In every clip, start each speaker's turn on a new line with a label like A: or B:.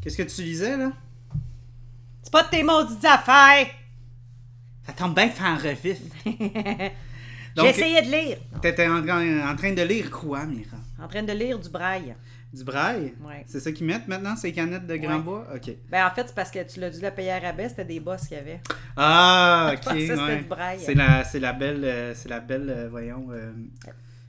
A: Qu'est-ce que tu lisais, là?
B: C'est pas de tes maudites affaires!
A: Ça tombe bien faire un revif. Donc,
B: J'ai essayé de lire.
A: T'étais en, en train de lire quoi, Mira?
B: En train de lire du braille.
A: Du braille?
B: Ouais.
A: C'est ça qu'ils mettent maintenant, ces canettes de grand
B: Ouais.
A: bois? OK.
B: Ben, en fait, c'est parce que tu l'as dû la payer à rabais, c'était des bosses qu'il y avait.
A: Ah,
B: Je
A: OK.
B: pensais que c'était
A: ouais.
B: du braille.
A: C'est la, c'est la belle, euh, c'est la belle euh, voyons, euh,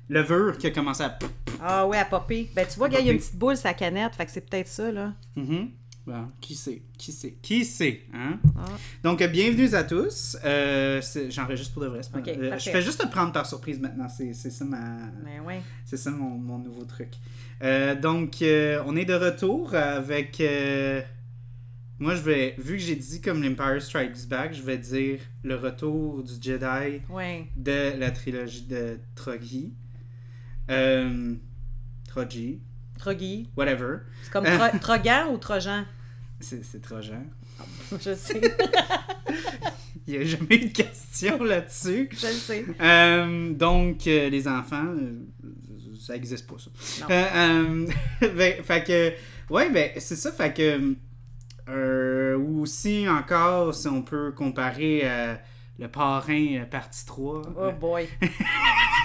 A: levure qui a commencé à...
B: Ah ouais, à popper. Ben, tu vois, gars, il y a une
A: popper.
B: petite boule sur la canette, fait que c'est peut-être ça, là.
A: Mhm. Bon, qui sait? Qui sait? Qui sait? Hein?
B: Ah.
A: Donc, euh, bienvenue à tous. Euh, c'est- J'enregistre pour de vrai. c'est pas-
B: Ok,
A: euh, je
B: parfait.
A: fais juste te prendre par surprise maintenant. C'est c'est ça ma...
B: Ben, ouais.
A: C'est ça mon, mon nouveau truc. Euh, donc, euh, on est de retour avec. euh, moi, je vais. Vu que j'ai dit comme l'Empire Strikes Back, je vais dire le retour du Jedi
B: Ouais.
A: de la trilogie de Trogi. Euh, Trogi,
B: Troggy.
A: whatever.
B: C'est
A: Euh.
B: comme tro- Trogan ou Trojan?
A: C'est c'est Trojan.
B: Je sais,
A: Il n'y a jamais eu de question là-dessus.
B: je le sais.
A: Euh, donc, euh, les enfants, euh, ça n'existe pas, ça.
B: Non.
A: Euh, euh, ben, fait que, ouais, ben, c'est ça, fait que, euh, ou aussi encore, si on peut comparer à le parrain euh, partie Euh, 3.
B: Oh boy. c'est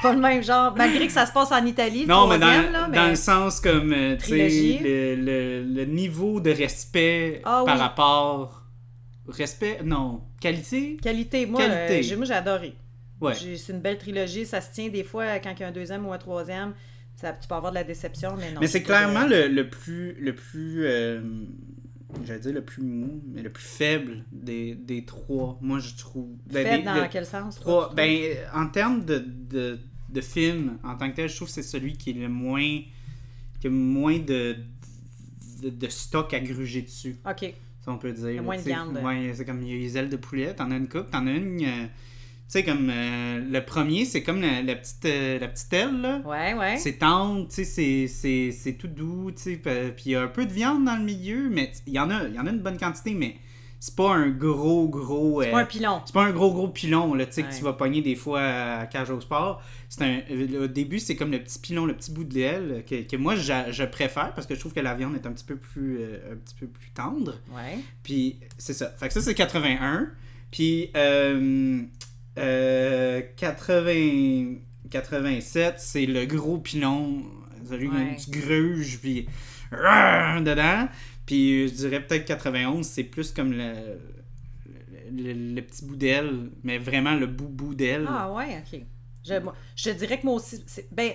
B: pas le même genre. Malgré que ça se passe en Italie, le
A: non, mais dans,
B: troisième, là, mais...
A: dans le sens comme, euh, tu sais,
B: Trilogie.
A: le, le- le niveau de respect
B: Ah
A: par
B: oui.
A: rapport. Respect, non, qualité.
B: Qualité, moi,
A: Qualité.
B: euh, j'ai- moi, j'ai adoré.
A: Ouais.
B: J'ai- C'est une belle trilogie, ça se tient des fois quand il y a un deuxième ou un troisième, ça, tu peux avoir de la déception, mais non.
A: Mais c'est
B: pas de-
A: clairement le, le plus. Le plus euh, J'allais dire le plus mou, mais le plus faible des, des trois, moi je trouve. Ben,
B: Faible
A: des-
B: dans
A: le
B: quel sens?
A: trois-
B: toi, tu trouves?
A: ben, en termes de, de, de film, en tant que tel, je trouve que c'est celui qui est le moins. qui a moins de, de, de stock à gruger dessus,
B: OK.
A: si on peut dire. là,
B: moins de
A: tu sais.
B: viande.
A: Ouais, c'est comme il y a les ailes de poulet, t'en as une coupe, t'en as une. euh, tu sais, comme euh, le premier, c'est comme la, la petite, euh, la petite aile, là.
B: Ouais, ouais.
A: C'est tendre, tu sais, c'est- c'est c'est tout doux, tu sais, pa- puis il y a un peu de viande dans le milieu, mais t- il y en a, il y en a une bonne quantité, mais c'est pas un gros, gros... euh,
B: C'est pas un pilon.
A: c'est pas un gros, gros pilon, là, tu sais, que
B: Ouais.
A: tu vas pogner des fois à Cage au Sport. C'est un, euh, au début, c'est comme le petit pilon, le petit bout de l'aile, que, que moi, j'a- je préfère, parce que je trouve que la viande est un petit peu plus, euh, un petit peu plus tendre.
B: Ouais.
A: Puis c'est ça. Fait que ça, c'est 81. Puis euh, euh, 80, 87, c'est le gros pilon, celui
B: Ouais.
A: qui gruge, puis rrrr, dedans. Puis je dirais peut-être 91, c'est plus comme le, le, le- le petit bout d'aile, mais vraiment le bout-bout d'aile.
B: Ah ouais, ok. Je, moi, je dirais que moi aussi, c'est- ben,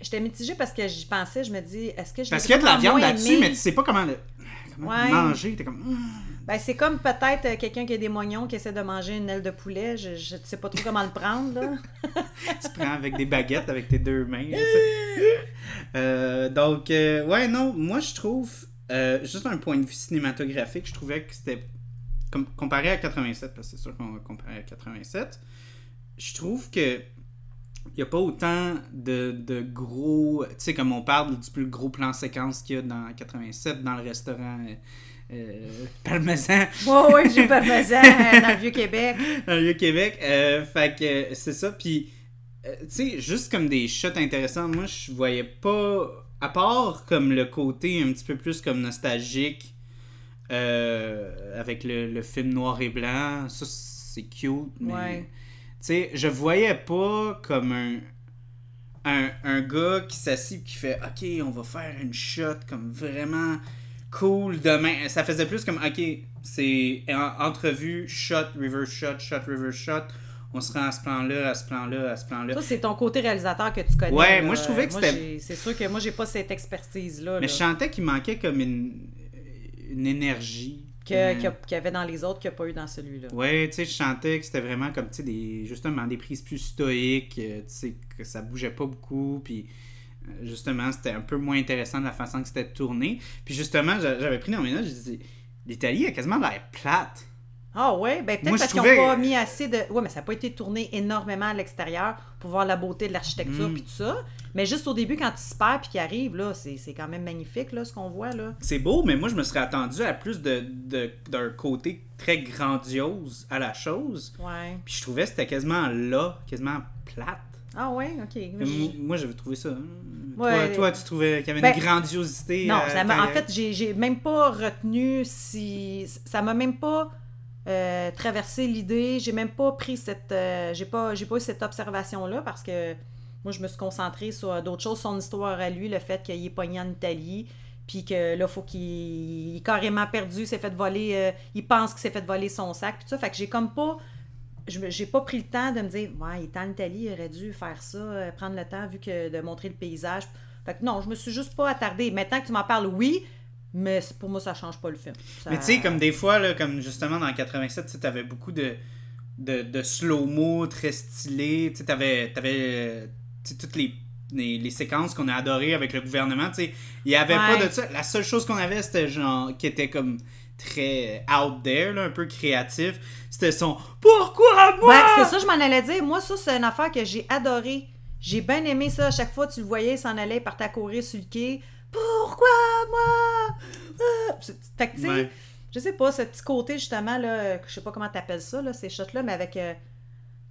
B: j'étais mitigée parce que j'y pensais, je me dis, est-ce que je
A: Parce qu'il y
B: l'ai
A: a de la
B: vraiment
A: viande
B: moins
A: là-dessus,
B: aimé?
A: mais tu sais pas comment le comment
B: Ouais.
A: manger. T'es comme. Hum.
B: Ben, c'est comme peut-être euh, quelqu'un qui a des moignons qui essaie de manger une aile de poulet, je, je sais pas trop comment le prendre, là.
A: tu prends avec des baguettes avec tes deux mains. là, tu sais. Euh, donc, euh, ouais, non, moi je trouve, euh, juste d'un point de vue cinématographique, je trouvais que c'était, com- comparé à 87, parce que c'est sûr qu'on va comparer à 87, je trouve que il n'y a pas autant de, de gros, tu sais, comme on parle du plus gros plan séquence qu'il y a dans 87, dans le restaurant euh, euh, parmesan.
B: Moi, ouais, j'ai pas besoin euh, dans le Vieux-Québec.
A: Dans le Québec. Euh, fait que euh, c'est ça. Puis, euh, tu sais, juste comme des shots intéressants, moi, je voyais pas. À part comme le côté un petit peu plus comme nostalgique euh, avec le, le film noir et blanc, ça c'est cute, mais.
B: Ouais.
A: Tu sais, je voyais pas comme un. Un, un gars qui s'assit et qui fait Ok, on va faire une shot comme vraiment cool demain. Ça faisait plus comme, ok, c'est en- entrevue, shot, reverse shot, shot, reverse shot. On se rend à ce plan-là, à ce plan-là, à ce plan-là.
B: Toi, c'est ton côté réalisateur que tu connais.
A: Ouais,
B: là.
A: moi, je trouvais que c'était-
B: j'ai- C'est sûr que moi, j'ai pas cette expertise-là.
A: Mais
B: là,
A: je sentais qu'il manquait comme une, une énergie.
B: que-
A: Euh,
B: que- Qu'il y avait dans les autres qu'il n'y a pas eu dans celui-là.
A: Ouais, tu sais, je sentais que c'était vraiment comme, tu sais, des, justement, des prises plus stoïques, euh, tu sais, que ça bougeait pas beaucoup, puis euh, justement, c'était un peu moins intéressant de la façon que c'était tourné. Puis justement, j'a- j'avais pris dans mes notes, je disais, l'Italie a quasiment l'air plate.
B: Ah ouais, ben
A: Moi,
B: peut-être
A: je
B: parce qu'ils n'ont
A: trouvais-
B: pas mis assez de. Ouais, mais ça n'a pas été tourné énormément à l'extérieur pour voir la beauté de l'architecture
A: Mm.
B: puis tout ça. Mais juste au début, quand ils se perdent puis qu'ils arrivent, là, c'est c'est quand même magnifique là, ce qu'on voit là.
A: C'est beau, mais moi, je me serais attendu à plus de, de- d'un côté très grandiose à la chose.
B: Ouais.
A: Puis je trouvais que c'était quasiment là, quasiment plate.
B: Ah ouais, ok.
A: Moi, moi, j'avais trouvé ça. hein.
B: Ouais.
A: Toi, toi, tu trouvais qu'il y avait
B: Ben,
A: une grandiosité.
B: Non,
A: euh,
B: ça m'a- en
A: quand-
B: fait, j'ai- j'ai même pas retenu si. Ça m'a même pas euh, traversé l'idée. J'ai même pas pris cette. euh, j'ai pas, j'ai pas eu cette observation-là parce que moi, je me suis concentrée sur d'autres choses. Son histoire à lui, le fait qu'il est pogné en Italie, puis que là, faut qu'il il est carrément perdu, s'est fait voler. euh, il pense qu'il s'est fait voler son sac, puis tout ça. Fait que j'ai comme pas. je me- J'ai pas pris le temps de me dire, ouais, il est en Italie, il aurait dû faire ça, euh, prendre le temps, vu que de montrer le paysage. Fait que non, je me suis juste pas attardée. Maintenant que tu m'en parles, oui, mais c'est- pour moi, ça change pas le film. Ça-
A: Mais tu sais, comme des fois, là, comme justement dans 87, tu sais, t'avais beaucoup de, de, de slow-mo très stylé. Tu sais, t'avais, t'avais, euh, tu sais, toutes les, les, les séquences qu'on a adorées avec le gouvernement. Tu sais, il y avait pas
B: Ouais.
A: de ça. La seule chose qu'on avait, c'était genre, qui était comme très out there, là, un peu créatif, c'était son Pourquoi moi
B: Ben, c'est ça, je m'en allais dire. Moi, ça, c'est une affaire que j'ai adorée. J'ai bien aimé ça. À chaque fois, tu le voyais, il s'en allait, il partait à courir sur le quai. Pourquoi moi? Ah! C'est- Fait que, tu sais,
A: Ouais.
B: je sais pas, ce petit côté, justement, là, que je sais pas comment t'appelles ça, là, ces shots-là, mais avec euh,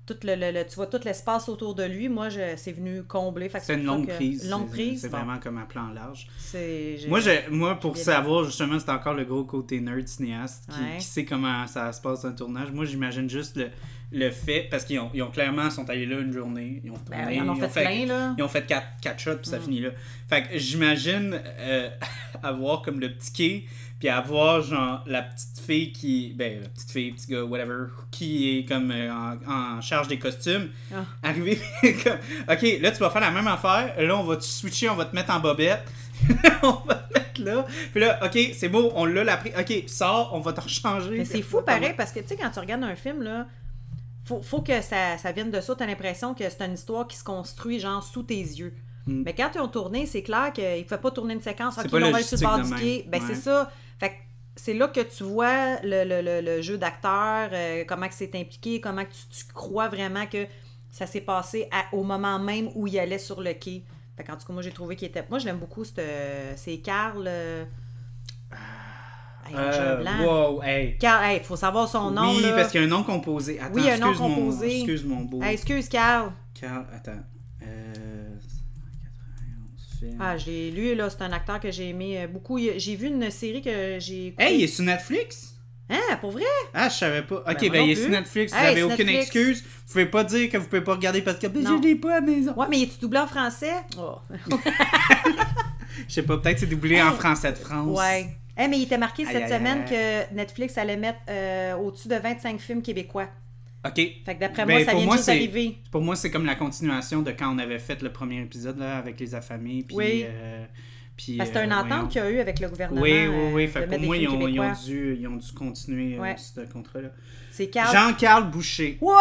B: tout le, le- le- tu vois, tout l'espace autour de lui, moi, je, c'est venu combler. Fait que
A: C'était une
B: pour ça
A: longue
B: que-
A: prise.
B: Longue
A: c'est-
B: prise.
A: C'est
B: bon,
A: vraiment comme un plan large.
B: c'est- j'ai-
A: Moi, je, moi, pour
B: j'ai bien
A: savoir, justement, c'est encore le gros côté nerd cinéaste qui,
B: Ouais.
A: qui sait comment ça se passe un tournage. Moi, j'imagine juste le, le fait, parce qu'ils ont, ils ont clairement, ils sont allés là une journée, ils ont tourné,
B: Ben, ils en ont fait, plein, là.
A: ils ont fait quatre, quatre shots, puis ça
B: Mm.
A: finit là. Fait que j'imagine euh, avoir comme le petit quai, puis avoir genre la petite fille qui, ben, la petite fille, petit gars, whatever, qui est comme euh, en, en charge des costumes,
B: Ah.
A: arriver comme, ok, là tu vas faire la même affaire, là on va te switcher, on va te mettre en bobette, on va te mettre là, puis là, ok, c'est beau, on l'a l'a pris, ok, sors, on va te rechanger.
B: Mais c'est fou pareil parce que tu sais, quand tu regardes un film, là, faut, faut que ça, ça vienne de ça. T'as l'impression que c'est une histoire qui se construit genre sous tes yeux.
A: Mm.
B: Mais quand ils ont tourné, c'est clair qu'ils ne pouvaient pas tourner une séquence.
A: C'est
B: Ok,
A: pas
B: là, on va aller sur le
A: logistique
B: bord
A: de
B: du quai.
A: même.
B: Ben,
A: Ouais.
B: c'est ça. Fait que c'est là que tu vois le, le- le- le jeu d'acteur, euh, comment que c'est impliqué, comment que tu, tu crois vraiment que ça s'est passé à- au moment même où il allait sur le quai. Fait qu'en tout cas, moi, j'ai trouvé qu'il était. Moi, je l'aime beaucoup, cette- c'est Carl. euh, hey, j'ai un
A: Ah. Euh,
B: blanc.
A: wow, hey.
B: Carl, hey, faut savoir son nom.
A: oui,
B: là.
A: parce qu'il y a un nom composé. Attends,
B: Oui, il y a un nom
A: excuse mon-
B: composé.
A: Excuse mon beau.
B: Hey, excuse, Carl.
A: Carl, attends. Euh, 91 films.
B: Ah, je l'ai lu, là. C'est un acteur que j'ai aimé euh, beaucoup. Il- J'ai vu une série que j'ai. écoutée.
A: Hey, il est sur Netflix?
B: Hein, pour vrai?
A: Ah, je savais pas. Ok,
B: moi
A: ben,
B: non
A: il est
B: plus.
A: sur Netflix, vous
B: Hey,
A: avez
B: sur
A: aucune
B: Netflix.
A: excuse. Vous pouvez pas dire que vous pouvez pas regarder parce que ben, je
B: Non.
A: l'ai pas à la maison.
B: Ouais, mais il est-tu doublé en français? Oh.
A: Je sais pas, peut-être c'est doublé en français de France.
B: Ouais. Hey, mais il était marqué
A: Aïe,
B: cette
A: aïe,
B: semaine
A: aïe,
B: que Netflix allait mettre euh, au-dessus de 25 films québécois.
A: Ok.
B: Fait que d'après
A: Ben,
B: moi, ça
A: pour
B: vient
A: moi,
B: juste
A: c'est-
B: d'arriver.
A: Pour moi, c'est comme la continuation de quand on avait fait le premier épisode là, avec les affamés. Puis,
B: Oui.
A: euh, puis,
B: Parce que c'est une
A: euh,
B: entente qu'il y a eu avec le gouvernement.
A: Oui, oui, oui.
B: euh, de
A: Fait que
B: mettre
A: pour
B: des
A: moi, ils
B: films
A: ont, ils, ont
B: québécois.
A: dû, ils ont dû continuer euh,
B: Ouais.
A: ce contrat-là.
B: C'est Carl.
A: Jean-Carl Boucher.
B: Wow!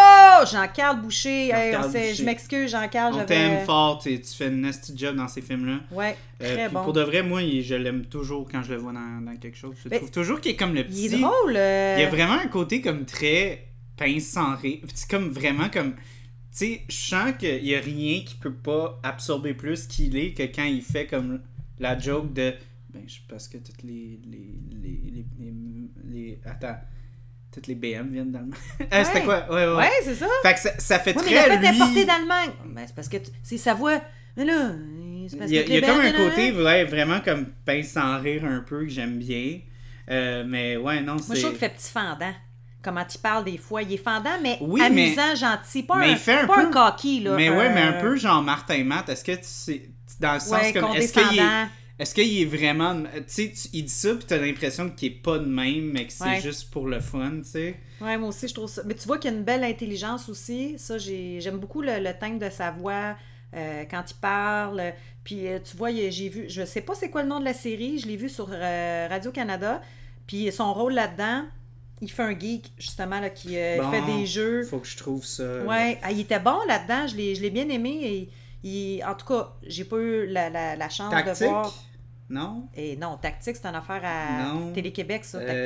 B: Jean-Carl Boucher. Hey,
A: Jean-Carl
B: on sait-
A: Boucher.
B: Je m'excuse, Jean-Carl.
A: On
B: j'avais-
A: t'aime fort, tu, tu fais une nasty job dans ces films-là.
B: Ouais,
A: Euh,
B: très
A: puis
B: bon.
A: Pour de vrai, moi, il- je l'aime toujours quand je le vois dans, dans quelque chose. Je
B: Ben,
A: trouve toujours qu'il est comme le petit.
B: Il est drôle. euh,
A: Il y a vraiment un côté comme très pince sans rire. Puis C'est comme vraiment comme. Tu sais, je sens qu'il n'y a rien qui peut pas absorber plus qu'il est que quand il fait comme la joke de. Ben, je parce que toutes les. les, les, les, les- les- attends. Toutes les BM viennent d'Allemagne. Ah, C'était
B: Ouais.
A: quoi? Ouais, ouais.
B: Ouais, c'est ça.
A: Fait que ça, ça fait
B: Oui, mais il a
A: très.
B: fait
A: lui...
B: importer d'Allemagne. Ben, c'est parce que tu- c'est sa voix. Mais là, c'est parce
A: Il y a,
B: que
A: il y a
B: les
A: comme un
B: Belges, là,
A: côté
B: là. euh,
A: ouais, vraiment comme pince sans rire un peu que j'aime bien. Euh, mais ouais, non,
B: Moi,
A: c'est.
B: je trouve qu'il fait petit fendant. Comment il parle des fois. Il est fendant, mais
A: Oui,
B: amusant, gentil. Pas,
A: mais
B: un,
A: il fait un
B: pas
A: peu-
B: un coquille, là.
A: mais ouais, mais un
B: Euh,
A: peu genre Martin et Matt. Est-ce que tu sais. Dans le sens
B: Ouais,
A: comme. Est-ce qu'il est,
B: condescendant.
A: est, est vraiment. Tu sais, tu- il dit ça, puis t'as l'impression qu'il est pas de même, mais que c'est
B: Ouais.
A: juste pour le fun, tu sais.
B: Ouais, moi aussi, je trouve ça. Mais tu vois qu'il y a une belle intelligence aussi. Ça, j'ai- j'aime beaucoup le, le thème de sa voix euh, quand il parle. Puis euh, tu vois, il y a- j'ai vu, je sais pas c'est quoi le nom de la série, je l'ai vu sur euh, Radio-Canada. Puis son rôle là-dedans, il fait un geek, justement, là, qui euh,
A: Bon.
B: fait des jeux.
A: Faut que je trouve ça. euh,
B: Ouais, ah, il était bon là-dedans, je l'ai je l'ai bien aimé. Et, il- en tout cas, j'ai pas eu la, la- la chance
A: Tactique.
B: de voir.
A: Non?
B: Et non, Tactique, c'est une affaire à
A: Non.
B: Télé-Québec, ça, Tactique.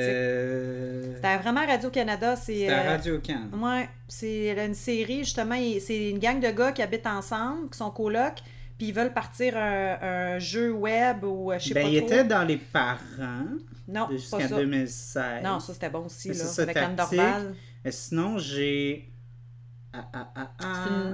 A: Euh,
B: C'était vraiment Radio-Canada, c'est...
A: C'était à
B: euh,
A: Radio-Can.
B: Ouais, c'est une série, justement, il- c'est une gang de gars qui habitent ensemble, qui sont colocs, puis ils veulent partir un, un jeu web ou euh, je sais
A: Ben,
B: pas
A: il
B: trop.
A: était dans Les Parents
B: Non, c'est
A: jusqu'en
B: pas ça.
A: 2016.
B: Non, ça c'était bon aussi,
A: Mais
B: là,
A: c'est ça,
B: avec Anne
A: Tactique.
B: Dorval.
A: Et sinon, j'ai. Ah, ah, ah, ah.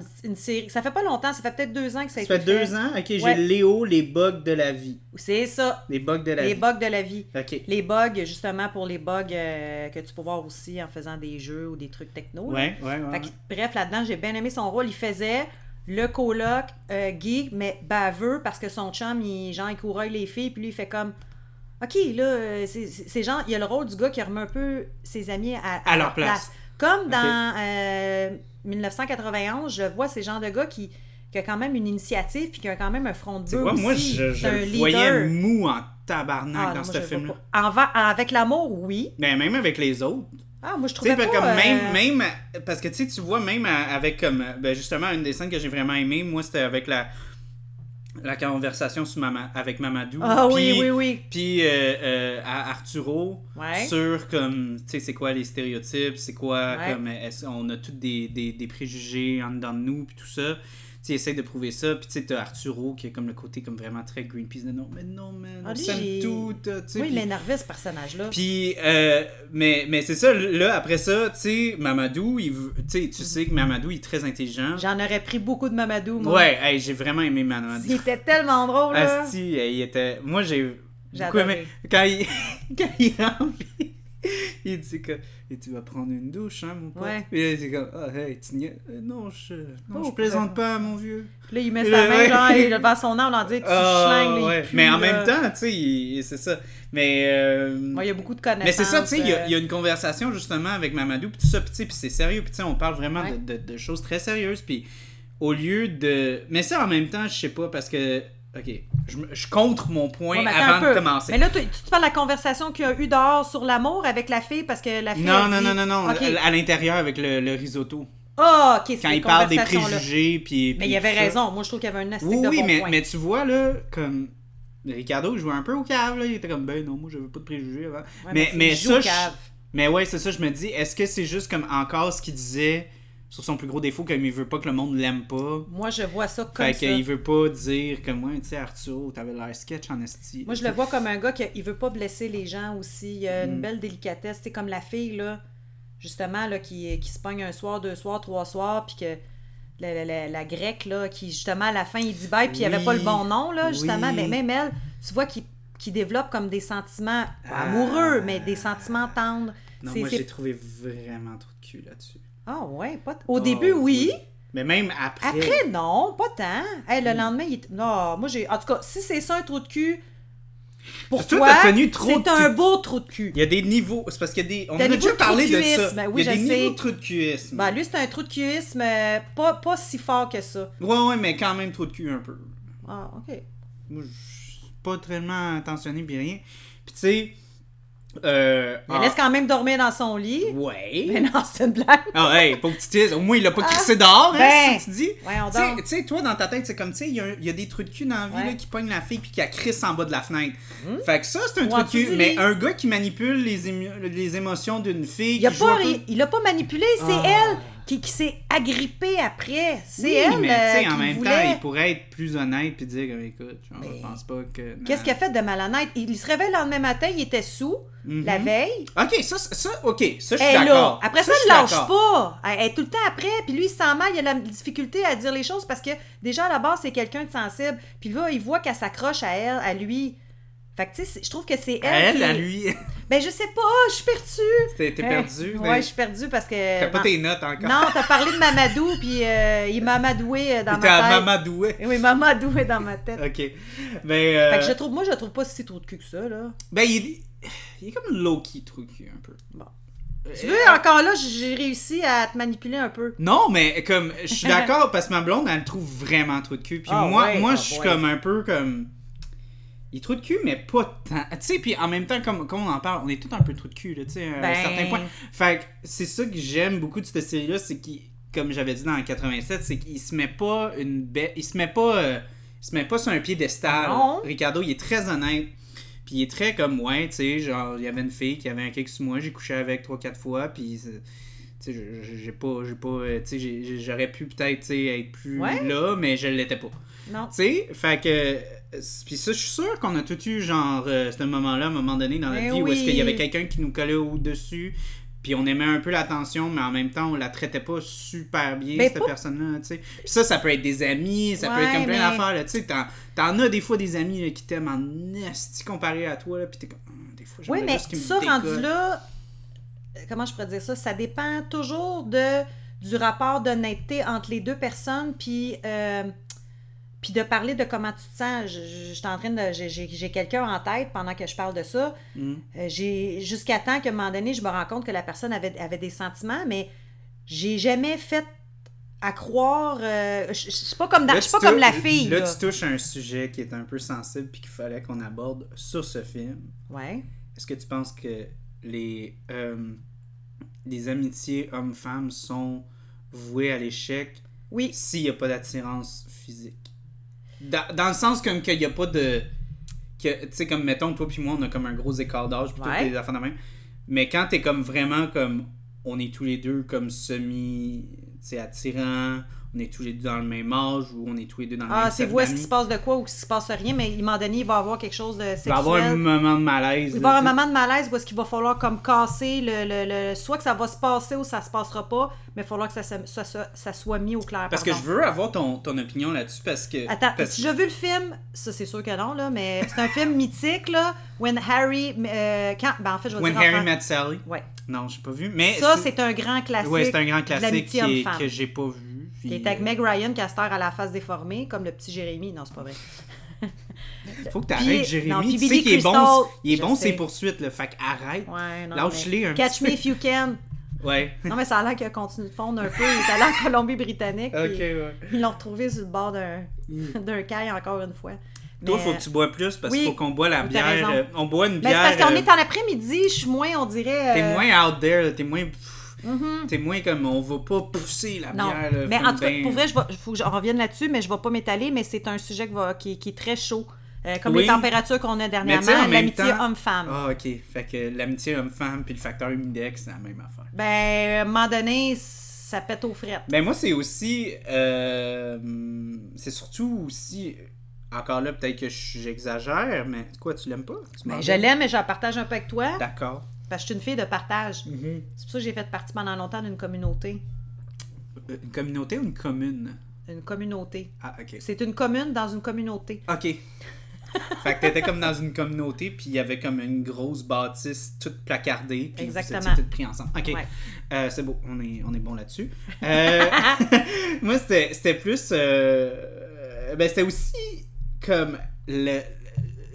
B: C'est une, une série, ça fait pas longtemps, ça fait peut-être deux ans que ça a
A: Ça
B: été
A: fait deux ans? Ok,
B: Ouais.
A: j'ai Léo, les bugs de la vie.
B: C'est ça,
A: Les bugs de la
B: les
A: vie.
B: bugs de la vie.
A: Ok.
B: Les bugs, justement, pour les bugs euh, que tu peux voir aussi en faisant des jeux ou des trucs techno. là.
A: Ouais, ouais, ouais.
B: Fait que, bref, là-dedans, j'ai bien aimé son rôle. Il faisait le coloc euh, geek, mais baveux, parce que son chum, il, genre, il coureuille les filles, puis lui, il fait comme... OK, là, euh, c'est- c'est c'est genre... Il y a le rôle du gars qui remet un peu ses amis à,
A: À leur place.
B: Comme dans euh, 1991, je vois ces gens de gars qui, qui a quand même une initiative, puis qui a quand même un front de
A: Tu
B: bœuf
A: vois,
B: aussi.
A: moi, je, je
B: C'est un
A: le
B: leader.
A: voyais mou en
B: Ah,
A: tabarnak
B: non,
A: dans
B: moi, je
A: ce
B: le vois
A: film-là.
B: pas. Envers- Avec l'amour, oui.
A: Ben, même avec les autres.
B: Ah, moi, je
A: Tu sais,
B: trouvais pas...
A: ben, comme
B: euh,
A: même, même, parce que tu sais, tu vois, même à- avec comme, ben, justement, une des scènes que j'ai vraiment aimée, moi, c'était avec la, la conversation sur Mama- avec Mamadou.
B: Ah oui,
A: puis-
B: oui, oui.
A: Puis euh, euh, à Arturo,
B: Ouais.
A: sur comme, tu sais, c'est quoi les stéréotypes, c'est quoi,
B: Ouais.
A: comme, est-ce- on a tous des, des, des préjugés en dedans de nous, puis tout ça. Tu sais, essaie de prouver ça. Puis tu sais, t'as Arturo qui a comme le côté comme vraiment très Greenpeace de non, mais non, man,
B: Ah,
A: on
B: lui,
A: s'aime
B: j'ai-
A: tout, tu sais.
B: Oui, il
A: puis-
B: m'énervait, ce personnage-là.
A: puis, euh, mais, mais c'est ça, là, après ça, tu sais, Mamadou, il, veut- tu sais, tu sais que Mamadou, il est très intelligent.
B: J'en aurais pris beaucoup de Mamadou, moi.
A: Ouais, hey, j'ai vraiment aimé Mamadou.
B: C'était tellement drôle, là.
A: Asti, hey, il était... Moi, j'ai
B: J'ai
A: beaucoup aimé.
B: adoré.
A: Quand il, quand il rentre, il dit que et tu vas prendre une douche, hein, mon pote.
B: Ouais.
A: Puis là, il dit comme, ah, hey, tu niaises. Euh, Non, je, non,
B: Oh,
A: je plaisante pas, mon vieux.
B: Puis Là, il met
A: Le-
B: sa main,
A: ouais.
B: genre, et devant son âme, on en dit, tu
A: Ah,
B: chlingues, là, il
A: ouais.
B: pue,
A: Mais en
B: là.
A: même temps, tu sais, il- c'est ça. Mais... euh,
B: Moi, il y a beaucoup de connaissances.
A: Mais c'est ça, tu sais, il y, a-
B: euh,
A: il y a une conversation justement avec Mamadou, puis tout ça, puis tu sais, puis c'est sérieux, puis tu sais, on parle vraiment
B: Ouais.
A: de, de- de choses très sérieuses, puis au lieu de... Mais ça, en même temps, je sais pas, parce que... OK, je, me- je contre mon point
B: Ouais, mais attends un
A: avant de
B: peu.
A: commencer.
B: Mais là, tu, tu te parles de la conversation qu'il y a eu dehors sur l'amour avec la fille, parce que la fille.
A: Non,
B: a
A: non,
B: dit-
A: non, non, non,
B: OK.
A: à l'intérieur avec le, le risotto.
B: Ah, ok, c'est
A: Quand
B: des
A: il parle des
B: conversations, là.
A: préjugés, puis...
B: Mais
A: puis
B: il avait
A: tout ça.
B: raison. Moi, je trouve qu'il y avait un aspect
A: Oui,
B: de
A: oui,
B: bon
A: mais,
B: point.
A: mais tu vois, là, comme... Ricardo jouait un peu au cave, là, il était comme, ben non, moi, j'avais pas de préjugés avant.
B: Ouais,
A: mais
B: c'est
A: mais
B: une
A: ça, je-
B: joucave.
A: Mais ouais, c'est ça, je me dis, est-ce que c'est juste comme encore ce qu'il disait sur son plus gros défaut, comme il veut pas que le monde l'aime pas?
B: Moi, je vois ça comme
A: Fait
B: ça.
A: qu'il veut pas dire comme moi, tu sais, Arthur, t'avais l'air sketch en esti.
B: Moi, je le vois comme un gars qui il veut pas blesser les gens aussi. Il a une
A: Mm.
B: belle délicatesse. C'est comme la fille, là, justement, là, qui, qui se pogne un soir, deux soirs, trois soirs, puis que la, la, la- la grecque, là, qui, justement, à la fin, il dit bye, puis il avait
A: Oui.
B: pas le bon nom, là, justement.
A: Oui.
B: Mais même elle, tu vois qu'il qu'il développe comme des sentiments pas
A: Ah.
B: amoureux, mais des sentiments tendres.
A: Non,
B: C'est-
A: moi,
B: c'est-
A: j'ai trouvé vraiment trop de cul là-dessus.
B: Ah ouais, pas t- Au
A: Oh,
B: début, oui.
A: Mais même après.
B: Après, non, pas tant. Hey, le lendemain, il est- Non, moi, j'ai... En tout cas, si c'est ça, un trou de cul, pour
A: Parce que
B: toi,
A: toi, t'as tenu trop
B: c'est
A: de
B: un
A: cul.
B: beau trou de cul.
A: Il y a des niveaux. C'est parce qu'il y a des. On en
B: T'as
A: a
B: des
A: déjà
B: niveaux de
A: parlé de
B: truc-cuisme.
A: ça.
B: Oui,
A: Il y a
B: je
A: des
B: sais.
A: niveaux de trucs de cuisme.
B: Ben, lui, c'est un trou de cuisse, mais pas, pas si fort que ça.
A: Ouais, ouais, mais quand même trop de cul un peu.
B: Ah, OK.
A: Moi, je suis pas tellement attentionné, puis rien. Puis tu sais. Euh.
B: Il la
A: ah,
B: laisse quand même dormir dans son lit.
A: Ouais.
B: Mais non, c'est une blague.
A: Ah, hey, pauvre petit Tiz, au moins il l'a pas crissé dehors, hein,
B: Ah, ben,
A: si tu dis.
B: voyons
A: Tu sais-
B: donc.
A: Tu sais, toi, dans ta tête, c'est comme, tu sais, il y, a un- il y a des trucs de cul dans la vie
B: Ouais. Hmm?
A: là, qui pognent la fille puis qui la crissent en bas de la fenêtre. Fait que ça, c'est un
B: Ou
A: truc
B: en
A: de
B: dessous
A: cul.
B: du
A: Mais
B: lit.
A: un gars qui manipule les, ému- les émotions d'une fille.
B: Il a
A: qui joue un
B: pas,
A: peu-
B: il, il a pas manipulé, c'est
A: Ah.
B: elle qui, qui s'est agrippée après. C'est
A: Oui,
B: elle
A: mais tu sais,
B: euh,
A: en
B: qui
A: même
B: voulait. Ben,
A: temps, il pourrait être plus honnête puis dire, comme, écoute, genre, je pense pas que. non.
B: Qu'est-ce qu'il a fait de malhonnête? Il se réveille le lendemain matin, il était sous,
A: Mhm.
B: la veille.
A: Ok, ça, ça, ok, ça, je suis
B: Elle est là.
A: d'accord.
B: Après ça,
A: je
B: il
A: suis
B: lâche
A: d'accord.
B: pas. Elle elle est tout le temps après. Puis lui, il se sent mal. Il a de la difficulté à dire les choses parce que déjà, à la base, c'est quelqu'un de sensible. Puis là, il voit qu'elle s'accroche à elle, à lui. Fait que, tu sais, c'est- je trouve que c'est
A: À
B: elle.
A: Elle,
B: qui-
A: à lui,
B: Ben, je sais pas. Je suis perdue.
A: t'es t'es
B: Hey,
A: perdu. mais
B: Ouais, je suis perdue parce que.
A: T'as pas
B: non.
A: tes notes encore.
B: Non, t'as parlé de Mamadou, puis euh, il m'a amadoué euh, dans
A: T'es à
B: ma tête.
A: Mamadoué.
B: Oui, Mamadoué dans ma tête.
A: Ok. Ben, euh,
B: Fait que je trouve, moi, je le trouve pas si trop de cul que ça, là.
A: ben il, est- il est comme low-key truqué un peu.
B: Bon.
A: Euh,
B: Tu veux, encore là, j'ai réussi à te manipuler un peu.
A: Non, mais comme, je suis d'accord parce que ma blonde, elle le trouve vraiment trou de cul. Puis
B: Ah
A: moi,
B: ouais,
A: moi
B: ah
A: je suis
B: ouais.
A: comme un peu comme. Il est trou de cul, mais pas tant. Tu sais, puis en même temps, comme, comme on en parle, on est tous un peu trou de cul, là, tu sais, à un
B: Ben.
A: certain point. Fait que c'est ça que j'aime beaucoup de cette série-là, c'est qu'il, comme j'avais dit dans le 87, c'est qu'il se met pas une belle. Il se met pas. euh, se met pas sur un piédestal.
B: Non.
A: Ricardo, il est très honnête. Puis il est très comme, ouais, tu sais, genre, il y avait une fille qui avait un kick sur moi, j'ai couché avec 3-4 fois, puis, c'est- tu sais, je- je- j'ai pas, j'ai pas, euh, tu sais, j'ai- j'ai- j'aurais pu peut-être, tu sais, être plus
B: Ouais.
A: là, mais je l'étais pas.
B: Non.
A: Tu sais, fait que. euh, Puis ça, je suis sûr qu'on a tout eu, genre, euh, ce moment-là, à un moment donné dans la
B: Mais
A: vie, où est-ce
B: oui.
A: qu'il y avait quelqu'un qui nous collait au-dessus, puis on aimait un peu l'attention, mais en même temps, on la traitait pas super bien,
B: Ben,
A: cette
B: pas-
A: personne-là, tu sais. Puis ça, ça peut être des amis, ça peut
B: Ouais,
A: être comme plein
B: mais-
A: d'affaires, là, tu sais. T'en, t'en as des fois des amis là, qui t'aiment en esti comparé à toi, là, puis t'es comme. Hum, Des fois,
B: Oui,
A: j'aimerais
B: mais
A: juste qu'ils me
B: ça, rendu
A: décollent.
B: là, euh, comment je pourrais dire ça? Ça dépend toujours de, du rapport d'honnêteté entre les deux personnes, puis, euh, puis de parler de comment tu te sens. Je, je- je suis en train de. j'ai- J'ai j'ai quelqu'un en tête pendant que je parle de ça.
A: Hum.
B: Euh, j'ai Jusqu'à temps qu'à un moment donné, je me rends compte que la personne avait, avait des sentiments, mais j'ai jamais fait à croire. euh, je, je suis pas comme, dans-
A: Là,
B: je suis
A: tu
B: pas
A: tou-
B: comme la fille.
A: Là,
B: là.
A: tu touches à un sujet qui est un peu sensible, puis qu'il fallait qu'on aborde sur ce film.
B: Ouais.
A: Est-ce que tu penses que les, euh, les amitiés hommes-femmes sont vouées à l'échec
B: Oui.
A: s'il n'y a pas d'attirance physique? Dans, dans le sens comme qu'il n'y a pas de... que, Tu sais, comme mettons, toi puis moi, on a comme un gros écart d'âge, puis
B: Ouais.
A: des enfants de même. Mais quand t'es comme vraiment comme... On est tous les deux comme semi... Tu sais, attirants, on est tous les deux dans le même âge, ou on est tous les deux dans le même
B: Ah, c'est
A: cercle
B: vous, est-ce qu'il
A: d'amis.
B: se passe de quoi ou qu'il se passe rien, mais à un moment donné, il va avoir quelque chose de
A: Il va y
B: sexuel.
A: avoir un moment de malaise. là,
B: Il va y avoir un
A: tu sais.
B: moment de malaise où est-ce qu'il va falloir comme casser le, le- le- soit que ça va se passer ou ça se passera pas, mais il va falloir que ça, se- ça, ça- ça soit mis au clair.
A: Parce que
B: pardon.
A: je veux avoir ton, ton opinion là-dessus parce que.
B: Attends,
A: parce-
B: si j'ai vu le film, ça c'est sûr que non, là, mais c'est un film mythique, là, When Harry... euh, quand, ben en fait, je vais
A: When
B: dire en
A: Harry
B: fran-
A: Met Sally.
B: Ouais.
A: Non, j'ai pas vu. Mais
B: Ça, c'est un grand classique.
A: ouais, c'est un grand
B: de
A: classique qui
B: l'amitié
A: est-
B: homme-femme.
A: que j'ai pas vu. puis- euh,
B: Qui est avec Meg Ryan, Caster à la face déformée, comme le petit Jérémy. Non, c'est pas vrai.
A: Faut que t'arrêtes,
B: Puis-
A: Jérémy.
B: non, puis
A: tu sais
B: Billy
A: qu'il est bon,
B: Crystal,
A: il est
B: je
A: bon
B: sais.
A: ses poursuites, le Fait qu'arrête.
B: Ouais, non,
A: Lâche-les
B: mais-
A: un
B: Catch
A: petit
B: me if you can.
A: Ouais.
B: Non, mais ça a l'air qu'il a continué de fondre un peu. Il est allé en Colombie-Britannique. puis
A: ouais.
B: Ils l'ont retrouvé sur le bord d'un
A: Mm.
B: d'un caille encore une fois.
A: Toi,
B: Mais-
A: faut que tu bois plus parce qu'il
B: Oui,
A: faut qu'on boit la
B: t'as
A: bière.
B: raison.
A: euh, on boit une
B: Mais c'est
A: bière.
B: parce qu'on
A: euh,
B: est en après-midi, je suis moins, on dirait.
A: T'es
B: euh,
A: moins out there, là, t'es moins. pff,
B: mhm.
A: T'es moins comme on va pas pousser la
B: Non,
A: bière. là,
B: mais en
A: comme
B: tout cas,
A: ben-
B: pour vrai, je vais- faut que j'en revienne là-dessus, mais je ne vais pas m'étaler, mais c'est un sujet qui, va- qui- qui est très chaud. Euh, comme
A: Oui.
B: les températures qu'on a
A: tu sais, en
B: dernièrement,
A: même
B: l'amitié
A: temps-
B: homme-femme.
A: Ah, ok. Fait que l'amitié homme-femme puis le facteur humidex, c'est la même affaire.
B: Ben, à un moment donné, ça pète aux frettes.
A: Ben moi c'est aussi euh, c'est surtout aussi encore là peut-être que je- j'exagère mais quoi tu l'aimes pas Tu m'en
B: Ben,
A: veux?
B: je l'aime, mais j'en partage un peu avec toi,
A: D'accord.
B: parce que je suis une fille de partage.
A: Mm.
B: C'est pour ça que j'ai fait partie pendant longtemps d'une communauté.
A: Euh, Une communauté ou une commune
B: Une communauté.
A: Ah OK.
B: C'est une commune dans une communauté.
A: OK. fait que t'étais comme dans une communauté puis il y avait comme une grosse bâtisse toute placardée puis vous
B: Exactement.
A: étiez toutes pris ensemble. OK.
B: Ouais.
A: Euh, c'est beau, on est, on est bon là-dessus. Euh, moi, c'était c'était plus. euh, ben, c'était aussi comme. Le, le-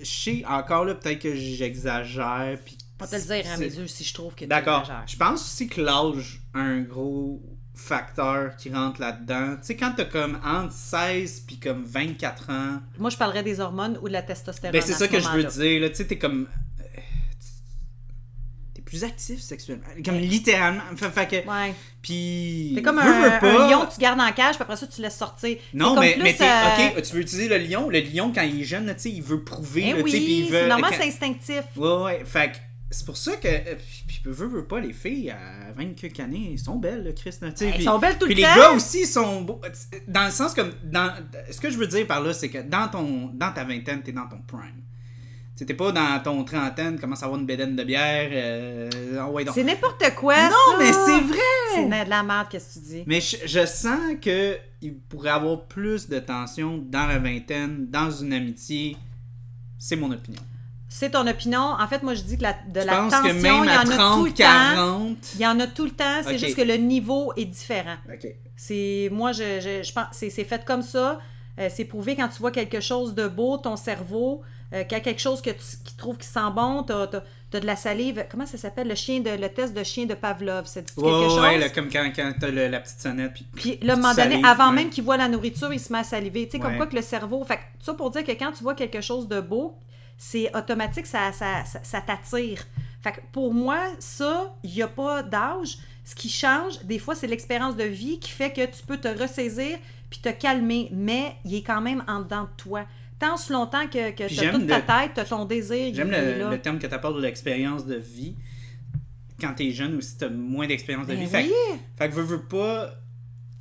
A: chez, encore là, peut-être que j'exagère. puis
B: On va te le dire hein, à
A: c'est-
B: mes yeux si je trouve que tu
A: D'accord.
B: exagères.
A: Je pense aussi que l'âge a un gros facteur qui rentre là-dedans. Tu sais, quand t'as comme entre 16 puis comme 24 ans,
B: Moi, je parlerais des hormones ou de la testostérone.
A: ben, c'est
B: à
A: ça
B: ce
A: que je veux
B: moment-là.
A: dire. là. Tu sais, t'es comme. euh, tu- T'es plus actif sexuellement. Comme littéralement. Fait, fait que.
B: Ouais.
A: Puis.
B: T'es comme
A: veux,
B: un,
A: veux pas.
B: un lion que tu gardes en cage, puis après ça, tu laisses sortir. C'est
A: Non,
B: comme
A: mais,
B: plus,
A: mais t'es-
B: euh,
A: ok, tu veux utiliser le lion. Le lion, quand il est jeune, là, tu sais, il veut prouver.
B: eh
A: là, tu sais, puis
B: oui,
A: il veut-
B: c'est normal,
A: quand-
B: c'est instinctif.
A: Ouais, ouais. Fait que c'est pour ça que. euh, Puis, puis veux, veux pas, les filles à 20 quelques années, elles sont belles, là, Chris. là, tu sais,
B: Ben, Elles
A: puis-
B: sont belles tout
A: Puis
B: le
A: les
B: temps.
A: gars aussi sont beaux. Dans le sens comme. Dans, ce que je veux dire par là, c'est que dans, ton, dans ta vingtaine, t'es dans ton prime. Tu sais, T'es pas dans ton trentaine, commence à avoir une bédaine de bière. Euh, oh, ouais, donc.
B: C'est n'importe quoi.
A: Non,
B: ça.
A: mais c'est
B: C'est
A: vrai!
B: na- de la merde, qu'est-ce que tu dis.
A: Mais je, je sens que il pourrait avoir plus de tension dans la vingtaine, dans une amitié. C'est mon opinion.
B: C'est ton opinion. En fait, moi, je dis que la, de
A: Je
B: la
A: pense
B: tension,
A: que
B: il y
A: même
B: en
A: à
B: a tout
A: 30,
B: le temps.
A: 40.
B: Il y en a tout le temps, c'est
A: Ok.
B: juste que le niveau est différent.
A: Ok.
B: C'est moi je, je, je pense c'est c'est fait comme ça. Euh, c'est prouvé quand tu vois quelque chose de beau, ton cerveau, euh, quand quelque chose que tu qui trouve qui sent bon, t'as as, de la salive. Comment ça s'appelle le chien de le test de chien de Pavlov, ça dit
A: Ouais,
B: quelque chose.
A: ouais, là, comme quand, quand t'as le- la petite sonnette. Puis...
B: Puis là, à un moment donné,
A: Salive,
B: avant
A: ouais.
B: même qu'il voit la nourriture, il se met à saliver. Tu sais,
A: Ouais.
B: comme quoi que le cerveau. Fait que ça pour dire que quand tu vois quelque chose de beau, c'est automatique, ça, ça, ça, ça t'attire. Fait que pour moi, ça, il n'y a pas d'âge. Ce qui change, des fois, c'est l'expérience de vie qui fait que tu peux te ressaisir puis te calmer, mais il est quand même en dedans de toi. Tant ce longtemps que, que
A: Puis
B: tu as
A: j'aime
B: toute ta
A: le-
B: tête, tu as ton désir, il
A: J'aime
B: est
A: le,
B: là.
A: le terme que tu apportes de l'expérience de vie. Quand t'es jeune aussi, t'as moins d'expérience de
B: Ben
A: vie.
B: oui,
A: Fait, que- fait que veux, veux pas.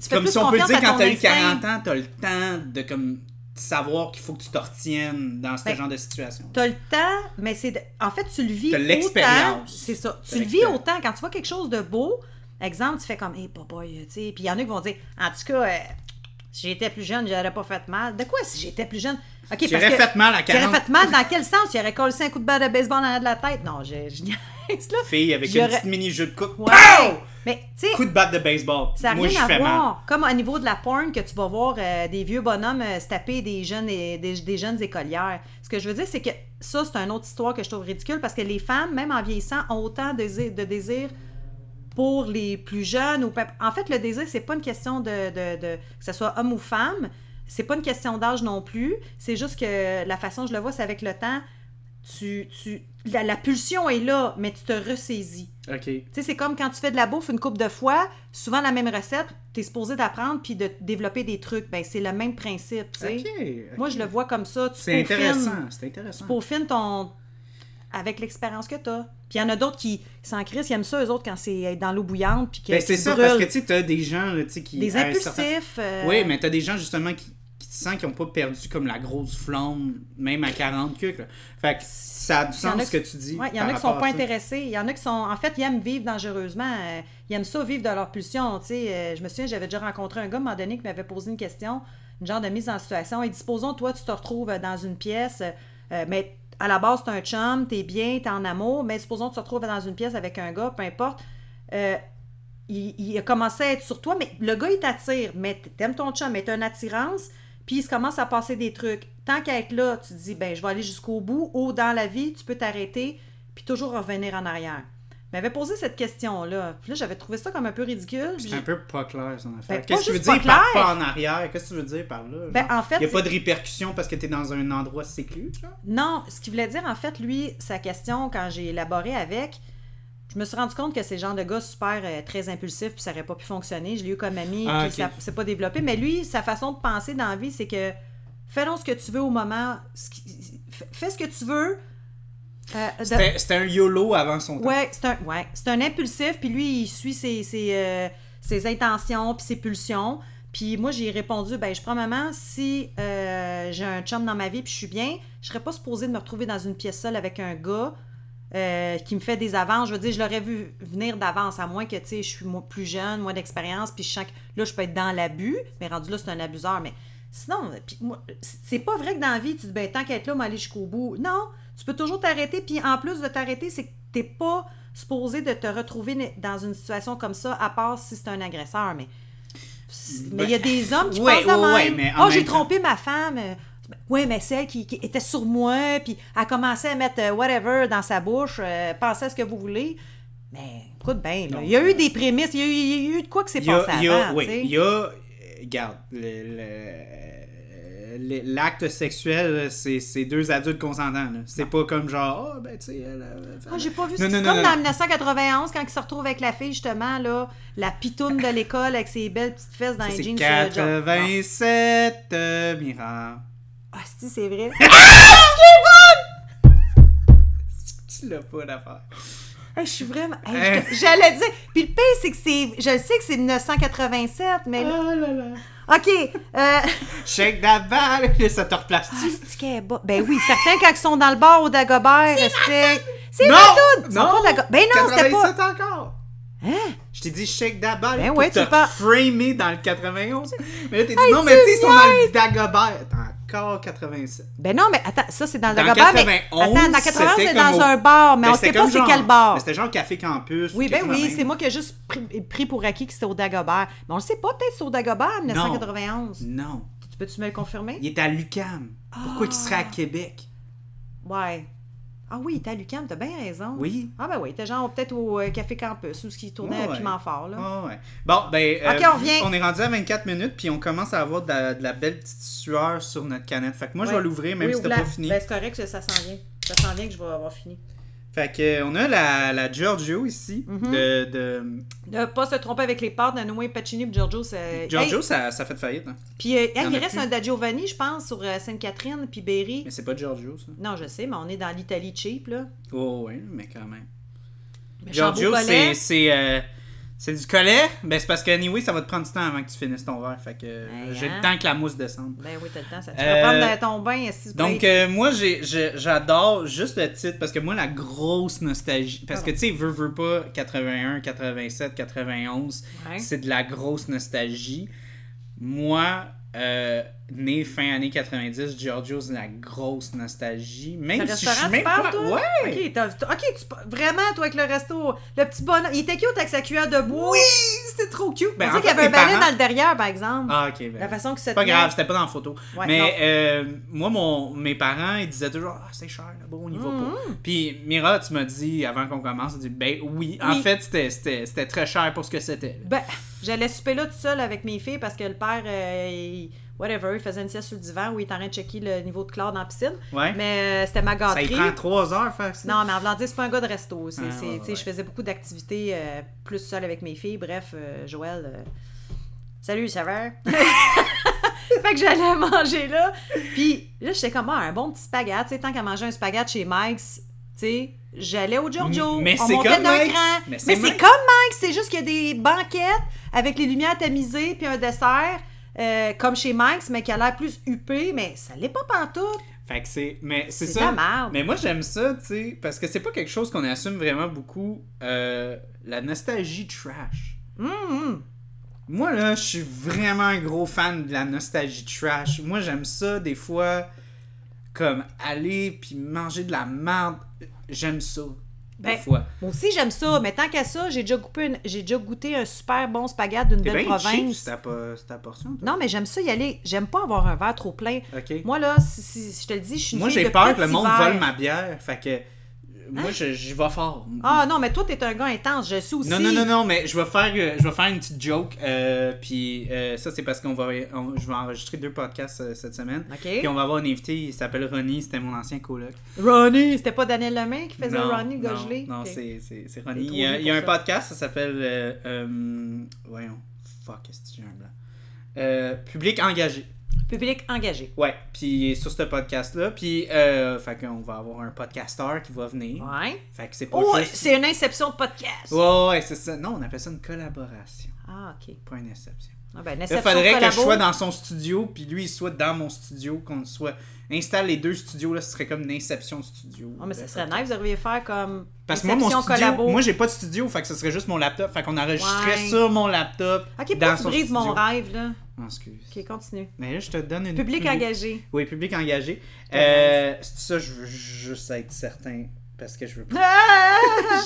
B: tu fais
A: Comme
B: plus
A: si on peut
B: confiance
A: dire,
B: à
A: quand
B: ton
A: t'as eu
B: instinct.
A: 40 ans, t'as le temps de comme savoir qu'il faut que tu te retiennes dans ce
B: Ben,
A: genre de situation.
B: T'as le temps, mais c'est. de- En fait, tu le vis.
A: T'as l'expérience.
B: autant- C'est ça.
A: T'as
B: Tu le vis
A: l'expérience.
B: autant. Quand tu vois quelque chose de beau, exemple, tu fais comme, hey, papa, tu sais. Puis il y en a qui vont dire, en tout cas, euh, si j'étais plus jeune, j'aurais pas fait mal. De quoi si j'étais plus jeune? OK,
A: Tu
B: parce
A: aurais
B: que-
A: fait mal à
B: Tu aurais
A: 40
B: fait mal dans quel sens? Tu aurais collé un coup de balle de baseball en arrière de la tête? Non, je, je niaise, là.
A: filles avec une
B: J'aurais-
A: petite mini-jeu de coupe.
B: Ouais. Mais, tu sais,
A: Coup de batte de baseball.
B: ça n'a
A: Moi, je
B: rien à
A: fais
B: voir.
A: mal.
B: Comme au niveau de la porn, que tu vas voir euh, des vieux bonhommes euh, se taper des jeunes, et, des, des jeunes écolières. Ce que je veux dire, c'est que ça, c'est une autre histoire que je trouve ridicule parce que les femmes, même en vieillissant, ont autant de désir, de désir pour les plus jeunes. Ou... peu- En fait, le désir, c'est pas une question de, de- de- que ce soit homme ou femme. C'est pas une question d'âge non plus. C'est juste que la façon dont je le vois, c'est avec le temps, tu, tu, la, la pulsion est là, mais tu te ressaisis.
A: Ok.
B: Tu sais, c'est comme quand tu fais de la bouffe une coupe de fois, souvent la même recette, tu es supposé d'apprendre puis de développer des trucs. Ben, c'est le même principe, tu sais.
A: Ok, ok.
B: Moi, je le vois comme ça. Tu
A: C'est
B: peaufines-
A: intéressant. C'est intéressant.
B: Tu peaufines ton... avec l'expérience que tu as. Puis il y en a d'autres qui s'en crissent, ils aiment ça, eux autres, quand c'est euh, dans l'eau bouillante puis que
A: Ben,
B: tu
A: c'est ça,
B: brûles.
A: parce que tu sais, t'as des gens là, tu sais, qui.
B: Des
A: à un certain-
B: impulsifs. euh,
A: Oui, mais t'as des gens justement qui, qui sent qu'ils n'ont pas perdu comme la grosse flamme, même à 40 cucs. là. Fait que ça a du
B: Il y en
A: sens
B: a
A: ce que tu dis.
B: Ouais, il y en
A: par
B: a
A: rapport
B: qui sont
A: à
B: pas
A: ça.
B: intéressés. Il y en a qui sont. En fait, ils aiment vivre dangereusement. Euh, Ils aiment ça vivre de leur pulsion. Tu sais, Euh, je me souviens, j'avais déjà rencontré un gars à un moment donné qui m'avait posé une question, une genre de mise en situation. Et disposons, toi, tu te retrouves euh, dans une pièce, euh, mais à la base, t'es un chum, t'es bien, t'es en amour, mais supposons que tu te retrouves dans une pièce avec un gars, peu importe. Euh, il, il a commencé à être sur toi, mais le gars, il t'attire, mais t'aimes ton chum, mais t'as une attirance, puis il se commence à passer des trucs. Tant qu'à être là, tu te dis, ben, je vais aller jusqu'au bout, ou dans la vie, tu peux t'arrêter, puis toujours revenir en arrière. Il m'avait posé cette question-là, puis là, j'avais trouvé ça comme un peu ridicule. puis
A: C'est un peu pas clair, son affaire.
B: Ben, pas
A: Qu'est-ce que tu veux
B: juste pas
A: dire par
B: clair.
A: pas en arrière Qu'est-ce que tu veux dire par là
B: Ben, en fait,
A: Il n'y a pas
B: c'est-
A: de répercussions parce que t'es dans un endroit sécu, genre
B: Non, ce qu'il voulait dire, en fait, lui, sa question, quand j'ai élaboré avec, je me suis rendu compte que ces gens de gars super euh, très impulsifs, puis ça n'aurait pas pu fonctionner. Je l'ai eu comme ami,
A: Ah,
B: puis
A: ok.
B: ça s'est pas développé. Mais lui, sa façon de penser dans la vie, c'est que fais-donc ce que tu veux au moment. ce qui- fais- Fais ce que tu veux. euh, de-
A: C'était c'était un YOLO avant son temps.
B: Ouais, c'est un, ouais, c'est un impulsif, puis lui, il suit ses, ses, euh, ses intentions, puis ses pulsions. Puis moi, j'ai répondu, ben, je prends maman, si euh, j'ai un chum dans ma vie, puis je suis bien, je serais pas supposée de me retrouver dans une pièce seule avec un gars euh, qui me fait des avances. Je veux dire, je l'aurais vu venir d'avance, à moins que, tu sais, je suis mo- plus jeune, moins d'expérience, puis je sens que là, je peux être dans l'abus, mais rendu là, c'est un abuseur. Mais sinon, puis moi, c'est c'est pas vrai que dans la vie, tu te dis, ben, tant qu'être là, m'aller jusqu'au bout. Non, tu peux toujours t'arrêter, puis en plus de t'arrêter, c'est que t'es pas supposé de te retrouver dans une situation comme ça, à part si c'est un agresseur, mais... Mais il y a des hommes qui
A: Ben, Ouais,
B: pensent à
A: ouais, ouais,
B: même.
A: mais en
B: oh, j'ai
A: même temps-
B: trompé ma femme. Oui, mais celle qui, qui était sur moi, puis a commencé à mettre euh, whatever dans sa bouche, euh, pensez à ce que vous voulez. Mais écoute bien, là,
A: Non,
B: il y a eu
A: euh,
B: des prémices, il y a eu, il y a eu de quoi que c'est
A: Il y a,
B: passé
A: il y a-
B: avant,
A: oui,
B: tu sais.
A: il y a, euh, regarde, le- le- le- l'acte sexuel, euh, c'est c'est deux adultes consentants. là. C'est pas comme genre, ah, ben tu sais, elle, elle-
B: Ah, j'ai pas vu ça.
A: Non,
B: C'est
A: non,
B: comme
A: non,
B: dans
A: non.
B: 1991, quand il se retrouve avec la fille, justement, là, la pitoune de l'école avec ses belles petites fesses dans
A: Ça, C'est
B: les jeans. euh, John. Non.
A: 87 euh, miracles.
B: Ah, si, c'est vrai.
A: Tu l'as pas d'affaire.
B: Hey, je suis vraiment. hey,
A: Hey.
B: je- J'allais dire. Puis le pire, c'est que c'est. Je le sais que c'est 1987, mais. là-
A: Ah là là.
B: OK. Euh...
A: Shake that balle, ça te
B: Ah,
A: replace-tu?
B: c'est-tu qu'elle est bo- Ben oui, certains quand ils sont dans le bar au Dagobert, c'est C'est
A: Non!
B: ma toune! Ils sont
A: Non!
B: pas Dago- Ben non, c'était pas.
A: 87 encore.
B: Hein?
A: Je t'ai dit shake that balle
B: Ben
A: pour
B: ouais,
A: te
B: tu parles-
A: framer dans le 91. Mais là, t'as dit
B: Hey,
A: non,
B: tu
A: mais tu sais, ils sont dans le
B: niaises!
A: Dagobert. Encore 87.
B: Ben non, mais attends, ça c'est dans le
A: Dans
B: Dagobert, mais
A: 91,
B: attends, dans 91 c'est
A: c'était
B: dans
A: comme au-
B: un bar, mais
A: Ben,
B: on
A: c'était
B: sait pas
A: comme
B: c'est
A: genre-
B: quel bar.
A: ben, C'était genre Café Campus. ou
B: Oui, ben
A: quelque chose de
B: oui,
A: même.
B: c'est moi qui ai juste pris, pris pour acquis que c'était au Dagobert. Mais on le sait pas, peut-être c'est au Dagobert, 1991.
A: Non.
B: Tu peux-tu me le confirmer?
A: Il est à Lucam. Pourquoi il serait à
B: Ah.
A: Québec?
B: Ouais. Ah oui, il était à Lucam, t'as bien raison.
A: Oui.
B: Ah ben oui, il était genre peut-être au euh, Café Campus, où ce qui tournait
A: Ouais,
B: à
A: ouais.
B: Piment Fort, là.
A: Ah ouais. Bon, ben.
B: Ok, on revient.
A: est rendu à 24 minutes, puis on commence à avoir de la, de la belle petite sueur sur notre canette. Fait que moi, je vais
B: Ouais.
A: l'ouvrir, même
B: Oui,
A: si t'as
B: oublie-
A: pas fini.
B: Ben, c'est correct, ça s'en vient. Ça s'en vient que je vais avoir fini.
A: Fait que, euh, on a la, la Giorgio ici,
B: Mhm.
A: de, de-
B: Ne pas se tromper avec les pâtes Noé Pacini et Giorgio. c'est- euh,
A: Giorgio,
B: Hey,
A: ça, ça fait de faillite, hein.
B: puis euh, hey,
A: y en
B: il
A: a
B: reste
A: plus.
B: un Da Giovanni, je pense, sur euh, Sainte-Catherine, puis Berry.
A: Mais c'est pas Giorgio, ça.
B: Non, je sais, mais on est dans l'Italie cheap, là.
A: Oh, ouais, mais quand même.
B: Mais
A: Giorgio,
B: Chambaud
A: c'est
B: Collet,
A: c'est euh, c'est du collet. Ben, c'est parce que, anyway, ça va te prendre du temps avant que tu finisses ton verre. Fait que euh,
B: Hey,
A: j'ai
B: hein.
A: le temps que la mousse descende.
B: Ben oui, t'as le temps, ça. Tu
A: Euh,
B: vas prendre ton bain, si tu
A: Donc,
B: peux.
A: euh, moi, j'ai- j'ai- j'adore juste le titre parce que moi, la grosse nostalgie. Parce que,
B: Pardon.
A: tu sais, veux, veux pas, 81, 87, 91,
B: Ouais.
A: euh, c'est de la grosse nostalgie. Moi, euh, né fin année 90, Giorgio, c'est de la grosse nostalgie.
B: Le
A: Même si je
B: restaurant,
A: suis
B: tu
A: même
B: parles,
A: pas.
B: toi?
A: Ouais!
B: Ok, t'as- t'as- ok, tu pa- vraiment, toi, avec le resto, le petit bonhomme, il était cute avec sa cuillère de bois. Oui! C'était trop cute.
A: Ben,
B: on
A: en
B: dirait qu'il y
A: fait,
B: avait un
A: mes
B: balai
A: parents-
B: dans le derrière, par exemple.
A: Ah, ok. ben,
B: La façon que
A: C'est
B: c'était.
A: pas grave, c'était pas dans la photo.
B: Ouais, non.
A: mais euh, moi, mon, mes parents, ils disaient toujours Ah, c'est cher là-bas, on y va pas.
B: Mm-hmm.
A: Puis Mira, tu m'as dit avant qu'on commence, tu dis Ben oui, en
B: Oui.
A: fait, c'était- c'était c'était très cher pour ce que c'était.
B: Ben, j'allais souper là tout seul avec mes filles parce que le père, euh, il- whatever, il faisait une sieste sur le divan où il était en train de checker le niveau de chlore dans la piscine.
A: Ouais.
B: Mais euh, c'était ma
A: Ça y
B: gâterie.
A: prend trois heures, faire ça.
B: Non, mais en voulant dire, c'est pas un gars de resto. C'est,
A: Ah,
B: c'est-
A: ouais,
B: tu sais,
A: ouais.
B: Je faisais beaucoup d'activités euh, plus seule avec mes filles. Bref, euh, Joël. euh, Salut, ça va? fait que j'allais manger là. Puis là, j'étais comme ah, un bon petit spaghette. Tu sais, tant qu'à manger un spaghette chez Mike's, tu sais, j'allais au Giorgio.
A: Mm, Mais
B: on
A: c'est
B: montait
A: comme
B: d'un
A: Mike's.
B: cran. Mais
A: Mais c'est
B: c'est comme
A: Mike's.
B: Mike's. C'est juste qu'il y a des banquettes avec les lumières tamisées puis un dessert. euh, comme chez Mike's, mais qui a l'air plus huppé, mais ça l'est pas partout.
A: Fait que c'est. Mais c'est ça.
B: C'est de la merde.
A: Mais moi, j'aime ça, tu sais, parce que c'est pas quelque chose qu'on assume vraiment beaucoup. euh, la nostalgie trash.
B: Mm-hmm.
A: Moi, là, je suis vraiment un gros fan de la nostalgie trash. Moi, j'aime ça, des fois, comme aller puis manger de la merde. J'aime ça, des
B: Ben,
A: fois.
B: Moi aussi, j'aime ça, mais tant qu'à ça, j'ai déjà, coupé une- j'ai déjà goûté un super bon spaghetti d'une
A: T'es
B: belle
A: bien cheap,
B: province.
A: c'est ta, po- c'est ta portion, toi.
B: Non, mais j'aime ça y aller. J'aime pas avoir un verre trop plein.
A: OK.
B: Moi, là, si, si- si je te le dis, je suis une
A: Moi,
B: fille
A: j'ai
B: de
A: peur que le
B: petits
A: monde
B: verres.
A: vole ma bière. Fait que, euh, moi, je- j'y vais fort.
B: Ah non, mais toi, t'es un gars intense, je suis aussi.
A: Non, non, non, non, mais je vais faire, euh, je vais faire une petite joke. euh, puis euh, ça, c'est parce qu'on va, on- je vais enregistrer deux podcasts euh, cette semaine.
B: OK.
A: Puis on va avoir un invité, il s'appelle Ronnie, c'était mon ancien coloc.
B: Ronnie! C'était pas Daniel Lemay qui faisait
A: Non,
B: Ronnie le gars
A: non,
B: gelé?
A: Non,
B: Ok.
A: c'est- c'est c'est
B: T'es
A: Ronnie.
B: trop
A: Il y a,
B: vieux
A: il y a un
B: pour ça.
A: podcast, ça s'appelle. euh, euh, voyons, fuck, est-ce que j'ai un blanc? Euh, public engagé.
B: Public engagé.
A: Ouais, puis il est sur ce podcast-là. Puis, euh, fait qu'on va avoir un podcasteur qui va venir.
B: Ouais.
A: Fait que c'est pas
B: Oh,
A: juste.
B: c'est une inception de podcast!
A: Ouais, ouais, ouais, c'est ça. Non, on appelle ça une collaboration,
B: Ah, OK.
A: pas une exception.
B: Ah, ben, une
A: Il
B: inception
A: faudrait que je
B: collabo.
A: sois dans son studio, puis lui, il soit dans mon studio, qu'on soit. Installe les deux studios, là, ce serait comme une inception studio.
B: Ah, mais
A: Là,
B: ça
A: fait
B: serait nice, vous devriez faire comme.
A: Parce que moi, mon
B: inception
A: studio,
B: collabo.
A: moi, j'ai pas de studio, fait que ce serait juste mon laptop. Fait qu'on enregistrait
B: Ouais.
A: sur mon laptop. dans
B: Ok, pourquoi tu
A: son
B: brises mon
A: studio.
B: rêve, là?
A: Oh, excuse.
B: Ok, continue.
A: Mais là, je te donne une.
B: Public
A: publi-
B: engagé.
A: Oui, public engagé. Euh, c'est ça, je veux juste être certain. Parce que je veux pas.
B: Ah!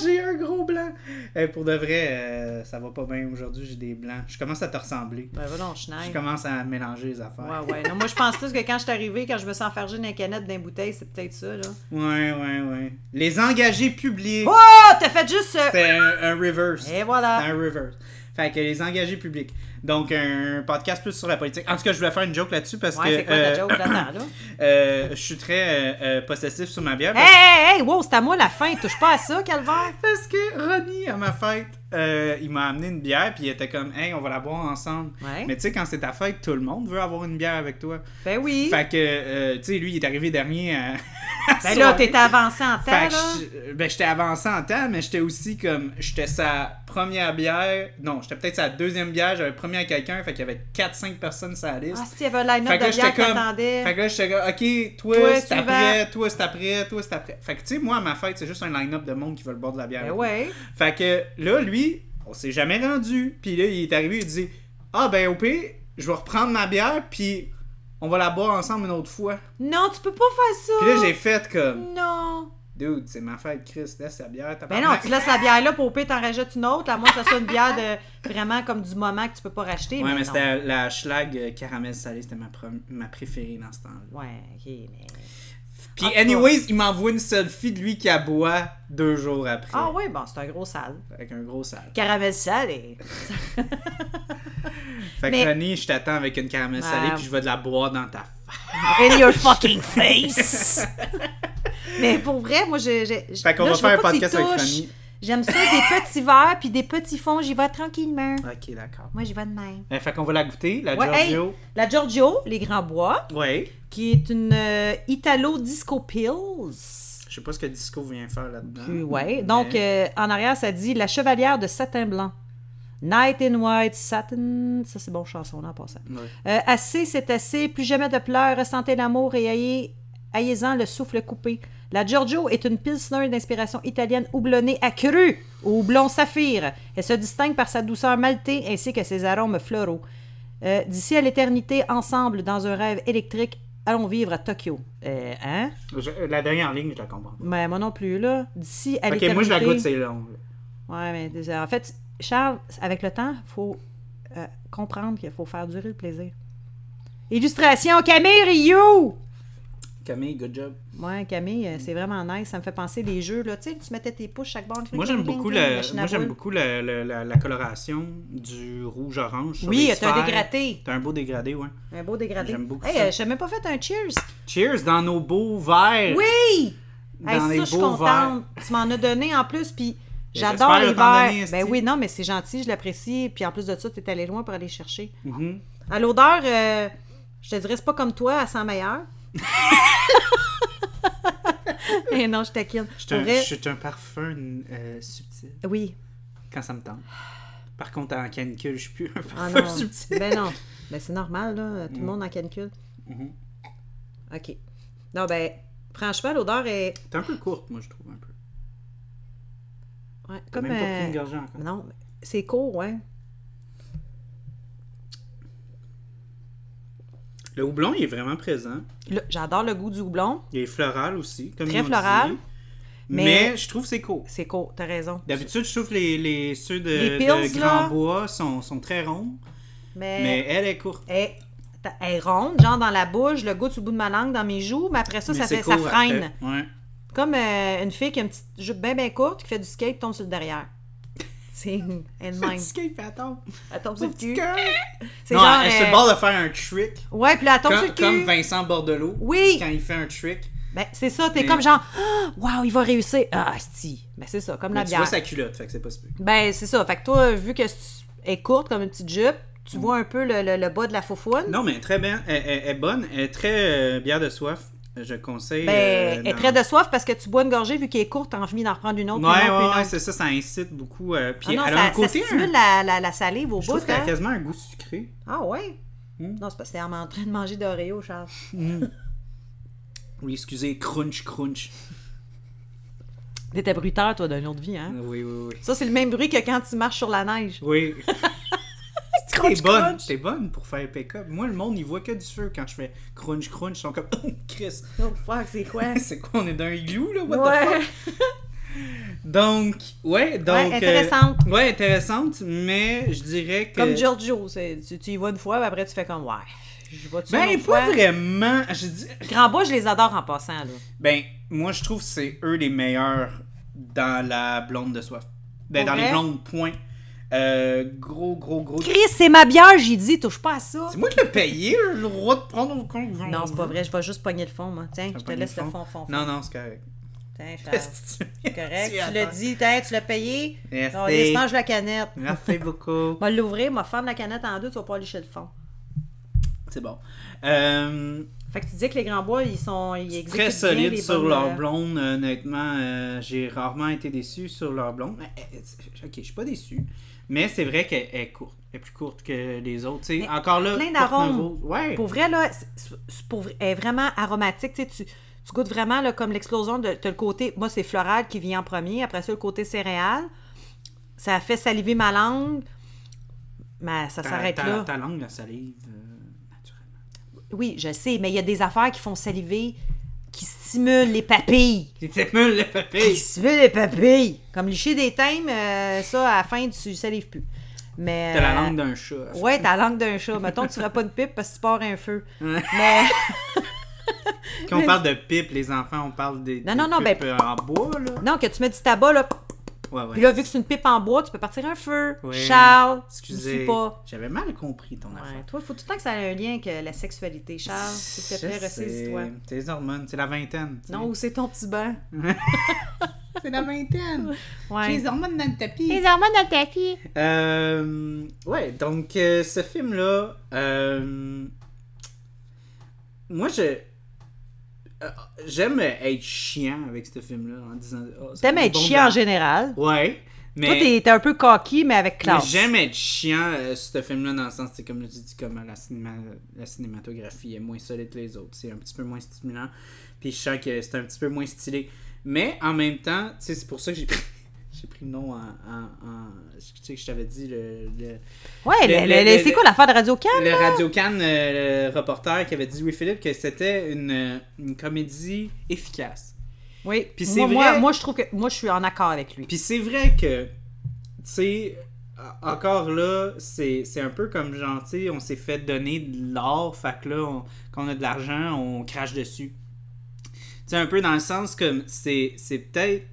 A: j'ai un gros blanc. Euh, pour de vrai, euh, ça va pas bien aujourd'hui, j'ai des blancs. Je commence à te ressembler.
B: Ben voilà, on
A: Je
B: Schneid.
A: commence à mélanger les
B: Ouais,
A: affaires.
B: ouais. Non, moi, je pense plus que quand je suis arrivée, quand je me suis enfergée d'un canette, d'un bouteille, c'est peut-être ça, là.
A: Ouais, ouais, ouais. Les engagés publics.
B: Oh, Eh! t'as fait juste ça!
A: C'était un, un reverse.
B: Et voilà.
A: Un reverse. Fait que les engagés publics. Donc, un podcast plus sur la politique. En tout cas, je voulais faire une joke là-dessus parce
B: Ouais,
A: que
B: c'est quoi ta
A: euh,
B: joke là-dedans, là?
A: euh, je suis très euh, euh, possessif sur ma bière.
B: Hey, hey, hey, wow, c'est à moi la fin. Touche pas à ça, Calvaire.
A: Parce que Ronnie, à ma fête, euh, il m'a amené une bière puis il était comme, hey, on va la boire ensemble.
B: Ouais.
A: Mais tu sais, quand c'est ta fête, tout le monde veut avoir une bière avec toi.
B: Ben oui.
A: Fait que, euh, tu sais, lui, il est arrivé dernier à. à
B: Ben là,
A: soirée.
B: t'étais avancé en temps,
A: Fait que
B: là.
A: je- ben, j'étais avancé en temps, mais j'étais aussi comme. J'étais sa première bière. Non, j'étais peut-être sa deuxième bière. J'avais promis à quelqu'un. Fait qu'il y avait 4-5 personnes sur la liste.
B: Ah, si, il y avait un
A: fait
B: line-up
A: que là,
B: de
A: j'étais
B: bière qui
A: comme.
B: t'attendait.
A: Fait que là, j'étais comme, ok, toi,
B: Toi,
A: c'est
B: tu
A: après, toi, c'est après, toi, c'est après. Fait que, tu sais, moi, à ma fête, c'est juste un line-up de monde qui veut le boire de la bière.
B: Ben
A: avec
B: ouais.
A: moi. Fait que là, lui, on s'est jamais rendu. Puis là, il est arrivé, il dit, ah, ben, OP, je vais reprendre ma bière, puis on va la boire ensemble une autre fois.
B: Non, tu peux pas faire ça.
A: Puis là, j'ai fait comme,
B: Non.
A: dude, c'est ma fête, Chris, laisse la bière, t'as
B: Ben non, tu laisses la bière là, pour pire, t'en rajoutes une autre. À moins que ça soit une bière de vraiment comme du moment que tu peux pas racheter.
A: Ouais, mais
B: non.
A: c'était la schlag euh, caramel salé, c'était ma, prom- ma préférée dans ce temps-là.
B: Ouais, ok, mais.
A: Puis,
B: En tout
A: anyways, il m'envoie une selfie de lui qui aboie deux jours après.
B: Ah ouais, bon, c'est un gros sale.
A: Avec un gros sale.
B: Caramel salé.
A: Fait
B: Mais-
A: que Ronnie, je t'attends avec une caramel
B: Ouais.
A: salée, puis je vais de la boire dans ta face.
B: In your fucking face. Mais pour vrai, moi, je. je, je
A: Fait qu'on
B: là,
A: va
B: je veux
A: faire un
B: pas que tu
A: podcast avec
B: touches.
A: Fanny.
B: J'aime ça, des petits verres puis des petits fonds, j'y vais tranquillement.
A: Ok, d'accord.
B: Moi, j'y vais de même.
A: Euh, fait qu'on va la goûter, la
B: Ouais, hey.
A: Giorgio.
B: La Giorgio, les grands bois,
A: Ouais.
B: qui est une euh, Italo Disco Pills.
A: Je sais pas ce que Disco vient faire là-dedans.
B: Puis, ouais. Donc,
A: Mais-
B: euh, en arrière, ça dit La chevalière de satin blanc. Night in white satin. Ça, c'est bon chanson, là, en passant.
A: Ouais.
B: Euh, assez, c'est assez. Plus jamais de pleurs. Ressentez l'amour et ayez, ayez-en le souffle coupé. La Giorgio est une pilsner d'inspiration italienne houblonnée à cru au houblon saphir. Elle se distingue par sa douceur maltée ainsi que ses arômes floraux. Euh, D'ici à l'éternité, ensemble, dans un rêve électrique, allons vivre à Tokyo. Euh, hein?
A: Je- euh, la dernière ligne, je la comprends pas.
B: Mais moi non plus, là. D'ici à
A: Ok,
B: l'éternité...
A: moi je la goûte, c'est long. là.
B: Ouais, mais désolé. en fait, Charles, avec le temps, faut euh, comprendre qu'il faut faire durer le plaisir. Illustration Camille Rioux!
A: Camille, good job.
B: Ouais, Camille, euh, c'est vraiment nice. Ça me fait penser des jeux, là. Tu sais, tu mettais tes pouces chaque bande.
A: Moi j'aime beaucoup,
B: la
A: le,
B: machine à
A: moi, j'aime
B: boules.
A: beaucoup le- le- la, la coloration du rouge-orange. sur les
B: Oui, t'as un
A: sphères.
B: dégradé.
A: T'as un beau dégradé, ouais.
B: Un beau dégradé.
A: J'aime beaucoup
B: Hey,
A: ça.
B: euh, je même pas fait un cheers.
A: Cheers dans nos beaux verres.
B: Oui!
A: Dans
B: Hey, ça,
A: les
B: je suis
A: beaux
B: contente. Tu m'en as donné en plus, puis j'adore
A: j'espère
B: les
A: t'en
B: verres.
A: donner,
B: ben
A: esti.
B: oui, non, mais c'est gentil, je l'apprécie. Puis en plus de ça, t'es allé loin pour aller chercher.
A: Mhm.
B: À l'odeur, euh, je te dirais, c'est pas comme toi, elle sent meilleur. Et Eh non, je taquine.
A: Je suis
B: Pour
A: un-
B: vrai,
A: je suis un parfum euh, subtil
B: Oui.
A: quand ça me tente. Par contre, en canicule, je suis plus un
B: Ah
A: parfum
B: non.
A: subtil.
B: Ben non. Ben c'est normal, là.
A: Mm.
B: Tout le monde en canicule.
A: Mhm.
B: OK. Non, ben, franchement, l'odeur est.
A: T'es un peu courte, moi, je trouve, un peu.
B: Ouais,
A: T'as
B: comme.
A: même pas pris une
B: euh,
A: gorgée encore.
B: Non, c'est court, hein. ouais.
A: Le houblon, il est vraiment présent.
B: Le- J'adore le goût du houblon.
A: Il est floral aussi, comme
B: Très
A: ils ont
B: floral,
A: dit.
B: mais-
A: Mais... je trouve que c'est court.
B: C'est court, t'as raison.
A: D'habitude, je trouve que les, les, ceux de,
B: Les
A: de
B: pills, là.
A: Grand Bois sont, sont très ronds, mais
B: Mais.
A: elle est courte.
B: Elle, ta- elle est ronde, genre dans la bouche, le goût du bout de ma langue, dans mes joues, mais après ça,
A: Mais
B: ça,
A: c'est
B: fait, ça
A: court
B: freine.
A: après. Ouais.
B: Comme euh, une fille qui a une petite jupe bien, bien courte, qui fait du skate, tombe sur le derrière. C'est elle-même.
A: Petit skate, puis elle tombe.
B: Elle tombe sur le
A: Petit
B: cul.
A: cœur.
B: C'est
A: Non,
B: genre.
A: elle se
B: euh,
A: barre de faire un trick.
B: Ouais, puis là, elle tombe sur le
A: Comme,
B: cul.
A: comme Vincent Bordelot.
B: Oui.
A: Quand il fait un trick,
B: Ben, c'est ça, t'es
A: Mais-
B: comme genre, Ah, waouh, il va réussir. Ah, si. Ben, c'est ça, comme
A: mais
B: la
A: tu vois
B: bière.
A: sa culotte, fait que c'est pas super.
B: Ben, c'est ça. Fait que toi, vu que c'est- elle est courte comme une petite jupe, tu vois un peu le, le- le bas de la faufoune.
A: Mm. Non, mais très bien. Elle, elle- elle est bonne. Elle est très euh, bière de soif. Je conseille.
B: Ben,
A: euh,
B: elle est
A: dans-
B: très de soif parce que tu bois une gorgée, vu qu'elle est courte, t'as envie d'en reprendre une autre.
A: Ouais,
B: puis une autre, puis
A: ouais,
B: une
A: ouais,
B: autre.
A: c'est ça. Ça incite beaucoup. euh, puis
B: Ah non,
A: elle a
B: ça,
A: un côté.
B: ça
A: un-
B: stimule la, la- la salive au
A: je
B: bout.
A: trouve qu'elle
B: hein.
A: a quasiment un goût sucré.
B: Ah ouais?
A: Hmm.
B: Non, c'est parce que t'es en train de manger d'Oreo, Charles.
A: Oui, excusez, crunch, crunch.
B: T'étais bruteur, toi, d'une autre vie, hein?
A: Oui, oui, oui.
B: Ça, c'est le même bruit que quand tu marches sur la neige.
A: Oui.
B: Crunch,
A: T'es bonne,
B: crunch.
A: t'es bonne pour faire pick-up. Moi, le monde, il voit que du feu quand je fais crunch, crunch. Ils sont comme, oh, Chris,
B: Oh, fuck, c'est quoi?
A: c'est quoi, on est dans un igloo, là? What the fuck?
B: ouais.
A: Donc, ouais, donc.
B: Ouais, intéressante.
A: euh, ouais, intéressante, mais je dirais que.
B: Comme Giorgio, c'est- tu, tu y vas une fois, puis après tu fais comme ouais. Je vais tu
A: Ben,
B: une
A: pas
B: fois.
A: vraiment. Je dis...
B: Grand Bois, je les adore en passant là.
A: Ben, moi, je trouve que c'est eux les meilleurs dans la blonde de soif. Ben,
B: Pour
A: dans
B: vrai?
A: les blondes, point. Euh, gros, gros, gros.
B: Chris, c'est ma bière, j'ai dit, touche pas à ça.
A: C'est moi hein. qui l'ai payé, le droit de prendre au compte.
B: Non, c'est pas vrai, je vais juste pogner le fond, moi. Tiens, je te laisse le fond, fond, fond.
A: Non, non, c'est correct.
B: Tiens, Charles, c'est correct. tu l'as
A: attends.
B: dit, tiens, tu l'as payé.
A: Merci.
B: On laisse mange la canette.
A: Merci beaucoup.
B: Moi l'ouvrir, moi fendre la canette en deux, tu vas pas licher le fond.
A: C'est bon. Euh,
B: Fait que tu dis que les grands bois, ils sont. Ils exécutent
A: très
B: bien
A: solide
B: les
A: sur
B: bonnes,
A: leur
B: euh,
A: blonde, honnêtement. euh, j'ai rarement été déçu sur leur blonde. Mais, euh, euh, ok, je suis pas déçu. Mais c'est vrai qu'elle est courte. Elle est plus courte que les autres. tu sais.
B: Mais
A: Encore là,
B: plein
A: Portneuf
B: d'arômes.
A: Rose, Ouais.
B: Pour vrai, là, c'est- c'est pour, vrai- elle est vraiment aromatique. Tu, sais, tu, tu goûtes vraiment là, comme l'explosion. de t'as le côté, moi, c'est floral qui vient en premier. Après ça, le côté céréal. Ça a fait saliver ma langue. Mais ça
A: Ta-
B: s'arrête
A: ta-
B: là.
A: Ta langue, la salive, euh, naturellement.
B: Oui, je sais, mais il y a des affaires qui font saliver, qui stimulent les papilles.
A: C'est peut-être mieux le
B: Qui
A: papy.
B: stimulent les papilles. Comme licher des thèmes, euh, ça, à la fin, tu salives plus. Mais, euh,
A: T'as la langue d'un chat.
B: Ouais, t'as la langue d'un chat. Mettons que tu feras pas de pipe parce que tu pars un feu. Mais.
A: Quand on parle de pipe, les enfants, on parle des.
B: Non,
A: des
B: non, non, ben-
A: pipes, euh, En bois, là.
B: Non, que tu mets du tabac, là,
A: Ouais, ouais.
B: Puis là, vu que c'est une pipe en bois, tu peux partir un feu.
A: Oui.
B: Charles, je
A: Excusez.
B: suis pas.
A: J'avais mal compris ton
B: Ouais,
A: affaire.
B: toi, il faut tout le temps que ça ait un lien avec euh, la sexualité. Charles, s'il te plaît,
A: Je sais.
B: ressaisis-toi.
A: Tes hormones, c'est la vingtaine. tu sais.
B: Non, ou c'est ton petit bain.
A: c'est la vingtaine. J'ai
B: Ouais.
A: les hormones dans le tapis.
C: Les hormones dans le tapis.
A: Euh, ouais, donc euh, ce film-là, euh, moi je euh, j'aime être chiant avec ce film-là en disant. oh, c'est
B: T'aimes
A: un
B: être
A: bon
B: chiant en
A: gars.
B: général.
A: Ouais,
B: Toi,
A: mais,
B: t'es t'es un peu coquille, mais avec
A: mais
B: classe.
A: j'aime être chiant euh, ce film-là dans le sens c'est comme tu dis comme la, cinéma, la cinématographie est moins solide que les autres, c'est un petit peu moins stimulant, puis je sens que c'est un petit peu moins stylé, mais en même temps, tu sais c'est pour ça que j'ai pris, j'ai pris le nom en, en- en- tu sais que je t'avais dit le- le
B: Ouais,
A: Le-
B: le-
A: le-
B: le-
A: le-
B: c'est quoi l'affaire de Radio Can?
A: Le Radio Cannes, euh, le reporter qui avait dit Louis Philippe que c'était une, euh, une comédie efficace.
B: Oui.
A: Puis
B: Moi-
A: c'est
B: moi,
A: vrai-
B: moi, je trouve que moi, je suis en accord avec lui.
A: Puis c'est vrai que, tu sais, en- encore là, c'est c'est un peu comme genre, tu sais, on s'est fait donner de l'or, fait que là, on- quand on a de l'argent, on crache dessus. Tu sais, un peu dans le sens comme c'est c'est peut-être.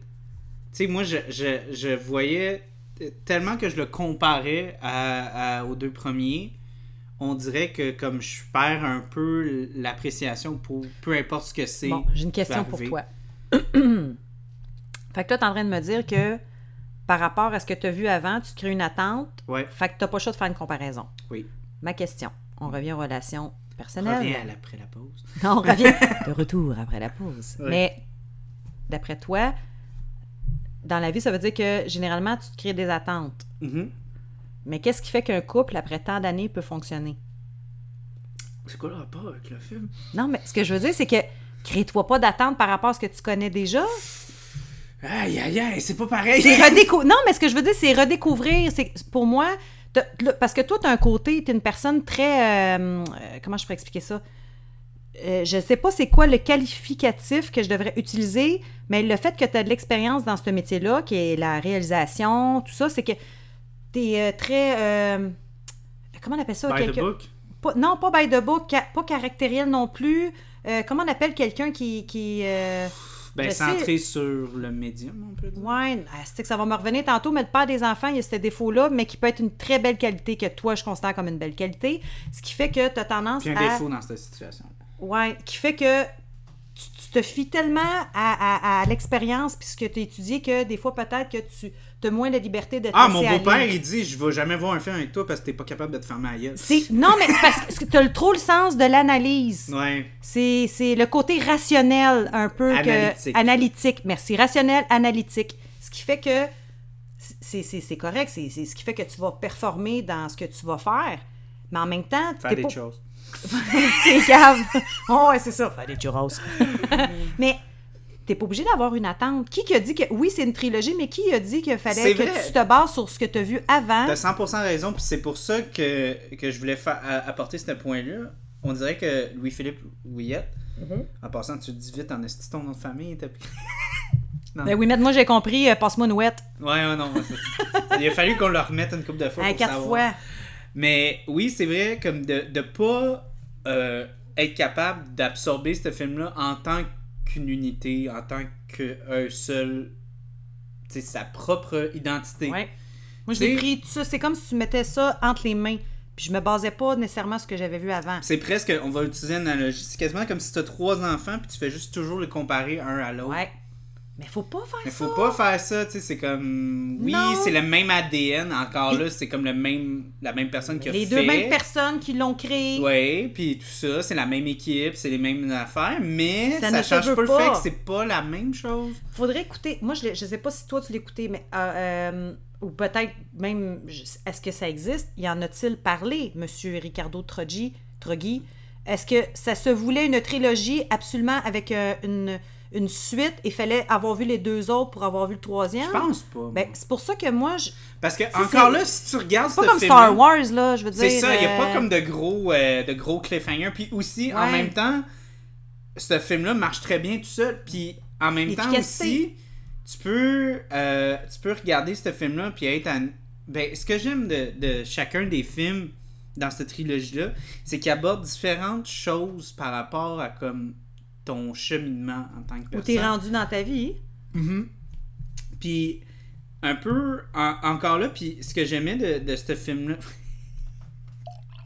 A: Tu sais, moi, je, je, je voyais euh, tellement que je le comparais à- à- aux deux premiers. On dirait que comme je perds un peu l'appréciation pour peu importe ce que c'est.
B: Bon, j'ai une question pour
A: arriver.
B: toi. fait que là, t'es en train de me dire que par rapport à ce que t'as vu avant, tu te crées une attente.
A: Ouais,
B: Fait que t'as pas le choix de faire une comparaison.
A: oui.
B: Ma question. On revient aux relations personnelles.
A: Reviens à l'après la pause.
B: Non, on revient de retour après la pause.
A: Ouais.
B: Mais d'après toi, dans la vie, ça veut dire que généralement, tu te crées des attentes.
A: Mhm.
B: Mais qu'est-ce qui fait qu'un couple, après tant d'années, peut fonctionner?
A: C'est quoi le rapport avec le film?
B: Non, mais ce que je veux dire, c'est que crée-toi pas d'attente par rapport à ce que tu connais déjà.
A: Aïe, aïe, aïe, c'est pas pareil.
B: C'est redécou- Non, mais ce que je veux dire, c'est redécouvrir. C'est pour moi, t'as- le- parce que toi, t'as un côté, t'es une personne très, euh, euh, comment je pourrais expliquer ça Euh, Je sais pas c'est quoi le qualificatif que je devrais utiliser, mais le fait que tu as de l'expérience dans ce métier-là, qui est la réalisation, tout ça, c'est que t'es euh, très, euh, comment on appelle ça
A: By the
B: Quelque-
A: book.
B: pas- non, pas by the book, ca- pas caractériel non plus. Euh, comment on appelle quelqu'un qui, qui euh,
A: Ben,
B: Je
A: centré sur le médium, on peut dire.
B: Ouais, ah, c'est que ça va me revenir tantôt, mais le père des enfants, il y a ce défaut-là, mais qui peut être une très belle qualité que toi, je considère comme une belle qualité. Ce qui fait que tu as tendance
A: Puis un
B: à.
A: défaut dans cette situation.
B: Ouais, qui fait que tu, tu te fies tellement à, à- à l'expérience puis ce que tu as étudié que des fois, peut-être que tu as moins la liberté de te
A: Ah,
B: laisser
A: mon
B: aller.
A: beau-père, il dit Je vais jamais voir un film avec toi parce que t'es pas capable de te faire ma gueule.
B: C'est- Non, mais c'est parce que tu as trop le sens de l'analyse.
A: Ouais.
B: C'est c'est le côté rationnel un peu que-
A: Analytique.
B: analytique. Merci. Rationnel, analytique. Ce qui fait que c'est- c'est c'est correct. C'est c'est ce qui fait que tu vas performer dans ce que tu vas faire. Mais en même temps,
A: Faire
B: t'es
A: des
B: pas-
A: choses.
B: t'es cave. oh, ouais, c'est ça. Faire des churros. mais t'es pas obligé d'avoir une attente. Qui qui a dit que oui, c'est une trilogie, mais qui a dit qu'il
A: C'est
B: fallait que
A: vrai.
B: tu te bases sur ce que tu as vu avant?
A: T'as 100% raison, puis c'est pour ça que, que je voulais fa- a- apporter ce point-là. On dirait que Louis-Philippe Ouillette,
B: Mhm.
A: en passant, tu le dis vite en esti ton nom de famille. t'as-
B: Ben oui, mais moi j'ai compris. euh, Passe-moi une ouette.
A: Ouais, ouais, non. c'est- Il a fallu qu'on le remette une couple de fois.
B: Hein,
A: pour
B: quatre
A: savoir.
B: fois.
A: Mais oui, c'est vrai, comme de ne pas euh, être capable d'absorber ce film-là en tant qu'une unité, en tant qu'un seul. tu sais, sa propre identité.
B: Ouais. Moi, je l'ai
A: Tu sais-
B: pris tout ça. C'est comme si tu mettais ça entre les mains. Puis je me basais pas nécessairement sur ce que j'avais vu avant.
A: C'est presque, on va utiliser une analogie, c'est quasiment comme si tu as trois enfants puis tu fais juste toujours les comparer un à l'autre.
B: Ouais. Mais faut pas faire
A: Mais
B: ça.
A: faut pas faire ça, tu sais, c'est comme. Oui,
B: Non.
A: c'est le même ADN, encore là, c'est comme le même, la même personne qui a
B: Les
A: fait.
B: deux mêmes personnes qui l'ont créé.
A: Oui, puis tout ça, c'est la même équipe, c'est les mêmes affaires, mais
B: Ça
A: ça,
B: ne se
A: change
B: veut
A: pas le
B: pas.
A: fait que c'est pas la même chose.
B: Faudrait écouter. Moi, je, l'ai- je sais pas si toi tu l'écoutais, mais euh, euh, ou peut-être même je- est-ce que ça existe Y en a-t-il parlé, Monsieur Ricardo Troggi, Troggi Est-ce que ça se voulait une trilogie absolument avec euh, une, une suite et fallait avoir vu les deux autres pour avoir vu le troisième
A: Je pense pas. moi.
B: Ben, c'est pour ça que moi, je...
A: Parce que,
B: c'est-
A: encore là, si tu regardes
B: C'est
A: ce
B: pas comme
A: film,
B: Star Wars, là, je veux dire.
A: c'est ça, il n'y a
B: euh,
A: pas comme de gros, euh, de gros cliffhanger. Puis aussi, en
B: Ouais.
A: même temps, ce film-là marche très bien tout seul. Puis en même temps aussi,
B: L'efficacité.
A: tu peux, euh, tu peux regarder ce film-là puis être à... Ben, ce que j'aime de, de chacun des films dans cette trilogie-là, c'est qu'il aborde différentes choses par rapport à comme ton cheminement en tant que
B: Où
A: personne.
B: t'es rendu dans ta vie.
A: Mhm. Puis un peu en- encore là, puis ce que j'aimais de, de ce film-là.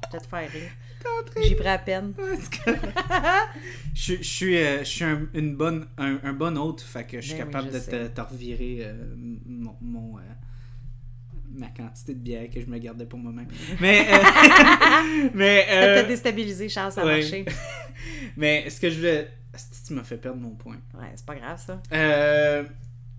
B: Je vais te faire rire.
A: T'es en train
B: J'y prends à peine.
A: de- C'est correct. je, suis- je suis, euh, je suis un, une bonne, un, un bon hôte, fait que je suis
B: Ben oui,
A: capable
B: je
A: de
B: sais.
A: te, te revirer euh, mon, mon, euh, ma quantité de bière que je me gardais pour moi-même. Mais, euh, mais,
B: Ça t'a
A: euh,
B: déstabilisé, Charles, ça a
A: ouais.
B: marché.
A: mais ce que je voulais. Asti, tu m'as fait perdre mon point.
B: Ouais, c'est pas grave, ça.
A: Euh,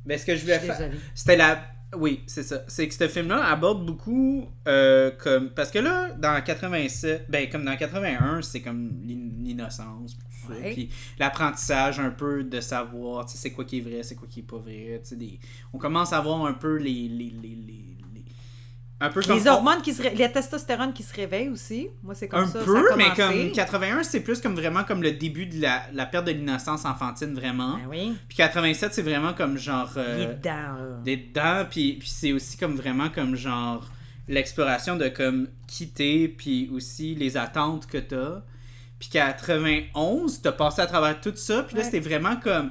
A: ben, ce que je
B: Je
A: voulais
B: suis
A: faire.
B: désolée.
A: C'était la. Oui, c'est ça. C'est que ce film-là aborde beaucoup euh, comme. Parce que là, dans 87, ben comme dans 81, c'est comme l'in- l'innocence, puis tout ça,
B: Ouais.
A: puis l'apprentissage un peu de savoir, tu sais, c'est quoi qui est vrai, c'est quoi qui est pas vrai, tu sais, des- on commence à voir un peu les. les, les, les, les- Un peu comme.
B: Les hormones qui se ré... la testostérone qui se réveille aussi. Moi, c'est comme
A: un
B: ça. ça a
A: peu, mais
B: commencé.
A: comme 81, c'est plus comme vraiment comme le début de la, la perte de l'innocence enfantine, vraiment.
B: Ben oui.
A: Puis 87, c'est vraiment comme genre.
B: Il est
A: euh,
B: dedans, là.
A: des dents puis, puis c'est aussi comme vraiment comme genre l'exploration de comme quitter puis aussi les attentes que t'as puis qu'à 91 t'as passé à travers tout ça puis là
B: Ouais.
A: c'était vraiment comme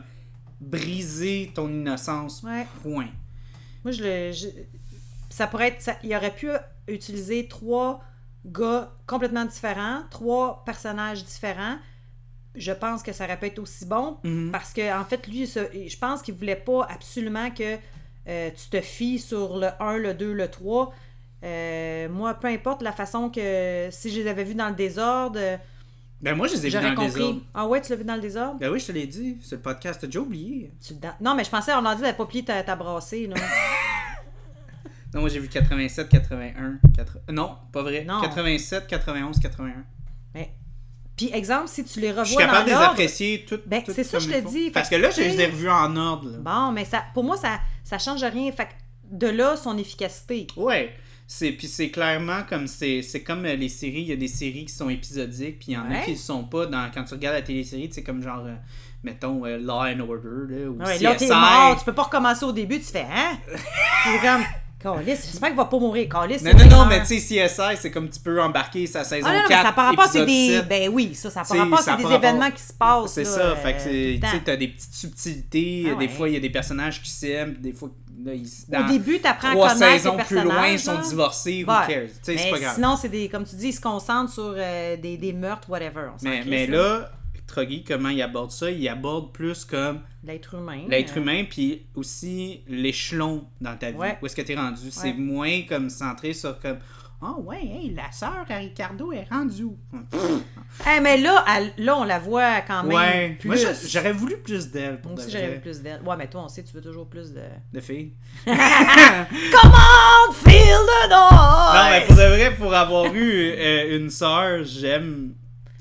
A: briser ton innocence
B: Ouais.
A: point
B: Moi, je le. je- Ça pourrait être. ça- Il aurait pu utiliser trois gars complètement différents, trois personnages différents. Je pense que ça aurait pu être aussi bon
A: Mhm.
B: parce que, en fait, lui, ça- je pense qu'il voulait pas absolument que euh, tu te fies sur le 1, le 2, le 3. Euh, moi, peu importe la façon que. Si je les avais vus dans le désordre, euh,
A: ben moi je les ai vus dans
B: j'aurais
A: le désordre
B: compris. Ah ouais, tu l'as vu dans le désordre?
A: ben oui je te l'ai dit sur le podcast t'as déjà oublié
B: Tu le dan- Non, mais je pensais, on a dit, t'as pas plié ta, ta brassée, là.
A: non moi j'ai vu 87 81 80... non pas vrai
B: Non.
A: 87 91 81
B: Puis, exemple, si tu les revois
A: je suis capable de
B: dans
A: les
B: l'ordre,
A: apprécier toutes
B: Ben,
A: toutes
B: c'est ça,
A: comme
B: je te
A: il faut.
B: dis. Fait
A: parce que
B: que,
A: là je
B: tu sais-
A: les ai revus en ordre là.
B: Bon, mais ça, pour moi, ça, ça change rien. Fait que de là, son efficacité.
A: Ouais. C'est puis c'est clairement comme c'est c'est comme euh, les séries, il y a des séries qui sont épisodiques puis il y en a
B: Ouais.
A: qui le sont pas dans quand tu regardes la télésérie, c'est comme genre euh, mettons euh, Law and Order là, ou
B: Ouais,
A: CSI.
B: là, t'es mort, tu peux pas recommencer au début, tu fais, hein? C'est comme, Calis, j'espère qu'il va pas mourir. Calis,
A: Non non non, mais tu sais CSI, c'est comme tu peux embarquer sa saison
B: Ah non, non,
A: 4.
B: mais ça par rapport, c'est
A: épisode
B: des.
A: 7.
B: Ben oui, ça, ça
A: Tu
B: par
A: sais,
B: rapport,
A: ça
B: c'est des
A: par rapport-
B: événements qui se passent.
A: C'est
B: là,
A: ça,
B: euh,
A: fait que c'est- tu
B: tout le
A: sais
B: temps.
A: t'as des petites subtilités,
B: Ah
A: des
B: ouais.
A: fois il y a des personnages qui s'aiment, puis des fois là, ils
B: Au
A: dans
B: début, t'apprends à
A: trois
B: connaître les
A: saisons
B: personnages.
A: plus loin, ils sont
B: là.
A: divorcés,
B: Ouais.
A: who cares, tu sais c'est
B: Mais
A: pas grave.
B: sinon, c'est des, comme tu dis, ils se concentrent sur euh, des, des meurtres, whatever. on s'en
A: mais
B: crisse,
A: mais là Troggy, comment il aborde ça Il aborde plus comme
B: l'être humain.
A: L'être
B: euh,
A: humain, puis aussi l'échelon dans ta vie.
B: Ouais.
A: Où est-ce que t'es rendu? C'est moins comme centré sur comme Ah ouais, hey, la sœur à Ricardo est rendue où?
B: Ah, Eh, mais là, elle- là, on la voit quand même.
A: Ouais.
B: plus.
A: Moi, je- j'aurais voulu plus d'elle pour
B: Moi
A: de
B: aussi,
A: vrai,
B: j'avais plus d'elle. Ouais, mais toi, on sait, tu veux toujours plus de.
A: de filles.
B: Comment feel the
A: Non, mais
B: noise!
A: pour de vrai, pour avoir eu euh, une sœur, j'aime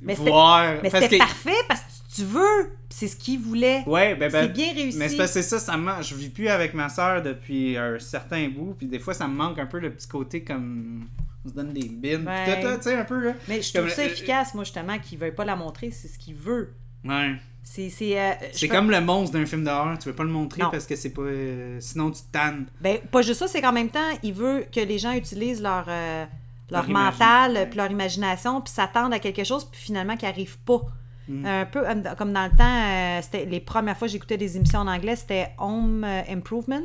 B: Mais c'était-
A: voir.
B: mais
A: parce
B: c'était
A: que-
B: parfait parce que tu veux. pis C'est ce qu'il voulait.
A: Ouais, ben, ben,
B: C'est bien réussi.
A: Mais c'est parce que c'est ça, ça me manque. Je vis plus avec ma sœur depuis un certain bout, puis des fois, ça me manque un peu le petit côté comme. On se donne des bines,
B: Ouais.
A: pis tout, là, tu sais, un peu, là.
B: Mais je trouve
A: Comme-
B: ça
A: euh,
B: efficace, moi, justement, qu'il veuille pas la montrer. C'est ce qu'il veut.
A: Ouais.
B: C'est. C'est euh, je
A: C'est
B: peux-
A: comme le monstre d'un film d'horreur, tu veux pas le montrer
B: Non.
A: parce que c'est pas. euh, sinon, tu te tannes.
B: Ben, pas juste ça, c'est qu'en même temps, il veut que les gens utilisent leur, euh, leur,
A: Leur
B: mental,
A: imagine-
B: puis leur imagination, puis s'attendent à quelque chose, puis finalement qu'ils arrivent pas.
A: Mm.
B: Un peu euh, comme dans le temps, euh, c'était les premières fois que j'écoutais des émissions en anglais, c'était Home euh, Improvement.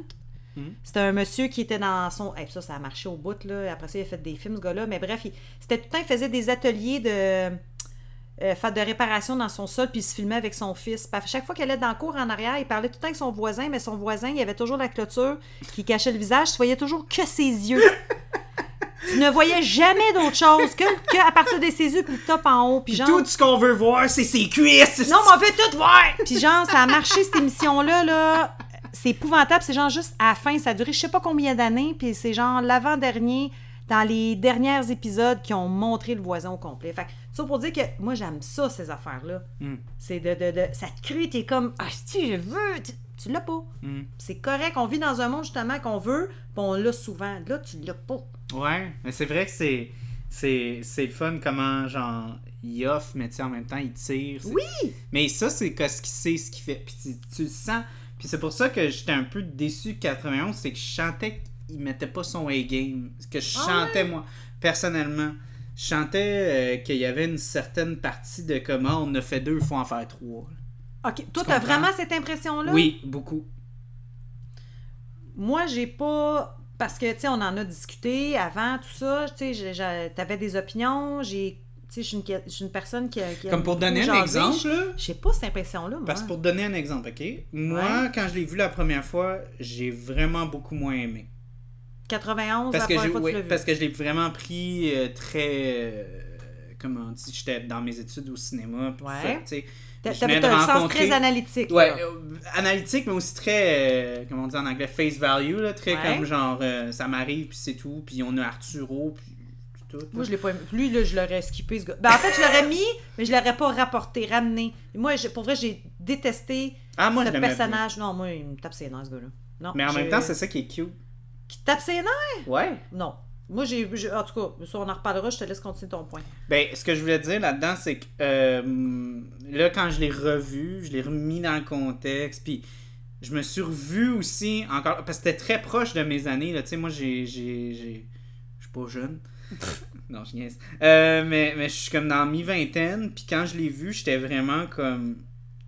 A: Mm.
B: C'était un monsieur qui était dans son. eh, ça, ça a marché au bout, là. Après ça, il a fait des films, ce gars-là. Mais bref, il... c'était tout le temps, il faisait des ateliers de. euh, faire de réparation dans son sol, puis il se filmait avec son fils. Puis à chaque fois qu'elle allait dans le cours en arrière, il parlait tout le temps avec son voisin, mais son voisin, il avait toujours la clôture qui cachait le visage. Tu voyais toujours que ses yeux. tu ne voyais jamais d'autre chose que, que à partir de ses yeux, puis le top en haut. Puis
A: Puis
B: genre,
A: tout ce qu'on veut voir, c'est ses cuisses!
B: non, mais on veut tout voir! Puis genre, ça a marché, cette émission-là, là. C'est épouvantable. C'est genre juste à la fin, ça a duré je sais pas combien d'années. Puis c'est genre l'avant-dernier, dans les derniers épisodes qui ont montré le voisin au complet. Fait que, ça pour dire que moi, j'aime ça, ces affaires-là.
A: Mm.
B: C'est de, de, de- Ça te crée, t'es comme, ah, si, je veux. Tu, tu l'as pas.
A: Mm.
B: C'est correct. On vit dans un monde, justement, qu'on veut, puis on l'a souvent. Là, tu l'as pas.
A: Ouais, mais c'est vrai que c'est. C'est c'est le fun comment, genre, il offre, mais tu sais, en même temps, il tire. c'est-
B: Oui!
A: Mais ça, c'est que ce qu'il sait, ce qu'il fait. Puis tu, tu le sens. Puis c'est pour ça que j'étais un peu déçu de 91, c'est que je chantais qu'il mettait pas son A-game. Ce que je
B: Ah
A: chantais, moi, personnellement. Je chantais euh, qu'il y avait une certaine partie de comment on a fait deux, faut en faire trois.
B: OK. Toi,
A: Tu
B: t'as
A: comprends?
B: vraiment cette impression-là?
A: Oui, beaucoup.
B: moi, j'ai pas. Parce que, tu sais, on en a discuté avant, tout ça. Tu sais, t'avais des opinions. J'ai. Tu sais, je suis une, je suis une personne qui. qui
A: Comme pour donner un exemple, là.
B: J'ai pas cette impression-là, moi.
A: Parce que pour donner un exemple, OK? Moi,
B: Ouais.
A: quand je l'ai vu la première fois, j'ai vraiment beaucoup moins aimé.
B: 91,
A: Parce
B: la
A: que,
B: première
A: j'ai-
B: fois que
A: ouais,
B: tu l'as vu.
A: parce que je l'ai vraiment pris euh, très. euh, comment on dit? J'étais dans mes études au cinéma. puis tout
B: Ouais.
A: ça, tu sais.
B: T'a-
A: je
B: T'avais
A: venais de
B: un sens
A: rencontrer-
B: très analytique.
A: Ouais,
B: là.
A: euh, analytique, mais aussi très, euh, comment on dit en anglais, face value, là, très
B: Ouais.
A: comme genre, euh, ça m'arrive, puis c'est tout, puis on a Arturo, puis tout. là.
B: Moi, je l'ai pas aimé. Lui, là, je l'aurais skippé, ce gars. Ben, en fait, je l'aurais mis, mais je l'aurais pas rapporté, ramené. Et moi, je- pour vrai, j'ai détesté
A: ah, moi, je
B: ce
A: l'aimais
B: personnage. Non, moi, il me tape ses nerfs, ce gars-là.
A: bien.
B: Non,
A: Mais en
B: je-
A: même temps, c'est ça qui est cute.
B: Qui tape ses nerfs?
A: Ouais.
B: Non. Moi, j'ai. j'ai- En tout cas, ça, on en reparlera, je te laisse continuer ton point.
A: Ben, ce que je voulais dire là-dedans, c'est que euh, là, quand je l'ai revu, je l'ai remis dans le contexte, puis je me suis revu aussi, encore, parce que c'était très proche de mes années, là, tu sais, moi, j'ai. j'ai- j'ai- Je suis pas jeune. non, je niaise. Euh, mais, mais je suis comme dans mi-vingtaine, puis quand je l'ai vu, j'étais vraiment comme.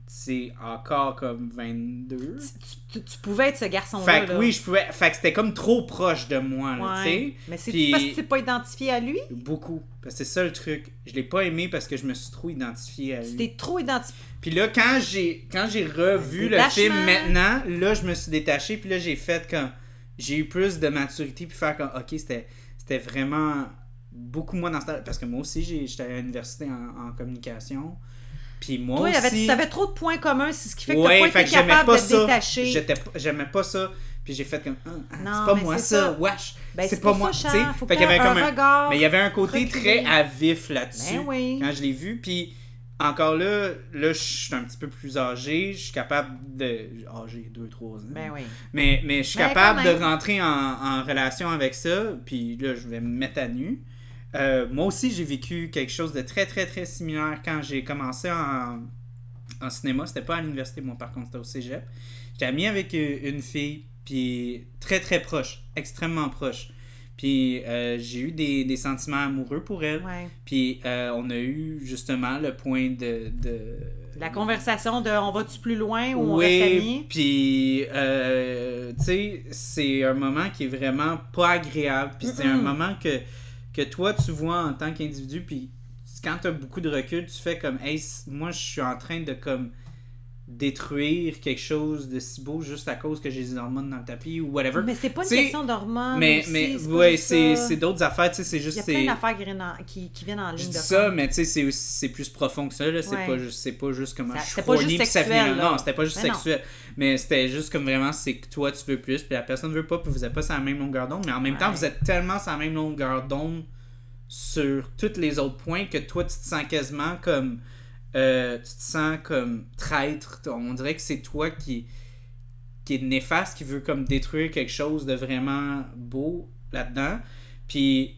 A: C'est encore comme 22.
B: Tu, tu- tu pouvais être ce garçon-là.
A: Fait que
B: là.
A: oui, je pouvais. Fait que c'était comme trop proche de moi, là, tu sais.
B: Ouais. Mais c'est
A: Puis-
B: parce que tu t'es pas identifié à lui?
A: Beaucoup. Parce que c'est ça le truc. Je l'ai pas aimé parce que je me suis trop identifié à
B: Tu
A: lui.
B: t'es trop identifié.
A: Puis là, quand j'ai quand j'ai revu le
B: Détachement.
A: film maintenant, là, je me suis détaché. Puis là, j'ai fait comme. J'ai eu plus de maturité. Puis faire comme. Ok, c'était c'était vraiment beaucoup moins dans ce Parce que moi aussi, j'ai- j'étais à l'université en, en communication. Puis moi
B: Toi, il y avait-
A: aussi.
B: t'avais trop de points communs, c'est ce qui fait que
A: ouais,
B: t'as pas
A: fait
B: été
A: que j'aimais
B: capable
A: pas
B: de
A: ça.
B: détacher.
A: J'étais pas- J'aimais pas ça. Puis j'ai fait comme. Ah, ah,
B: Non,
A: c'est pas
B: mais
A: moi
B: c'est
A: ça.
B: ça.
A: Wesh.
B: Ben,
A: c'est
B: c'est
A: pas
B: pour
A: moi.
B: ça,
A: tu sais.
B: Charles, faut
A: Fait qu'il y
B: pas
A: avait
B: un
A: comme
B: regard
A: Mais il y avait un côté
B: reculé.
A: très à vif là-dessus.
B: Ben oui.
A: Quand je l'ai vu. Puis encore là, là, je suis un petit peu plus âgé. Je suis capable de. Ah, j'ai 2-3 ans.
B: Ben oui.
A: Mais, mais je suis
B: Ben,
A: capable
B: quand
A: de
B: même.
A: rentrer en, en relation avec ça, puis là, je vais me mettre à nu. Euh, moi aussi, j'ai vécu quelque chose de très, très, très similaire quand j'ai commencé en, en cinéma. C'était pas à l'université, moi, par contre, c'était au cégep. J'étais ami avec u- une fille, puis très, très proche, extrêmement proche. Puis euh, j'ai eu des, des sentiments amoureux pour elle.
B: Ouais.
A: Puis euh, on a eu justement le point de. de...
B: La conversation de on va-tu plus loin ou on reste
A: Oui,
B: amis?
A: puis, euh, tu sais, c'est un moment qui est vraiment pas agréable. Puis c'est un
B: Mm-mm.
A: moment que, que toi, tu vois en tant qu'individu. Puis quand tu as beaucoup de recul, tu fais comme, hey, c- moi, je suis en train de comme détruire quelque chose de si beau juste à cause que j'ai des hormones dans le tapis ou whatever.
B: Mais c'est pas une
A: Tu sais,
B: question d'hormones.
A: Mais,
B: aussi,
A: mais,
B: c'est pas
A: ouais,
B: juste
A: c'est
B: ça.
A: c'est d'autres affaires, tu sais, c'est
B: Il y
A: juste.
B: a plein
A: c'est-
B: d'affaires qui viennent en- qui, qui viennent en
A: je
B: ligne
A: dis
B: de
A: ça,
B: compte.
A: mais tu sais, c'est aussi- c'est plus profond que ça. là. C'est
B: Ouais.
A: pas juste, c'est pas juste comment
B: Ça-
A: je suis
B: c'était pas juste
A: poigné puis ça
B: sexuel,
A: finit là.
B: là.
A: Non, c'était pas juste
B: Mais non.
A: sexuel. Mais c'était juste comme vraiment, c'est que toi, tu veux plus, puis la personne veut pas, puis vous êtes pas sur la même longueur d'onde. Mais en même temps,
B: Ouais.
A: vous êtes tellement sur la même longueur d'onde sur tous les autres points que toi, tu te sens quasiment comme. euh, tu te sens comme traître. On dirait que c'est toi qui qui est néfaste, qui veut comme détruire quelque chose de vraiment beau là-dedans. Puis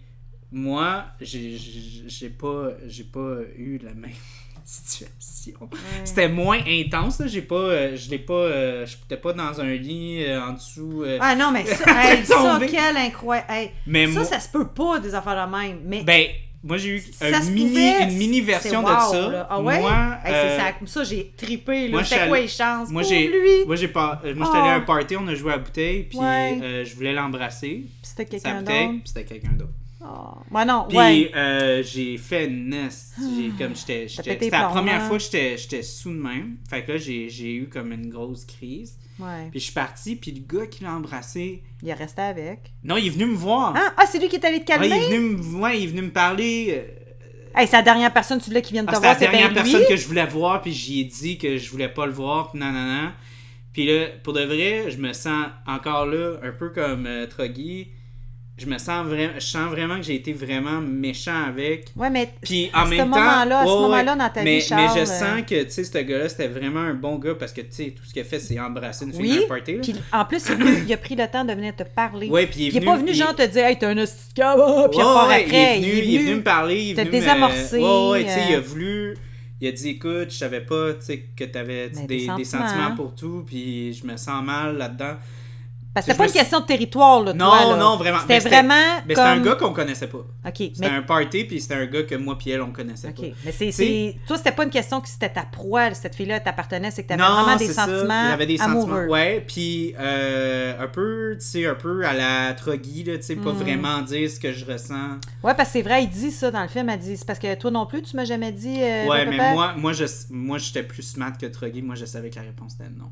A: moi, j'ai- j'ai j'ai pas, j'ai pas eu la même situation.
B: Ouais.
A: C'était moins intense, là. J'ai pas, euh, je l'ai pas, euh, je n'étais pas dans un lit euh, en dessous. euh,
B: Ah non, mais ça, hey,
A: T'es
B: ça
A: tombé.
B: quel incroyable. Hey,
A: mais
B: ça,
A: moi,
B: ça se peut pas, des affaires de même. Mais
A: ben, moi j'ai eu
B: ça
A: un
B: se
A: mini,
B: pouvait,
A: une mini version
B: c'est wow,
A: de ça.
B: là. Ah ouais?
A: Moi,
B: Hey,
A: euh,
B: c'est ça, ça j'ai trippé.
A: moi,
B: Là.
A: je suis
B: C'était quoi
A: allé-
B: les chances
A: moi
B: pour
A: j'ai,
B: lui?
A: moi j'ai pas, euh, moi j'étais
B: Oh.
A: allé à un party, on a joué à la bouteille, puis
B: Ouais.
A: euh, je voulais l'embrasser,
B: Puis C'était
A: sa
B: quelqu'un
A: bouteille,
B: d'autre.
A: puis c'était quelqu'un d'autre.
B: Oh. Moi non,
A: Puis
B: ouais.
A: euh, j'ai fait une nest. J'ai comme j'étais, j'étais-
B: pété les
A: c'était la
B: plombs,
A: première
B: hein?
A: fois que j'étais, j'étais sous de même. Fait que là j'ai, j'ai eu comme une grosse crise.
B: ouais.
A: Puis je suis parti, puis le gars qui l'a embrassé,
B: Il est resté avec.
A: non, il est venu me voir.
B: Hein? Ah, c'est lui qui est allé te
A: Ouais,
B: calmer?
A: il est venu me voir, il est venu me parler. euh,
B: Hey, c'est la dernière personne, tu l'as qui vient de
A: ah,
B: te
A: c'était la
B: voir, c'est bien
A: dernière
B: lui.
A: personne que je voulais voir, puis j'y ai dit que je voulais pas le voir, puis non, non, non. Puis là, pour de vrai, je me sens encore là, un peu comme euh, Troggy. Je me sens vraiment, je sens vraiment que j'ai été vraiment méchant avec.
B: Ouais, mais
A: Puis en
B: ce
A: même temps,
B: moment-là, à ce
A: ouais, ouais,
B: moment-là dans ta
A: mais,
B: vie, Charles,
A: mais je
B: euh,
A: sens que tu sais ce gars-là c'était vraiment un bon gars parce que tu sais tout ce qu'il a fait c'est embrasser une fille
B: oui.
A: dans un party. là.
B: Puis en plus, il est venu- il a pris le temps de venir te parler.
A: Ouais, puis il est
B: est pas venu
A: il-
B: genre te dire Hey, t'es un hostie de cave, puis il
A: Ouais,
B: repart
A: ouais,
B: après.
A: il est venu, il est venu me parler, il est
B: te
A: venu me-
B: désamorcer,
A: Ouais, ouais, tu sais, il a
B: euh.
A: voulu il a dit écoute, je savais pas tu sais que tu avais
B: Mais
A: des,
B: Ben,
A: des
B: des sentiments.
A: sentiments pour tout puis je me sens mal là-dedans.
B: Parce que
A: Je
B: c'était pas
A: me
B: une
A: suis-
B: question de territoire, là,
A: Non,
B: toi, là.
A: non, vraiment.
B: C'était
A: Mais c'était-
B: vraiment
A: Mais c'était
B: comme...
A: un gars qu'on connaissait pas.
B: OK,
A: C'était
B: mais...
A: un party, puis c'était un gars que moi puis elle, on connaissait
B: OK,
A: pas.
B: mais
A: sais-
B: c'est... c'est- Toi, c'était pas une question que c'était ta proie, cette fille-là, t'appartenait, c'est que t'avais
A: Non,
B: vraiment des
A: c'est ça.
B: sentiments
A: Il avait des
B: amoureux.
A: sentiments. Ouais, puis euh, un peu, tu sais, un peu à la Troggy, là, tu sais,
B: Hmm.
A: pas vraiment dire ce que je ressens.
B: Ouais, parce que c'est vrai, il dit ça dans le film. Elle dit, c'est parce que toi non plus, tu m'as jamais dit. euh,
A: ouais,
B: le
A: mais
B: papa.
A: moi, moi, je, moi, j'étais plus smart que Troggy. Moi, je savais que la réponse était non.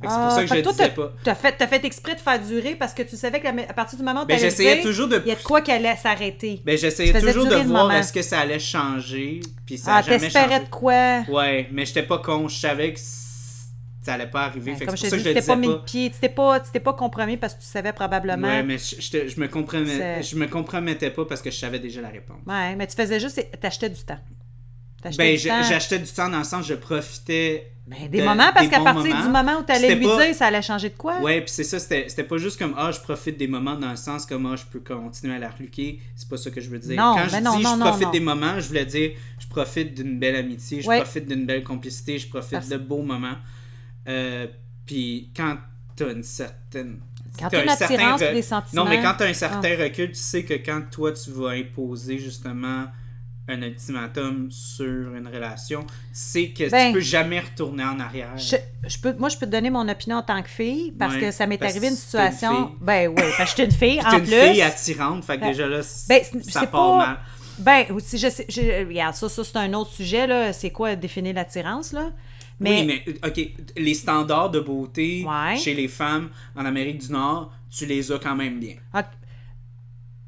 A: Fait que c'est
B: Ah,
A: pour ça que je
B: fait
A: le
B: que toi,
A: disais
B: t'as-
A: pas.
B: T'as fait, t'as fait exprès de faire durer parce que tu savais que la- à partir du moment où
A: Ben,
B: t'allais le
A: j'essayais
B: dire,
A: toujours de
B: Il y a de quoi qu'elle allait s'arrêter.
A: Ben,
B: Tu
A: j'essayais
B: faisais
A: toujours de
B: durer le
A: voir
B: moment.
A: est-ce que ça allait changer, puis ça a
B: ah,
A: jamais changé.
B: t'espérais de quoi?
A: Ouais, mais j'étais pas con, je savais que c- ça allait pas arriver.
B: Ben,
A: fait que
B: comme je
A: c'est
B: te
A: pour
B: dis,
A: ça
B: tu
A: que je
B: t'es
A: le
B: pas mis
A: disais
B: le
A: pas.
B: pied, tu t'es pas, tu t'es pas compromis parce que tu savais probablement.
A: Ouais,
B: Ouais, mais...
A: mais je, j'étais- je me compromettais,
B: C'est-
A: je me compromettais pas parce que je savais déjà la réponse.
B: tu faisais juste, t'achetais du temps. T'achetais
A: Ben,
B: du
A: je-
B: temps.
A: j'achetais du temps dans le sens, je profitais.
B: Ben, des
A: de-
B: moments, parce
A: euh, des
B: qu'à
A: bons
B: partir
A: moments.
B: du moment où t'allais
A: C'était
B: lui
A: pas-
B: dire, ça allait changer de quoi?
A: Ouais, puis c'est ça, c'était c'était pas juste comme, ah, je profite des moments dans le sens comme, ah, je peux continuer à la reluquer. C'est pas ça que je veux dire.
B: Non,
A: Quand je
B: ben non,
A: dis
B: non,
A: je
B: non,
A: profite
B: non.
A: des moments, je voulais dire, je profite d'une belle amitié, je
B: Ouais.
A: profite d'une belle complicité, je profite
B: Parce-
A: de beaux moments. Euh, puis quand t'as une certaine. t'as
B: Quand t'as une
A: un certain
B: attirance,
A: re-
B: des sentiments.
A: Non,
B: Ah.
A: mais quand tu as un certain recul, tu sais que quand toi, tu vas imposer justement un ultimatum sur une relation, tu sais que
B: Ben,
A: tu peux jamais retourner en arrière.
B: Je, je peux, moi, je peux te donner mon opinion en tant que fille parce
A: Ouais,
B: que ça m'est
A: parce
B: arrivé une
A: que t'es une
B: situation.
A: fille.
B: ben oui, parce que j'étais une fille
A: Puis
B: en
A: T'es une
B: plus.
A: fille attirante, fait que
B: Ben,
A: déjà là,
B: ben, c'est-
A: ça
B: c'est
A: part
B: pas-
A: mal.
B: Ben, si je, sais- je- regarde, ça, ça c'est un autre sujet, là. C'est quoi définir l'attirance, là? Mais,
A: Oui, mais euh, OK, les standards de beauté
B: Ouais.
A: chez les femmes en Amérique du Nord, tu les as quand même bien.
B: Ah,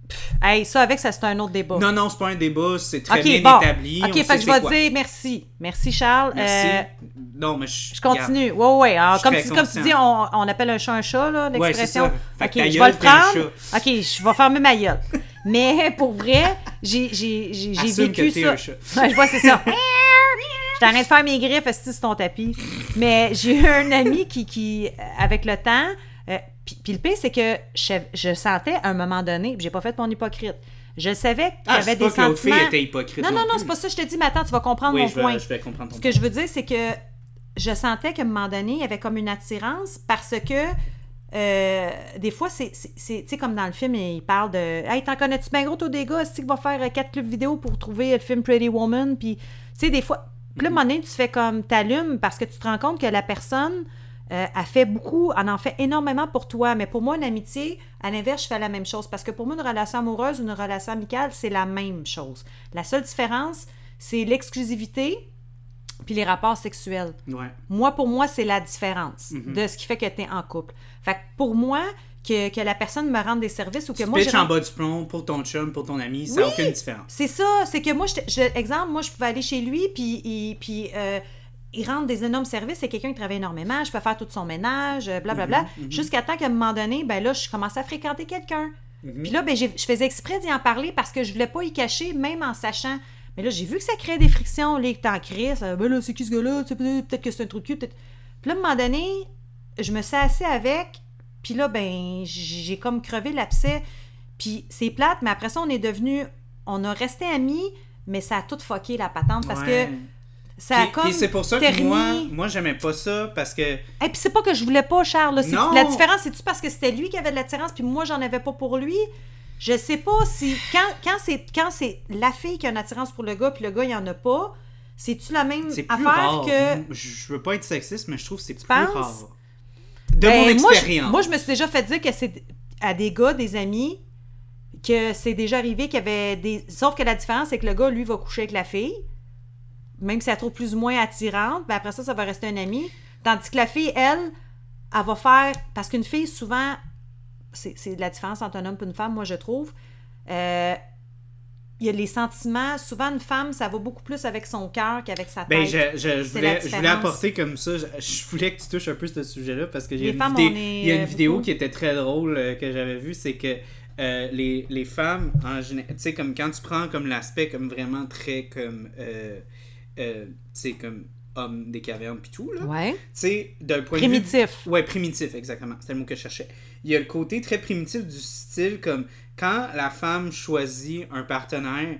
B: pff, hey, ça, avec ça, c'est un autre débat.
A: Non, non, c'est pas un débat, c'est très
B: Oh. OK,
A: bien
B: bon.
A: établi. on
B: OK, fait
A: sait
B: que je
A: c'est
B: vais
A: quoi.
B: dire merci. Merci, Charles.
A: Merci.
B: Euh,
A: non, mais je,
B: je continue. Oui, oui.
A: Je suis
B: Ah, comme,
A: très
B: tu, comme tu
A: conscient.
B: dis, on, on appelle un chat un chat, là,
A: c'est
B: l'expression.
A: ça. Fait que ta
B: OK, je
A: gueule,
B: vais le
A: t'es un
B: prendre. OK, je vais fermer ma gueule. Mais pour vrai, j'ai j'ai- j'ai- j'ai
A: Assume
B: vécu
A: que t'es
B: ça.
A: un chat.
B: Ouais, je vois, c'est ça. J'étais en train de faire mes griffes assis sur ton tapis. Mais j'ai eu un ami qui, qui euh, avec le temps, euh, puis puis le pire, c'est que je, je sentais à un moment donné, puis j'ai pas fait mon hypocrite. Je savais qu'il y
A: Ah,
B: avait
A: c'est
B: des
A: pas que l'autre fille
B: sentiments.
A: était hypocrite.
B: Non, non, non,
A: plus.
B: c'est pas ça. Je te dis, mais attends, tu vas comprendre
A: Oui,
B: mon
A: je vais,
B: point.
A: je vais comprendre ton
B: Ce que je veux dire, c'est que je sentais qu'à un moment donné, il y avait comme une attirance parce que euh, des fois, c'est, c'est- c'est- tu sais, comme dans le film, il parle de Hey, t'en connais-tu bien gros, toi, des gars, est-ce qu'il va faire euh, quatre clubs vidéo pour trouver le film Pretty Woman? Puis, tu sais, des fois, puis là, à un moment donné, tu fais comme t'allumes parce que tu te rends compte que la personne. euh, a fait beaucoup, en en fait énormément pour toi, mais pour moi, une amitié, à l'inverse, je fais la même chose parce que pour moi, une relation amoureuse, une relation amicale, c'est la même chose. La seule différence, c'est l'exclusivité, puis les rapports sexuels.
A: Ouais.
B: Moi, pour moi, c'est la différence
A: Mhm.
B: de ce qui fait que tu es en couple. Fait que pour moi, que, que la personne me rende des services ou que
A: Tu
B: moi,
A: pitches
B: j'ai
A: en bas du plomb pour ton chum, pour ton ami, ça n'a
B: Oui!
A: aucune différence.
B: c'est ça, c'est que moi, j'étais- je- exemple, moi, je pouvais aller chez lui, puis, il, puis euh, il rend des énormes services. C'est quelqu'un qui travaille énormément, je peux faire tout son ménage, euh, blablabla.
A: Mhm,
B: Jusqu'à temps qu'à un moment donné, ben là, je commençais à fréquenter quelqu'un.
A: Mhm.
B: Puis là, ben, j'ai- je faisais exprès d'y en parler parce que je voulais pas y cacher, même en sachant. Mais là, j'ai vu que ça créait des frictions, les t'en crées, ça, ben là, c'est qui ce gars-là, Tu sais, peut-être que c'est un trou de cul, peut-être. Puis là, à un moment donné, je me suis assise avec, puis là, ben, j'ai comme crevé l'abcès. Puis c'est plate, mais après ça, on est devenu, on a resté amis, mais ça a tout fucké la patente parce
A: Ouais.
B: que ça a
A: Puis-
B: comme.
A: puis c'est pour ça que
B: terni.
A: moi, moi j'aimais pas ça parce que
B: Et puis c'est pas que je voulais pas, Charles. là. C'est-
A: Non.
B: La différence, c'est-tu parce que c'était lui qui avait de l'attirance, puis moi, j'en avais pas pour lui? Je sais pas si. Quand, quand c'est quand c'est la fille qui a une attirance pour le gars, puis le gars, il en a pas, c'est-tu la même
A: c'est plus
B: Hmm, affaire
A: rare. Hmm,
B: que.
A: Je, je veux pas être sexiste, mais je trouve que c'est plus
B: penses?
A: rare. De mon
B: Ben, moi, je-
A: expérience.
B: Moi, je, me suis déjà fait dire que c'est à des gars, des amis, que c'est déjà arrivé qu'il y avait des. Sauf que la différence, c'est que le gars, lui, va coucher avec la fille, même si elle la trouve plus ou moins attirante, ben après ça, ça va rester un ami. Tandis que la fille, elle, elle va faire. Parce qu'une fille, souvent, c'est c'est la différence entre un homme et une femme, moi, je trouve. Euh, Il y a les sentiments. Souvent, une femme, ça va beaucoup plus avec son cœur qu'avec sa tête.
A: Ben, je, je- je
B: C'est
A: voulais,
B: la
A: je voulais
B: différence.
A: apporter comme ça. Je, je voulais que tu touches un peu ce sujet-là parce que j'ai
B: Les
A: une,
B: femmes,
A: vidéo-
B: on est,
A: il y a une
B: euh,
A: vidéo
B: beaucoup.
A: qui était très drôle euh, que j'avais vue. C'est que euh, les, les femmes, en général, tu sais, comme quand tu prends comme l'aspect comme vraiment très comme. euh, euh, tu sais, comme homme des cavernes puis tout, là.
B: Ouais.
A: Tu sais, d'un point de vue.
B: Primitif.
A: Ouais, primitif, exactement. C'était le mot que je cherchais. Il y a le côté très primitif du style, comme quand la femme choisit un partenaire,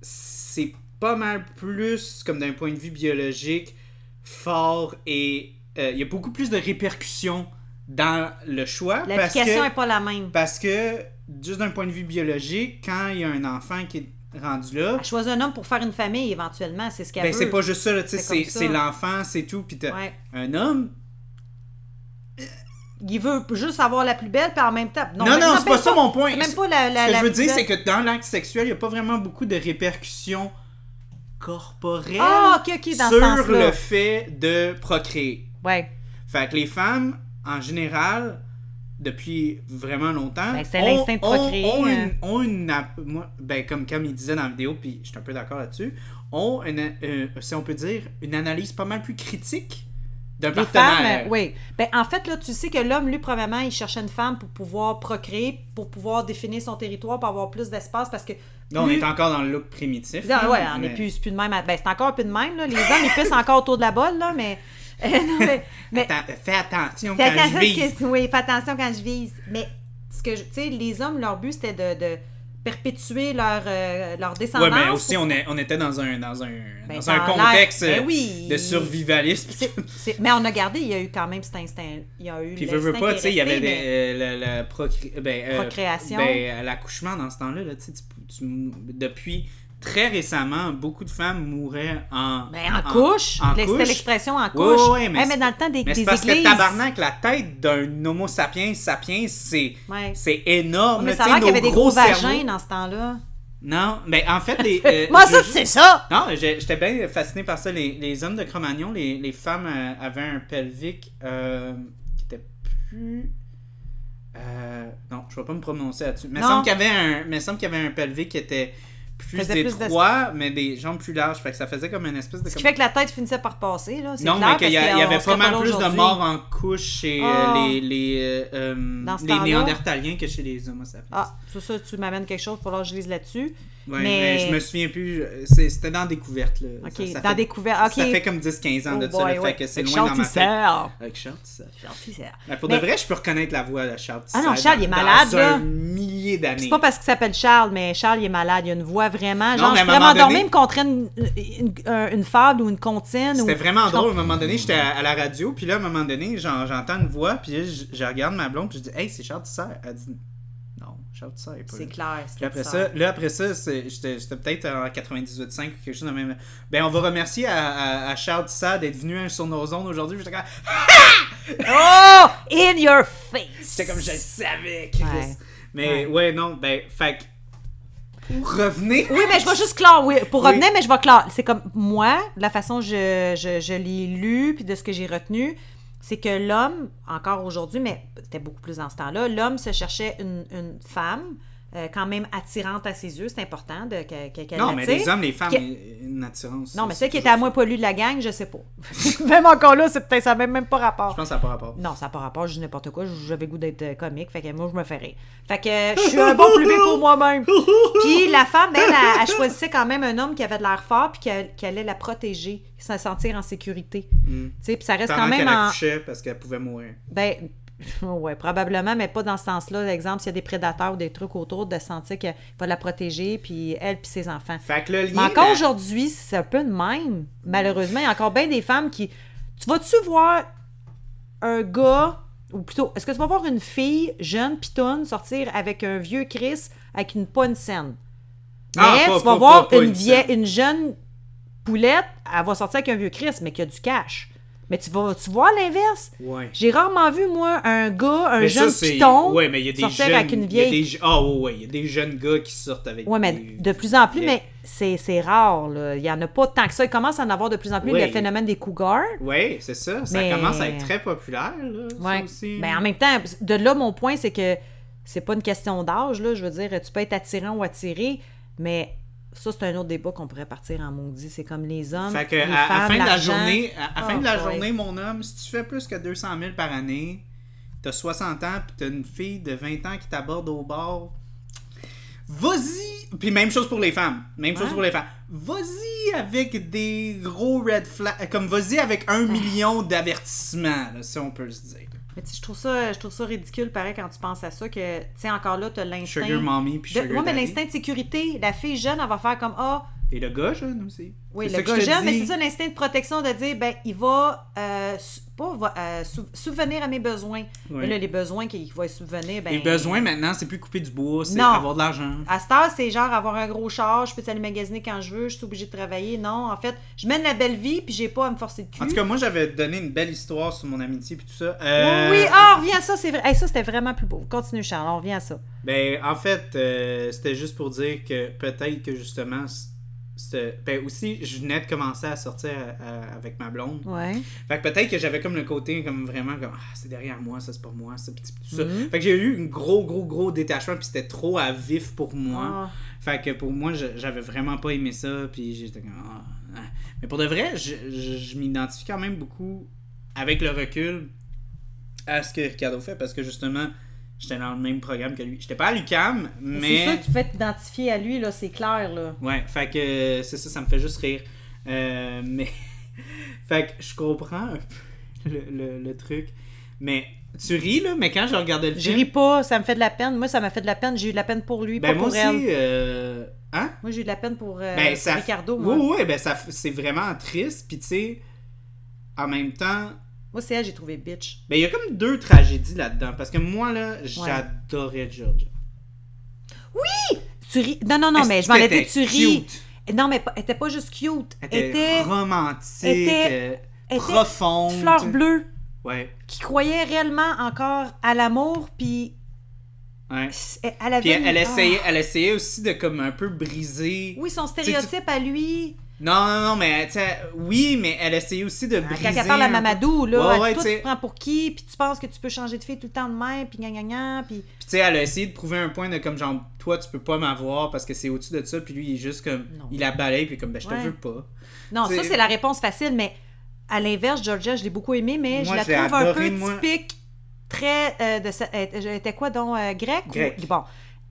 A: c'est pas mal plus, comme d'un point de vue biologique, fort et euh, il y a beaucoup plus de répercussions dans le choix. parce
B: L'application
A: que-
B: n'est pas la même.
A: Parce que, juste d'un point de vue biologique, quand il y a un enfant qui est rendu là,
B: Elle choisit un homme pour faire une famille éventuellement, c'est ce qu'elle
A: ben,
B: veut.
A: c'est pas juste ça, là, tu sais,
B: C'est comme
A: c'est
B: ça.
A: c'est l'enfant, c'est tout, puis t'as
B: Ouais.
A: un homme.
B: Il veut juste avoir la plus belle, puis en même temps.
A: non,
B: mais
A: non, c'est
B: même
A: pas ça mon point.
B: C'est même pas la. la
A: Ce que
B: la
A: je veux
B: plus
A: dire,
B: belle.
A: c'est que dans l'acte sexuel, il n'y a pas vraiment beaucoup de répercussions corporelles
B: Ah, ok, ok, dans ce
A: sur
B: sens-là.
A: le fait de procréer.
B: Ouais.
A: Fait que les femmes, en général, depuis vraiment longtemps,
B: Ben, c'est
A: ont-
B: l'instinct de
A: ont-
B: procréer,
A: Ont,
B: hein.
A: une, ont une app- moi, ben, comme Cam il disait dans la vidéo, puis je suis un peu d'accord là-dessus, ont, une, euh, si on peut dire, une analyse pas mal plus critique d'un
B: Les
A: partenaire.
B: femmes, euh, oui. Ben, en fait, là, tu sais que l'homme, lui, probablement, il cherchait une femme pour pouvoir procréer, pour pouvoir définir son territoire, pour avoir plus d'espace, parce que.
A: Là, on
B: plus-
A: est encore dans le look primitif.
B: Non,
A: hein,
B: Mm-hmm. Ah, ouais, on
A: mais-
B: est plus, c'est plus de même. à- Ben, c'est encore un peu de même, là. Les hommes, ils pissent encore autour de la balle, là, mais. Euh, non, mais- mais-
A: Attends, fais attention quand
B: Fais attention,
A: je vise.
B: que- oui, fais attention quand je vise. Mais ce que je- tu sais, les hommes, leur but c'était de, de perpétuer leur, euh, leur descendance.
A: Ouais, mais aussi, on, est- on était dans un, dans un,
B: Ben,
A: dans un
B: dans l'air.
A: contexte
B: Ben oui.
A: de survivalisme.
B: C'est- c'est- mais on a gardé, il y a eu quand même cet instinct. Il y a eu
A: Puis
B: l'instinct
A: veux, veux pas,
B: qui est
A: tu sais, il y avait
B: resté,
A: des,
B: mais-
A: euh, la, la procré- ben, euh,
B: Procréation.
A: ben, euh, l'accouchement dans ce temps-là, là, tu sais, tu- tu- depuis très récemment, beaucoup de femmes mouraient en...
B: Ben, en couche,
A: en
B: L'ex-
A: couche.
B: c'était l'expression en couche.
A: Ouais, ouais, ouais, mais
B: Hey,
A: c'est-
B: dans le temps des,
A: Mais
B: des
A: c'est parce
B: églises.
A: que tabarnak, la tête d'un homo sapiens sapiens, c'est
B: Ouais.
A: c'est énorme.
B: Mais
A: là,
B: ça a
A: tu
B: l'air
A: sais,
B: qu'il y avait
A: nos
B: des gros
A: cerveaux-
B: vagins dans ce temps-là.
A: Non, mais en fait, les... euh,
B: Moi,
A: je-
B: ça, tu sais ça!
A: Non, j'ai- j'étais bien fasciné par ça. Les, les hommes de Cro-Magnon, les, les femmes euh, avaient un pelvic euh, qui était plus. euh, non, je ne vais pas me prononcer là-dessus. Mais il me
B: Non.
A: semble qu'il y avait un- mais il me semble qu'il y avait un pelvic qui était plus
B: Faisait plus
A: étroit, mais des jambes plus larges. Fait que ça faisait comme une espèce de.
B: Ce qui
A: comme-
B: fait que la tête finissait par passer, là. c'est
A: non,
B: clair,
A: mais qu'il y, a-
B: parce
A: il y
B: qu'on
A: avait
B: serait
A: pas mal
B: là
A: plus de
B: aujourd'hui.
A: morts en couche chez euh,
B: Ah.
A: les, les, euh, euh,
B: Dans ce
A: les
B: temps-là.
A: Néandertaliens que chez les Homo sapiens.
B: Ah, ça, ça, tu m'amènes quelque chose, il va falloir que je lise là-dessus.
A: Ouais,
B: mais-
A: mais... je me souviens plus. euh, c'est- C'était dans Découverte. Là.
B: OK,
A: Ça- ça
B: dans
A: fait-
B: des couverts. Ah, OK.
A: Ça fait comme 10-15 ans de
B: Oh
A: ça,
B: boy,
A: là,
B: ouais.
A: fait que c'est
B: Fait que
A: loin
B: Charles
A: dans ma tête.
B: Tissère.
A: Avec Charles, ça.
B: Charles Tissère.
A: Ben, pour
B: Mais-
A: de vrai, je peux reconnaître la voix de Charles
B: Ah non,
A: Tissère
B: Charles,
A: dans-
B: il est malade,
A: dans
B: là.
A: un millier d'années.
B: C'est pas parce qu'il s'appelle Charles, mais Charles, il est malade. Il a une voix vraiment.
A: Non,
B: Genre,
A: mais
B: je
A: à un
B: pourrais
A: moment
B: m'endormir,
A: donné-
B: me contrer une, une, un- une fable ou une comptine.
A: C'était
B: ou-
A: vraiment
B: je
A: drôle. À un moment donné, j'étais à, à la radio, puis là, à un moment donné, j'en- j'entends une voix, puis là, je, je regarde ma blonde, puis je dis « Hey, c'est Charles Tissère! » Elle dit « Non, Charles Tissère est pas là.
B: C'est » clair.
A: Puis
B: c'est
A: après ça, là, après ça, c'est- j'étais j'étais peut-être en 98.5 ou quelque chose de même. Ben, on va remercier à, à- à Charles Tissère d'être venu hein, sur nos zones aujourd'hui. J'étais comme
B: Oh! In your face!
A: J'étais comme je le savais, Chris.
B: Ouais.
A: Mais
B: Ouais.
A: ouais. non, ben, fait que- Revenez.
B: Oui, mais je vais juste clore, oui. Pour
A: Oui.
B: revenir, mais je vais clore. C'est comme moi, de la façon que je, je, je l'ai lu, puis de ce que j'ai retenu, c'est que l'homme, encore aujourd'hui, mais c'était beaucoup plus dans ce temps-là, l'homme se cherchait une, une femme euh, quand même attirante à ses yeux. C'est important de, que- que- qu'elle
A: Non, mais
B: l'attire.
A: les hommes, les femmes,
B: Que-
A: une attirance.
B: Non, mais
A: c'est
B: celle qui était
A: toujours-
B: à moins pollue de la gang, je sais pas. même encore là, c'est peut-être ça n'a même, même pas rapport.
A: Je pense que ça n'a pas rapport.
B: Non, ça n'a pas rapport, je dis n'importe quoi, j'avais goût d'être euh, comique, fait que moi je me fais rire. Fait que euh, je suis un bon public pour moi-même. Puis la femme, ben, elle, elle, elle choisissait quand même un homme qui avait de l'air fort puis qui, a- qui allait la protéger, qui s'en sentir en sécurité.
A: Mm.
B: Tu sais, puis ça reste
A: Pendant
B: quand même
A: qu'elle
B: en.
A: accouchait parce qu'elle pouvait mourir.
B: Ben, ouais, probablement, mais pas dans ce sens-là. Exemple, s'il y a des prédateurs ou des trucs autour, de sentir qu'elle va la protéger, puis elle, puis ses enfants.
A: Fait que le lien.
B: Mais encore
A: ben,
B: aujourd'hui, c'est un peu de même. Malheureusement, il y a encore bien des femmes qui. Tu vas-tu voir un gars, ou plutôt, est-ce que tu vas voir une fille jeune, pitonne, sortir avec un vieux Chris avec une pas une scène? Mais
A: Ah,
B: elle,
A: pas-
B: tu vas
A: pas-
B: voir
A: pas- pas
B: une,
A: une
B: vieille,
A: scène.
B: une jeune poulette, elle va sortir avec un vieux Chris, mais qui a du cash. Mais tu vas tu voir l'inverse?
A: Ouais.
B: J'ai rarement vu, moi, un gars, un
A: Mais ça,
B: jeune
A: c'est-
B: piton
A: Ouais, mais il y a des
B: sortir
A: jeunes.
B: avec une vieille
A: il y a des je- Ah, ouais, ouais, il y a des jeunes gars qui sortent avec.
B: Oui, mais
A: des-
B: de plus en plus,
A: des-
B: mais c'est c'est rare. Là. Il n'y en a pas tant que ça. Il commence à en avoir de plus en plus
A: Oui.
B: le phénomène des cougars.
A: Ouais, c'est ça. Ça
B: Mais-
A: commence à être très populaire, là. ça
B: Ouais. Ben,
A: aussi.
B: Mais en même temps, de là, mon point, c'est que c'est pas une question d'âge. là. Je veux dire, tu peux être attirant ou attiré, mais ça, c'est un autre débat qu'on pourrait partir en maudit. C'est comme les hommes.
A: Fait que,
B: les
A: à, à
B: femmes,
A: fin de la
B: l'argent.
A: journée, à, à
B: Ah,
A: fin de la
B: ouais.
A: journée, mon homme, si tu fais plus que 200 000 par année, t'as 60 ans, puis t'as une fille de 20 ans qui t'aborde au bord, vas-y! Puis même chose pour les femmes. Même chose
B: Ouais.
A: pour les femmes. Vas-y avec des gros red flags. Comme vas-y avec un million d'avertissements, là, si on peut se dire.
B: Mais tu sais, je trouve ça, je trouve ça ridicule, pareil, quand tu penses à ça, que, tu sais, encore là, tu as l'instinct.
A: Sugar mommy, puis
B: De-
A: sugar
B: ouais, mais
A: daddy.
B: l'instinct de sécurité, la fille jeune, elle va faire comme Ah,
A: Et le gars jeune aussi.
B: Oui,
A: C'est
B: le
A: ça que
B: gars
A: je te
B: jeune, mais
A: dis.
B: c'est ça l'instinct de protection de dire, ben, il va, euh, sou- pas, va, euh, sou- souvenir à mes besoins.
A: Ouais.
B: Mais là, les besoins qu'il va souvenir, ben.
A: Les besoins maintenant, c'est plus couper du bois, c'est
B: Non.
A: avoir de l'argent.
B: À cette heure, c'est genre avoir un gros char, je peux aller magasiner quand je veux, je suis obligée de travailler. Non, en fait, je mène la belle vie, puis j'ai pas à me forcer de cul.
A: En tout cas, moi, j'avais donné une belle histoire sur mon amitié puis tout ça.
B: Oui,
A: Euh,
B: oui, ah, on revient à ça, c'est vrai. Hey, ça, c'était vraiment plus beau. Continue, Charles, on revient à ça.
A: Ben, en fait, euh, c'était juste pour dire que peut-être que justement, c- c'était- ben aussi, je venais de commencer à sortir euh, avec ma blonde.
B: Ouais.
A: Fait que peut-être que j'avais comme le côté comme vraiment comme ah, c'est derrière moi, ça c'est pas moi, ça petit tout ça.
B: Mhm.
A: Fait que j'ai eu un gros gros gros détachement puis c'était trop à vif pour moi.
B: Ah.
A: Fait que pour moi je- j'avais vraiment pas aimé ça puis j'étais comme ah, ah. mais pour de vrai, je, je- je m'identifie quand même beaucoup avec le recul à ce que Ricardo fait parce que justement j'étais dans le même programme que lui. J'étais pas à l'UCAM, mais
B: C'est ça que tu fais t'identifier à lui, là, c'est clair, là.
A: Ouais, fait que euh, c'est ça, ça me fait juste rire. Euh, mais. fait que je comprends un peu le, le- le truc. Mais tu ris, là, mais quand je regardais le
B: Je
A: film.
B: ris pas, ça me fait de la peine. Moi, ça m'a fait de la peine, j'ai eu de la peine pour lui,
A: ben,
B: pas
A: moi
B: pour
A: aussi.
B: elle.
A: euh, Hein?
B: Moi, j'ai eu de la peine pour euh,
A: ben, ça.
B: Ricardo, moi.
A: Oui, oui, ben, ça, f- c'est vraiment triste. Puis, tu sais, en même temps.
B: Moi, c'est elle, j'ai trouvé bitch.
A: Ben, il y a comme deux tragédies là-dedans. Parce que moi, là, j'adorais Georgia.
B: Tu ris. Non, non, non, mais
A: Est-ce
B: je m'en
A: qu'elle
B: étais,
A: était
B: tu ris.
A: cute?
B: Non, mais pas- elle était pas juste cute.
A: Elle était,
B: Elle était,
A: romantique,
B: était-
A: euh,
B: elle était
A: profonde.
B: fleur bleue
A: Ouais,
B: qui croyait réellement encore à l'amour, puis
A: ouais.
B: elle elle avait.
A: Puis elle, elle
B: une-
A: essayait,
B: Ah.
A: elle essayait aussi de comme un peu briser.
B: Oui, son
A: tu-
B: stéréotype à lui.
A: Non, non, non, mais tu sais, oui, mais elle essayait aussi de briser.
B: Ah, Quand elle parle à
A: un peu.
B: Mamadou, là,
A: Ouais,
B: elle dit,
A: ouais,
B: toi,
A: tu
B: tu
A: sais.
B: te prends pour qui, puis tu penses que tu peux changer de fille tout le temps de même, puis gna gna gna, puis...
A: Puis tu sais, elle a essayé de prouver un point de comme genre, toi, tu peux pas m'avoir parce que c'est au-dessus de ça. Puis lui, il est juste comme,
B: Non.
A: il la balaye, puis comme, ben, je te
B: Ouais.
A: veux pas.
B: Non, ça,
A: C'est-
B: c'est la réponse facile, mais à l'inverse, Georgia, je l'ai beaucoup aimée, mais
A: Moi,
B: je la
A: je l'ai
B: trouve un
A: adorée,
B: peu
A: moi.
B: typique, très... euh, de sa- elle elle était quoi, donc, euh, grecque? ou-
A: Grecque.
B: Bon,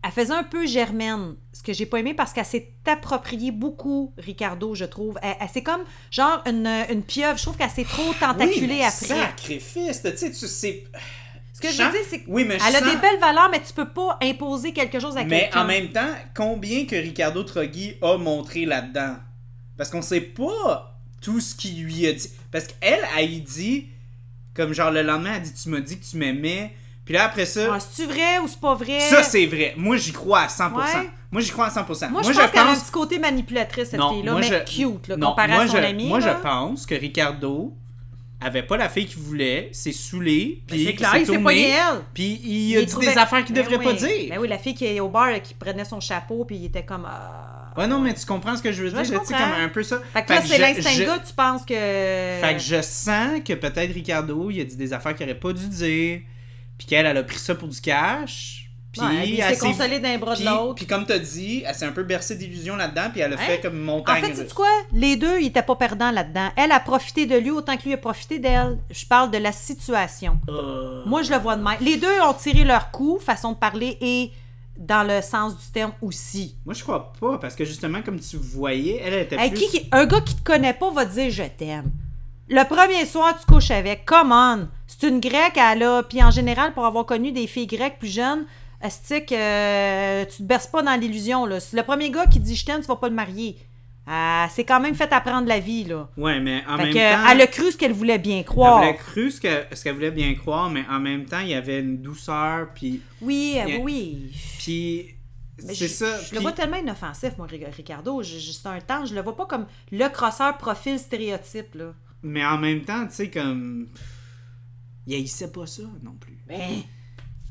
B: elle faisait un peu germaine, ce que j'ai pas aimé, parce qu'elle s'est appropriée beaucoup, Ricardo, je trouve. Elle, elle- c'est comme, genre, une, une pieuvre. Je trouve qu'elle s'est trop
A: oui,
B: tentaculée
A: mais
B: après.
A: Sacrifice, tu sais, tu sais.
B: Ce que je
A: sens-
B: veux dire, c'est que
A: Oui, mais je
B: Elle a
A: sens-
B: des belles valeurs, mais tu peux pas imposer quelque chose à
A: Mais
B: quelqu'un.
A: en même temps, combien que Ricardo Trogui a montré là-dedans? Parce qu'on sait pas tout ce qu'il lui a dit. Parce qu'elle, elle y dit, comme genre le lendemain, elle dit Tu m'as dit que tu m'aimais. Puis là, après ça,
B: Ah, c'est-tu vrai ou c'est pas vrai?
A: ça c'est vrai. Moi, j'y crois à 100%.
B: Ouais.
A: Moi, j'y crois à 100%.
B: Moi, je pense qu'elle a un petit côté manipulatrice, cette
A: Non,
B: fille-là,
A: moi,
B: mais
A: je-
B: cute, là,
A: Non,
B: comparée
A: moi,
B: à son
A: je,
B: amie.
A: moi,
B: là.
A: je pense que Ricardo avait pas la fille qu'il voulait, s'est saoulé,
B: Ben,
A: puis
B: c'est
A: il
B: clair,
A: s'est
B: il s'est
A: tourné,
B: pogné elle.
A: puis il a
B: Il
A: dit
B: trouvait-
A: des affaires qu'il
B: Ben
A: devrait
B: oui.
A: pas dire.
B: Ben oui, la fille qui est au bar, là, qui prenait son chapeau, puis il était comme. ah.
A: Ouais, non, mais tu comprends ce que je veux
B: Ouais,
A: dire,
B: je
A: là, tu sais,
B: comprends.
A: comme un peu ça.
B: Fait que là,
A: que
B: c'est
A: je-
B: l'instinct
A: je-
B: de gars, tu penses que.
A: Fait que je sens que peut-être Ricardo, il a dit des affaires qu'il aurait pas dû dire, puis qu'elle, elle a pris ça pour du cash, puis
B: Ouais, puis il
A: elle
B: s'est
A: s'est-
B: consolé d'un bras de
A: puis-
B: l'autre.
A: Puis comme t'as dit, elle s'est un peu bercée d'illusions là-dedans, puis elle a
B: Ouais.
A: fait comme
B: En
A: montagne
B: fait, c'est
A: russe.
B: quoi? Les deux, ils étaient pas perdants là-dedans. Elle a profité de lui autant que lui a profité d'elle. Je parle de la situation.
A: Euh,
B: Moi, je le vois de même. Les deux ont tiré leur coup, façon de parler, et dans le sens du terme aussi.
A: Moi, je crois pas, parce que justement, comme tu voyais, elle elle était
B: Hey,
A: plus...
B: qui- qui- un gars qui te connaît pas va te dire je t'aime. Le premier soir, tu couches avec. Come on! C'est une grecque, elle a. Puis en général, pour avoir connu des filles grecques plus jeunes, astique, euh, tu te berces pas dans l'illusion. là. C'est Le premier gars qui dit je t'aime, tu vas pas le marier. Ah, c'est quand même fait apprendre la vie. là.
A: Ouais, mais en
B: Fait
A: même
B: que,
A: temps...
B: elle a cru ce qu'elle voulait bien
A: elle
B: croire.
A: voulait cru ce que- ce qu'elle voulait bien croire, mais en même temps, il y avait une douceur, puis...
B: Oui, euh,
A: Yeah.
B: oui.
A: puis
B: Mais
A: c'est
B: je-
A: ça.
B: Je le
A: puis-
B: vois tellement inoffensif, moi, Ri- Ricardo. J'ai juste un temps, je le vois pas comme le crosseur profil stéréotype. Là.
A: Mais en même temps, tu sais, comme... Il haïssait pas ça, non plus.
B: Ben,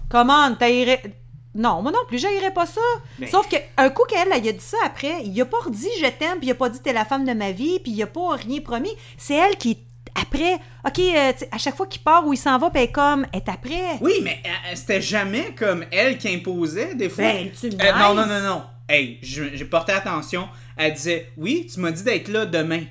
B: comment t'haïrais... Non, moi non plus, j'haïrais pas ça.
A: Ben.
B: Sauf qu'un coup qu'elle, elle, il a dit ça après, il a pas redit je t'aime, puis il a pas dit t'es la femme de ma vie, puis il a pas rien promis. C'est elle qui, après, ok, euh, tu sais, à chaque fois qu'il part ou il s'en va, puis elle est comme, elle est après.
A: Oui, mais euh, c'était jamais comme elle qui imposait des fois.
B: Ben, tu me
A: Euh, Non, non,
B: niaises.
A: non, non. Hey, je- j'ai porté attention. Elle disait, oui, tu m'as dit d'être là demain.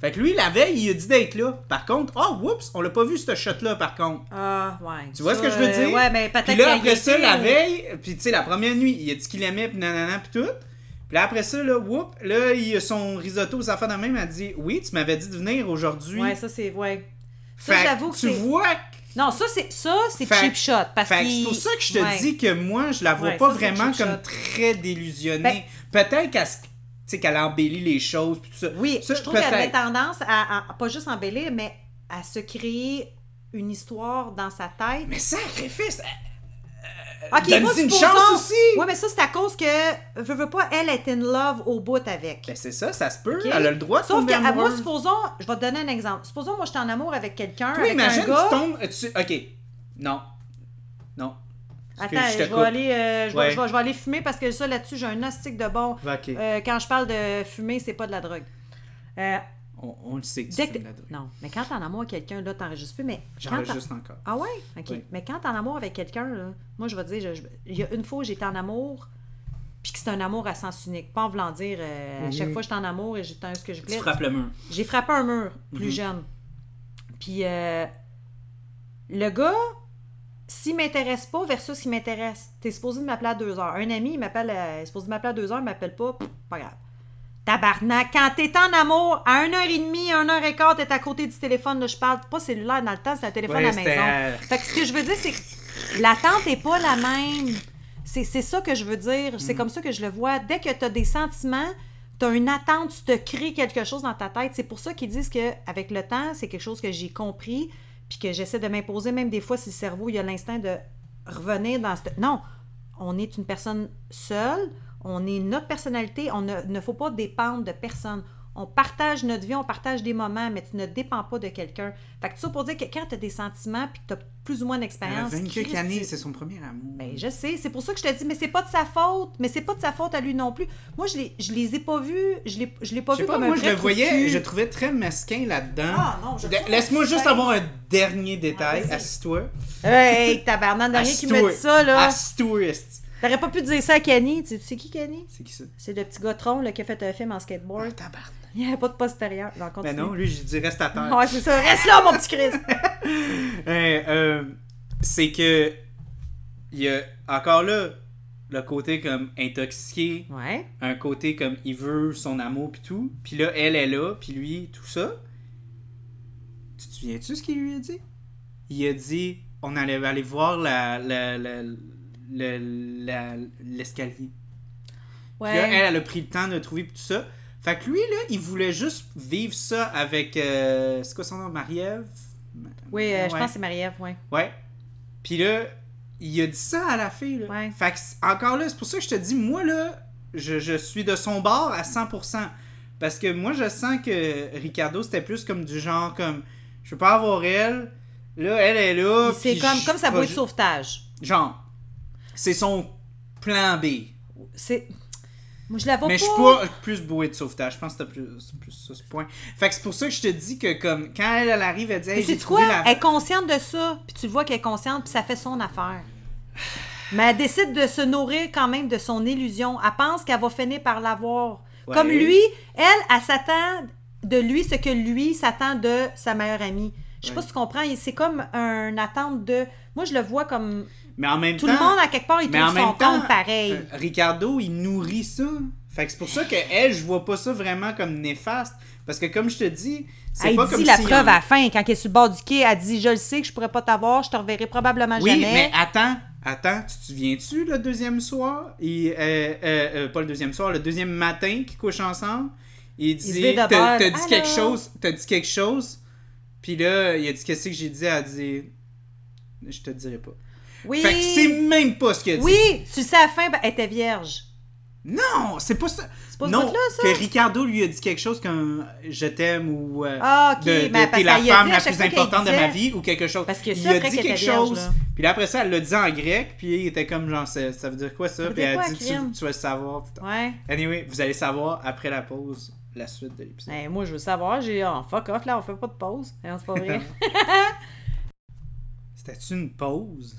A: Fait que lui, la veille, il a dit d'être là. Par contre, oh, whoops, on l'a pas vu, ce shot-là, par contre.
B: Ah, ouais.
A: Tu vois ce que je veux dire?
B: Ouais, mais peut-être
A: Puis
B: qu'il
A: là,
B: a
A: après ça,
B: été,
A: la
B: ou-
A: veille, puis tu sais, la première nuit, il a dit qu'il aimait, puis nanana, puis tout. Puis là, après ça, là, whoop, là, il a son risotto aux affaires de même, elle dit, oui, tu m'avais dit de venir aujourd'hui.
B: Ouais, ça, c'est, ouais. Ça,
A: Fait que
B: j'avoue que
A: Tu
B: c'est...
A: vois
B: Non, ça, c'est, ça, c'est
A: Fait-
B: cheap shot, parce
A: Fait que
B: qu'il-
A: c'est pour ça que je te
B: Ouais.
A: dis que moi, je la vois
B: Ouais,
A: pas
B: ça, c'est Ben,
A: vraiment
B: cheap
A: comme
B: shot.
A: très délusionnée. Peut-être qu'elle se- sais, qu'elle embellit les choses, puis tout ça.
B: Oui,
A: Ça,
B: je trouve qu'elle
A: peut-être.
B: avait tendance à, à- pas juste embellir, mais à se créer une histoire dans sa tête.
A: Mais sacrifice!
B: Ok,
A: Donne-y
B: moi,
A: une
B: supposons-
A: chance aussi!
B: Ouais, mais ça, c'est à cause que, veux, veux pas, elle est in love au bout avec.
A: Ben c'est ça, ça se peut,
B: Ok?
A: elle a le droit de
B: Sauf
A: tomber
B: que, à moi,
A: amoureuse.
B: supposons, je vais te donner un exemple. Supposons, moi, je suis en amour avec quelqu'un,
A: Oui,
B: avec
A: imagine,
B: un
A: tu
B: gars.
A: tombes. euh, Tu... Ok. Non. Non.
B: Attends,
A: Excuse,
B: je,
A: te
B: vais
A: coupe.
B: aller, euh, je, vais-
A: Ouais.
B: je vais, je vais aller fumer parce que ça, là-dessus, j'ai un hostique de bon.
A: Ok.
B: Euh, quand je parle de fumer, c'est pas de la drogue. Euh,
A: On, on le sait que tu
B: dès que
A: fumes la drogue.
B: Non, mais quand t'es en amour avec quelqu'un, là, t'enregistres plus, mais... quand t'en-
A: J'enregistre encore.
B: Ah ouais? OK.
A: Oui.
B: Mais quand t'es en amour avec quelqu'un, là, moi, je vais te dire, je- je- il y a une fois, j'étais en amour, puis que c'est un amour à sens unique. Pas en voulant dire, euh, à chaque
A: Mhm.
B: fois, j'étais en amour et j'étais un ce que je
A: Tu
B: voulais.
A: frappes le mur.
B: J'ai frappé un mur plus
A: Mhm.
B: jeune. Puis euh, le gars, s'il m'intéresse pas versus s'il m'intéresse, t'es supposé de m'appeler à deux heures. Un ami, il m'appelle, euh, est supposé de m'appeler à deux heures, il m'appelle pas, pff, pas grave. Tabarnak, quand t'es en amour, à 1h30, 1h15, t'es à côté du téléphone, là, je parle pas cellulaire dans le temps, c'est un téléphone
A: Ouais,
B: à la
A: c'était,
B: maison.
A: euh,
B: Fait que ce que je veux dire, c'est que l'attente est pas la même. C'est c'est ça que je veux dire. C'est comme ça que je le vois. Dès que tu as des sentiments, tu as une attente, tu te crées quelque chose dans ta tête. C'est pour ça qu'ils disent que avec le temps, c'est quelque chose que j'ai compris puis que j'essaie de m'imposer même des fois si le cerveau il a l'instinct de revenir dans cette non, on est une personne seule, on est notre personnalité, on ne, ne faut pas dépendre de personne. On partage notre vie, on partage des moments, mais tu ne dépends pas de quelqu'un. Fait que tout ça pour dire que quand tu as des sentiments puis que tu as plus ou moins
A: Elle a
B: d'expérience,
A: 28
B: Christy,
A: années, c'est son premier amour.
B: ben, je sais, c'est pour ça que je te dis, mais c'est pas de sa faute, mais c'est pas de sa faute à lui non plus. Moi, je, l'ai- je les ai pas vus, je, l'ai- je l'ai pas
A: Je sais
B: vu
A: pas,
B: comme un
A: moi je
B: vrai
A: le
B: trou de
A: voyais,
B: cul.
A: je le trouvais très mesquin là-dedans.
B: Ah, non, je
A: De-
B: trouve
A: Laisse-moi
B: ça
A: juste
B: fin.
A: avoir un dernier détail.
B: vas-y.
A: Assis-toi.
B: Hey, tabarnak, de rien qui me
A: Assis-toi.
B: dit ça, là.
A: Assis-toi. esti.
B: T'aurais pas pu dire ça à Kenny. Tu tu sais qui, Kenny?
A: C'est qui ça? Ben
B: C'est le petit gotron là, qui a fait un film en skateboard.
A: tabarnak.
B: Il n'y avait pas de postérieur. Non, continue.
A: Ben non, lui, je dis reste à terre.
B: Ouais, c'est ça. Reste là, mon petit Chris.
A: Hey, euh, c'est que il y a encore là le côté comme intoxiqué,
B: Ouais.
A: un côté comme il veut son amour puis tout, puis là elle est là, puis lui tout ça. Tu te souviens-tu ce qu'il lui a dit Il a dit on allait aller voir la la- la- la- la- l'escalier. Puis là,
B: Ouais.
A: elle, elle a pris le temps de le trouver pis tout ça. Fait que lui, là, il voulait juste vivre ça avec. euh, c'est quoi son nom Marie-Ève
B: Oui, euh, je
A: Ouais.
B: pense que c'est Marie-Ève, ouais.
A: Ouais. Puis là, il a dit ça à la fille. Là.
B: Ouais.
A: Fait que, c'est- encore là, c'est pour ça que je te dis, moi, là, je, je suis de son bord à 100%. Parce que moi, je sens que Ricardo, c'était plus comme du genre, comme, je veux pas avoir elle. Là, elle est là.
B: C'est
A: Ah, puis
B: comme,
A: je-
B: comme sa
A: je-
B: bouée de sauvetage.
A: Genre, c'est son plan B.
B: C'est. Moi, je la vois
A: Mais je suis pas plus bouée de sauvetage. Je pense que c'est plus, c'est plus ça, ce point. Fait que c'est pour ça que je te dis que, comme, quand elle, elle arrive, elle dit,
B: Mais
A: hey, j'ai
B: c'est
A: trouvé
B: quoi?
A: la...
B: Elle est consciente de ça, puis tu le vois qu'elle est consciente, puis ça fait son affaire. Mais elle décide de se nourrir quand même de son illusion. Elle pense qu'elle va finir par l'avoir.
A: Ouais.
B: Comme lui, elle, elle s'attend de lui ce que lui s'attend de sa meilleure amie. Je sais pas
A: Ouais.
B: si tu comprends, c'est comme une attente de... Moi, je le vois comme...
A: Mais en même
B: Tout
A: temps.
B: le monde, à quelque part, il
A: Mais en
B: trouve son
A: même temps,
B: compte pareil.
A: euh, Ricardo, il nourrit ça. Fait que c'est pour ça que elle, je vois pas ça vraiment comme néfaste. Parce que comme je te dis, c'est
B: Elle
A: pas
B: Ah, dit
A: comme
B: la
A: si
B: preuve
A: on-
B: à la fin, quand elle est sur le bord du quai, elle dit « Je le sais que je pourrais pas t'avoir, je te reverrai probablement
A: Oui,
B: jamais. »
A: mais attends, attends, tu te souviens-tu le deuxième soir? Il, euh, euh, euh, pas le deuxième soir, le deuxième matin qu'ils couchent ensemble. Il
B: se
A: dit
B: lève
A: T'as
B: de
A: t'as
B: bord.
A: dit quelque
B: Allô?
A: chose, t'as dit quelque chose. Puis là, il a dit Qu'est-ce que j'ai dit? Elle a dit Je te dirai pas.
B: Oui,
A: Fait que tu sais même pas ce qu'il a dit.
B: oui, tu le sais à la fin, ben, elle était vierge.
A: Non, c'est pas ça.
B: pas ce
A: non,
B: bout-là, ça?
A: que Ricardo lui a dit quelque chose comme je t'aime ou euh,
B: Ah, ok,
A: de- de-
B: mais parce
A: t'es la
B: qu'elle y a
A: femme
B: dit à
A: la
B: chaque
A: plus
B: fois qu'elle
A: importante de ma
B: disait-
A: vie ou quelque chose.
B: Parce que ça,
A: il a
B: après
A: dit
B: qu'elle
A: quelque
B: était vierge,
A: chose.
B: là.
A: Puis là, après ça, elle l'a dit en grec, puis il était comme genre ça, ça veut dire quoi ça
B: veut
A: Puis
B: dire
A: elle
B: quoi,
A: dit tu,
B: crime?
A: tu vas le savoir. putain.
B: Ouais.
A: Anyway, vous allez savoir après la pause la suite de l'épisode.
B: Ben, moi, je veux savoir, j'ai. Oh, fuck off, là, on fait pas de pause. Non, c'est pas vrai.
A: C'était une pause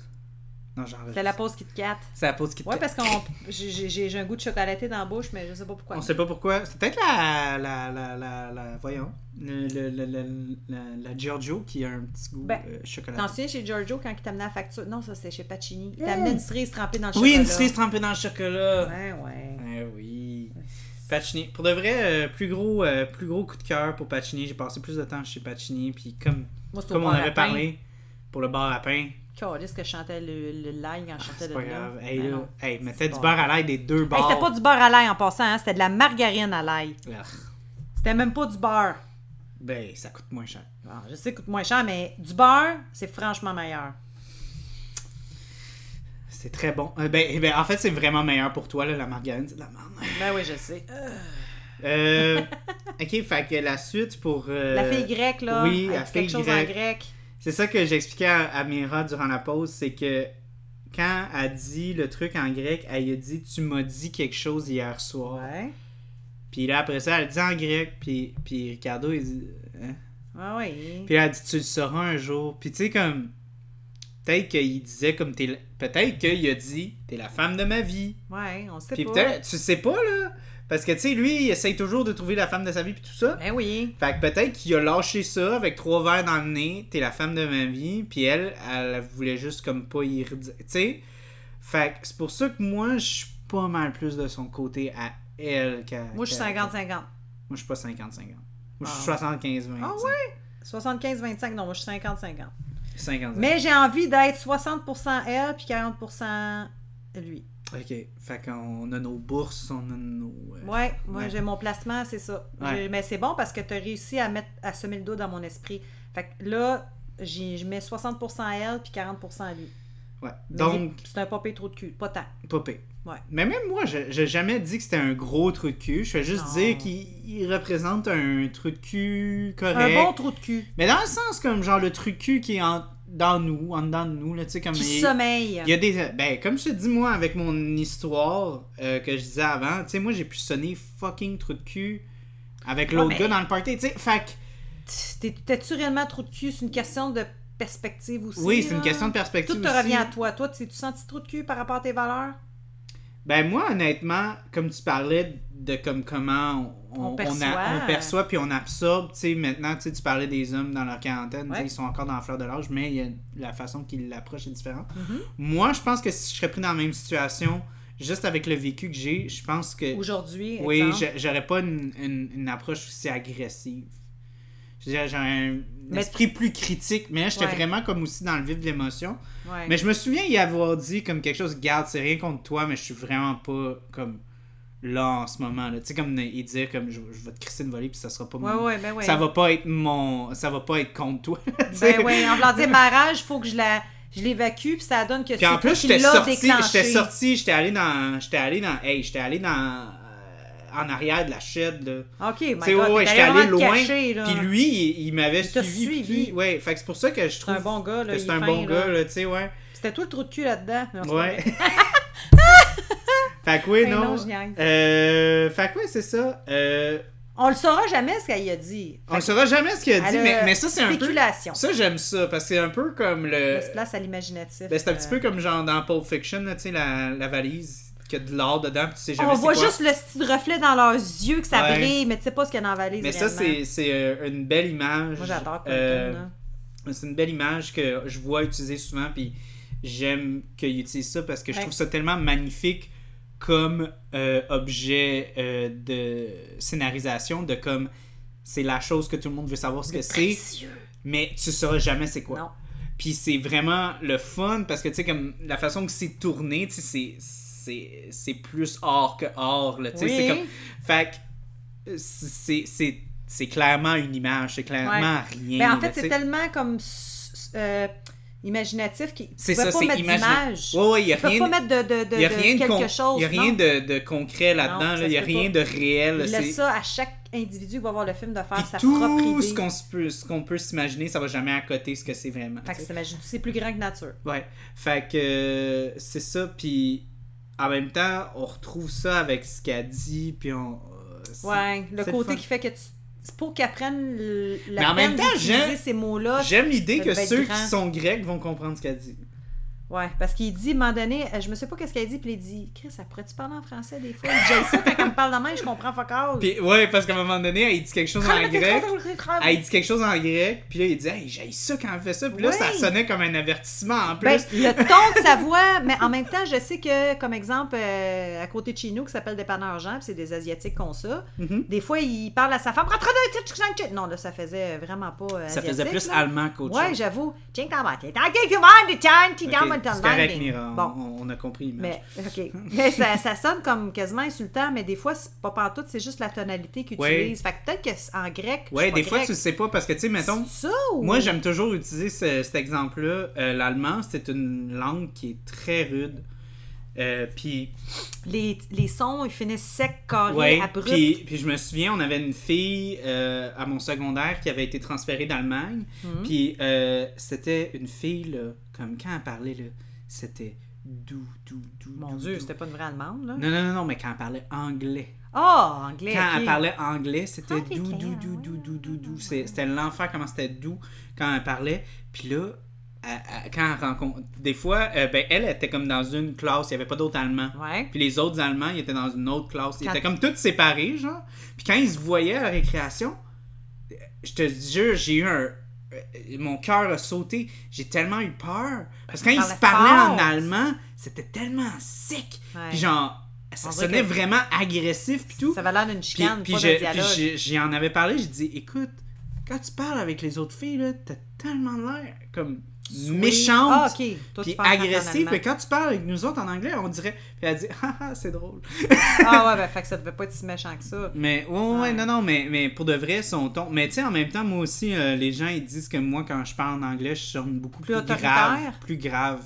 A: Non, genre
B: C'est la pause qui te catte.
A: C'est la pause qui te-
B: Ouais, parce qu'on. j'ai- J'ai j'ai- j'ai un goût de chocolaté dans la bouche, mais je sais pas pourquoi.
A: On sait pas pourquoi. C'est peut-être la, la, la, la, la- Voyons. Le, le- le- le- la- la Giorgio qui a un petit goût
B: Ben,
A: euh, chocolat.
B: T'en souviens chez Giorgio quand il t'amenait la facture? Non, ça, c'est chez Pacini. Il t'amenait une cerise trempée dans le chocolat.
A: Mmh. Oui, une cerise trempée dans le chocolat.
B: Ouais, ouais.
A: Ah oui. Pacini. Pour de vrai, euh, plus, gros, euh, plus gros coup de cœur pour Pacini. J'ai passé plus de temps chez Pacini. Puis comme,
B: Moi, c'est au
A: comme on
B: bar à
A: avait
B: pain.
A: parlé pour le bar à pain,
B: Calisse que je chantais le, le l'ail quand je chantais
A: Ah, C'est
B: de
A: pas
B: là.
A: grave. Hey,
B: Ben
A: là,
B: non.
A: hey, mettais du
B: pas-
A: beurre à l'ail des deux
B: Hey,
A: bords.
B: c'était pas du beurre à l'ail en passant, hein, c'était de la margarine à l'ail.
A: Ah,
B: C'était même pas du beurre.
A: ben, ça coûte moins cher.
B: Bon, Ah, je sais que ça coûte moins cher, mais du beurre, c'est franchement meilleur.
A: C'est très bon. Euh, ben, eh ben, en fait, c'est vraiment meilleur pour toi, là, la margarine, c'est de la merde.
B: Ben oui, je sais.
A: Euh, ok, fait que la suite pour. euh,
B: la fille grecque, là.
A: oui,
B: elle
A: la
B: dit
A: fille
B: quelque chose
A: grecque.
B: en grec.
A: C'est ça que j'expliquais à, à Mira durant la pause, c'est que quand elle dit le truc en grec, elle a dit Tu m'as dit quelque chose hier soir.
B: Ouais.
A: Puis là, après ça, elle dit en grec, puis, puis Ricardo, il dit. Hein?
B: Ah oui.
A: Puis là, elle dit Tu le sauras un jour. Puis tu sais, comme. Peut-être qu'il disait comme t'es. la- Peut-être qu'il a dit T'es la femme de ma vie.
B: Ouais, on sait
A: Puis
B: pas.
A: peut-être, tu sais pas, là. Parce que tu sais, lui, il essaye toujours de trouver la femme de sa vie, puis tout ça.
B: Ben oui.
A: Fait que peut-être qu'il a lâché ça avec trois verres dans le nez, t'es la femme de ma vie, puis elle, elle voulait juste comme pas y redire, tu sais. Fait que c'est pour ça que moi, je suis pas mal plus de son côté à elle qu'à...
B: Moi, je suis
A: qu'à-
B: 50-50.
A: Moi, je suis pas 50-50. Moi, je suis
B: Ah.
A: 75-20.
B: Ah
A: tu sais.
B: ouais? 75-25, non, moi, je suis 50-50.
A: 50
B: Mais j'ai envie d'être 60% elle, puis 40% lui.
A: OK. Fait qu'on a nos bourses, on a nos... euh,
B: Ouais, moi
A: Ouais.
B: j'ai mon placement, c'est ça.
A: Ouais.
B: Je- mais c'est bon parce que tu as réussi à mettre à semer le dos dans mon esprit. Fait que là, j'y- je mets 60% à elle puis 40% à lui.
A: Ouais.
B: Mais
A: Donc,
B: il- c'est un popé trop de cul, pas tant.
A: pas pire.
B: Ouais.
A: Mais même moi, je- j'ai jamais dit que c'était un gros trou de cul. Je fais juste
B: Non.
A: dire qu'il il représente un trou de cul correct.
B: Un bon trou de cul
A: Mais dans le sens comme genre le truc cul qui est en, dans nous, en dedans de nous, là, tu sais, comme.
B: qui
A: il-
B: sommeille.
A: il y a des. Ben, comme je te dis, moi, avec mon histoire euh, que je disais avant, tu sais, moi, j'ai pu sonner fucking trou de cul avec l'autre
B: mais-
A: gars dans le party, tu sais. Fait que,
B: T'es- T'es-tu réellement trou de cul? C'est une question de perspective aussi.
A: oui, c'est une
B: là.
A: question de perspective.
B: Tout te
A: aussi.
B: revient à toi. Toi, tu tu senti trou de cul par rapport à tes valeurs?
A: Ben, moi, honnêtement, comme tu parlais de comme comment on,
B: On
A: on,
B: perçoit.
A: a- on perçoit puis on absorbe, tu sais, maintenant, tu sais, tu parlais des hommes dans leur quarantaine, tu sais,
B: Ouais.
A: ils sont encore dans la fleur de l'âge, mais il y a- la façon qu'ils l'approchent est différente.
B: Mm-hmm.
A: Moi, je pense que si je serais pris dans la même situation, juste avec le vécu que j'ai, je pense que
B: Aujourd'hui,
A: Euh, oui,
B: exemple.
A: je- j'aurais pas une, une- une approche aussi agressive. Je dirais, J'aurais un
B: Mais-
A: esprit plus critique, mais là, j'étais
B: Ouais.
A: vraiment comme aussi dans le vif de l'émotion.
B: Ouais.
A: Mais je me souviens y avoir dit comme quelque chose, garde, c'est rien contre toi, mais je suis vraiment pas comme là en ce moment. là. Tu sais, comme il dire comme je, je vais te crisser une volée, puis ça sera pas
B: Ouais,
A: mon-
B: ouais, ben ouais.
A: Ça va pas être mon. Ça va pas être contre toi. tu sais.
B: Ben oui, en voulant dire ma rage, faut que je la je l'évacue, puis ça donne que
A: Puis en
B: toi
A: plus,
B: qui
A: j'étais
B: l'as
A: sorti,
B: déclenché.
A: j'étais sorti, j'étais allé dans, j'étais allé dans, hey, j'étais allé dans, euh, en arrière de la shed, là.
B: OK, Oh my
A: Tu sais,
B: God,
A: ouais, ouais,
B: t'es
A: j'étais
B: allé
A: allé
B: vraiment te
A: loin.
B: cacher, là.
A: Puis lui, il, il m'avait
B: Il t'a
A: suivi.
B: suivi.
A: puis- ouais, fait que c'est pour ça que je
B: c'est
A: trouve
B: un bon gars, là.
A: que
B: il
A: c'est
B: est
A: un
B: fin,
A: bon
B: là.
A: gars, là, tu sais, ouais.
B: C'était tout le trou de cul là-dedans. Non, c'est pas
A: Ouais.
B: vrai.
A: fait que oui,
B: Ben
A: non.
B: non, je niaise.
A: Euh, fait que ouais, c'est ça. Euh,
B: On le saura jamais ce qu'elle y a dit.
A: on ne saura jamais ce qu'il a dit,
B: Elle a
A: mais, mais ça, c'est un peu.
B: Spéculation.
A: Ça, j'aime ça, parce que c'est un peu comme le.
B: Laisse place à l'imaginatif.
A: Euh,
B: euh.
A: Ben, c'est un petit peu comme genre dans Pulp Fiction, là, tu sais, la, la valise, qu'il y a de l'or dedans, puis tu sais jamais
B: On
A: c'est
B: voit
A: quoi.
B: juste le style de reflet dans leurs yeux que ça
A: Ouais.
B: brille, mais tu sais pas ce qu'il y a dans la valise.
A: Mais ça,
B: réellement.
A: c'est c'est, euh, une belle image.
B: Moi, j'adore Colton,
A: Euh,
B: là.
A: C'est une belle image que je vois utiliser souvent, puis j'aime qu'ils utilisent ça parce que je
B: Ouais.
A: trouve ça tellement magnifique comme euh, objet euh, de scénarisation, de comme c'est la chose que tout le monde veut savoir ce que c'est,
B: Précieux.
A: mais tu sauras jamais c'est quoi.
B: Non.
A: Puis c'est vraiment le fun parce que tu sais, comme la façon que c'est tourné, tu sais, c'est- c'est c'est plus hors que hors, là, tu sais,
B: Oui.
A: c'est comme. Fait que euh, c'est- c'est c'est clairement une image, c'est clairement rien.
B: Mais Ben,
A: là,
B: en fait,
A: tu
B: c'est
A: sais.
B: tellement comme s- euh, imaginatif qu'il
A: C'est
B: ne
A: ça,
B: peut pas
A: c'est
B: mettre
A: imaginaire.
B: d'image.
A: Ouais, ouais, il n'y a
B: Il ne peut
A: rien
B: pas mettre de, de, de,
A: y a
B: de
A: rien de
B: quelque
A: con-
B: chose.
A: y a rien
B: non.
A: de, de concret là-dedans,
B: ça
A: là. il n'y a
B: se peut
A: rien
B: pas.
A: de réel.
B: Il
A: c'est-
B: laisse ça à chaque individu qui va voir le film de faire
A: Puis
B: sa propre
A: tout
B: idée.
A: ce qu'on se peut, ce qu'on peut s'imaginer, ça va jamais à côté ce que c'est vraiment.
B: Fait
A: tu
B: que
A: sais.
B: c'est imagine- c'est plus grand que nature.
A: Ouais. Fait que euh, c'est ça, puis en même temps, on retrouve ça avec ce qu'elle dit, puis on. euh, c'est-
B: Ouais, le
A: c'est
B: côté
A: fun.
B: qui fait que tu... C'est pour qu'elle prenne l-
A: Mais
B: la
A: en même
B: peine
A: temps,
B: d'utiliser
A: j'aime-
B: ces mots-là.
A: J'aime l'idée
B: Ça
A: que
B: devait être
A: ceux
B: grand.
A: qui sont grecs vont comprendre ce qu'elle dit.
B: Ouais, parce qu'il dit, à un moment donné, euh, je me sais pas qu'est-ce qu'elle dit, puis il dit, Chris, ça pourrait-tu parler en français des fois? J'ai ça, quand elle me parle de même, je comprends fuck all.
A: Puis, ouais, parce qu'à un moment donné, elle dit quelque
B: Ah,
A: chose en grec. Elle dit quelque chose en grec, puis là, il dit, hey, j'ai ça quand elle fait ça. Puis là,
B: Oui.
A: ça sonnait comme un avertissement en plus.
B: Ben, le ton de sa voix, mais en même temps, je sais que, comme exemple, euh, à côté de chez nous, qui s'appelle Dépanneur Jean, puis c'est des Asiatiques qui ont ça,
A: Mhm.
B: des fois, ils parlent à sa femme, rentre Non, là, ça faisait vraiment pas euh,
A: Ça faisait
B: asiatique,
A: plus
B: là.
A: allemand qu'autre
B: Ouais,
A: chose.
B: j'avoue. Tiens, comment t'es? Ah, quelqu'un va de chan, qui
A: Ok,
B: gamme ton
A: c'est correct,
B: landing.
A: Mira, on-
B: Bon,
A: on, on a compris l'image.
B: mais, ok. mais ça, ça sonne comme quasiment insultant, mais des fois, c'est pas pantoute, c'est juste la tonalité qu'ils
A: Ouais.
B: utilisent. Fait que peut-être qu'en grec, je suis
A: Ouais,
B: pas
A: des fois,
B: grecque.
A: tu le sais pas parce que, tu sais, mettons,
B: C'est ça ou-
A: moi, j'aime toujours utiliser ce- cet exemple-là. Euh, L'allemand, c'est une langue qui est très rude. Euh, puis,
B: les, les sons, ils finissent secs, carrés,
A: ouais,
B: abrupts.
A: puis, puis je me souviens, on avait une fille euh, à mon secondaire qui avait été transférée d'Allemagne.
B: Mhm.
A: Puis, euh, c'était une fille, là, comme quand elle parlait, là, c'était doux, doux, doux.
B: Mon
A: doux,
B: Dieu,
A: doux.
B: c'était pas une vraie allemande, là.
A: Non, non, non, non, mais quand elle parlait anglais.
B: Ah, anglais.
A: Quand
B: ok. Ah,
A: elle parlait anglais, c'était
B: Anglican,
A: doux, doux, doux, doux, doux, doux, doux. C'est- C'était l'enfer comment c'était doux quand elle parlait. Puis là, elle- elle- quand elle rencontre. Des fois, euh, ben, elle était comme dans une classe, il n'y avait pas d'autres Allemands.
B: Ouais.
A: Puis les autres Allemands, ils étaient dans une autre classe. Ils
B: Quand-
A: étaient comme tous séparés, genre. Puis quand ils se voyaient à la récréation, je te jure, j'ai eu un. euh, Mon cœur a sauté. J'ai tellement eu peur. Parce que quand ils se
B: parlaient
A: parlaient en
B: fort.
A: allemand, c'était tellement sec.
B: Ouais.
A: Puis genre, ça
B: On dirait
A: sonnait
B: que-
A: vraiment agressif. Puis tout.
B: Ça va l'air d'une
A: Puis,
B: chicane,
A: puis
B: pas
A: je-
B: d'un
A: puis
B: dialogue.
A: j'ai- j'y en avais parlé, j'ai dit écoute, quand tu parles avec les autres filles, là, t'as tellement l'air comme méchante.
B: Ah, ok. Toi,
A: Puis
B: tu parles quand t'es en
A: agressive,
B: allemand.
A: mais quand tu parles avec nous autres en anglais, on dirait. Puis elle dit, ah ah, c'est drôle.
B: Ah, ouais, ben, fait que ça devait pas être si méchant que ça.
A: Mais ouais, ouais,
B: Ouais.
A: non, non, mais, mais pour de vrai, son ton. Mais tu sais, en même temps, moi aussi, euh, les gens, ils disent que moi, quand je parle en anglais, je sonne beaucoup plus,
B: Plus autoritaire.
A: grave. Plus grave.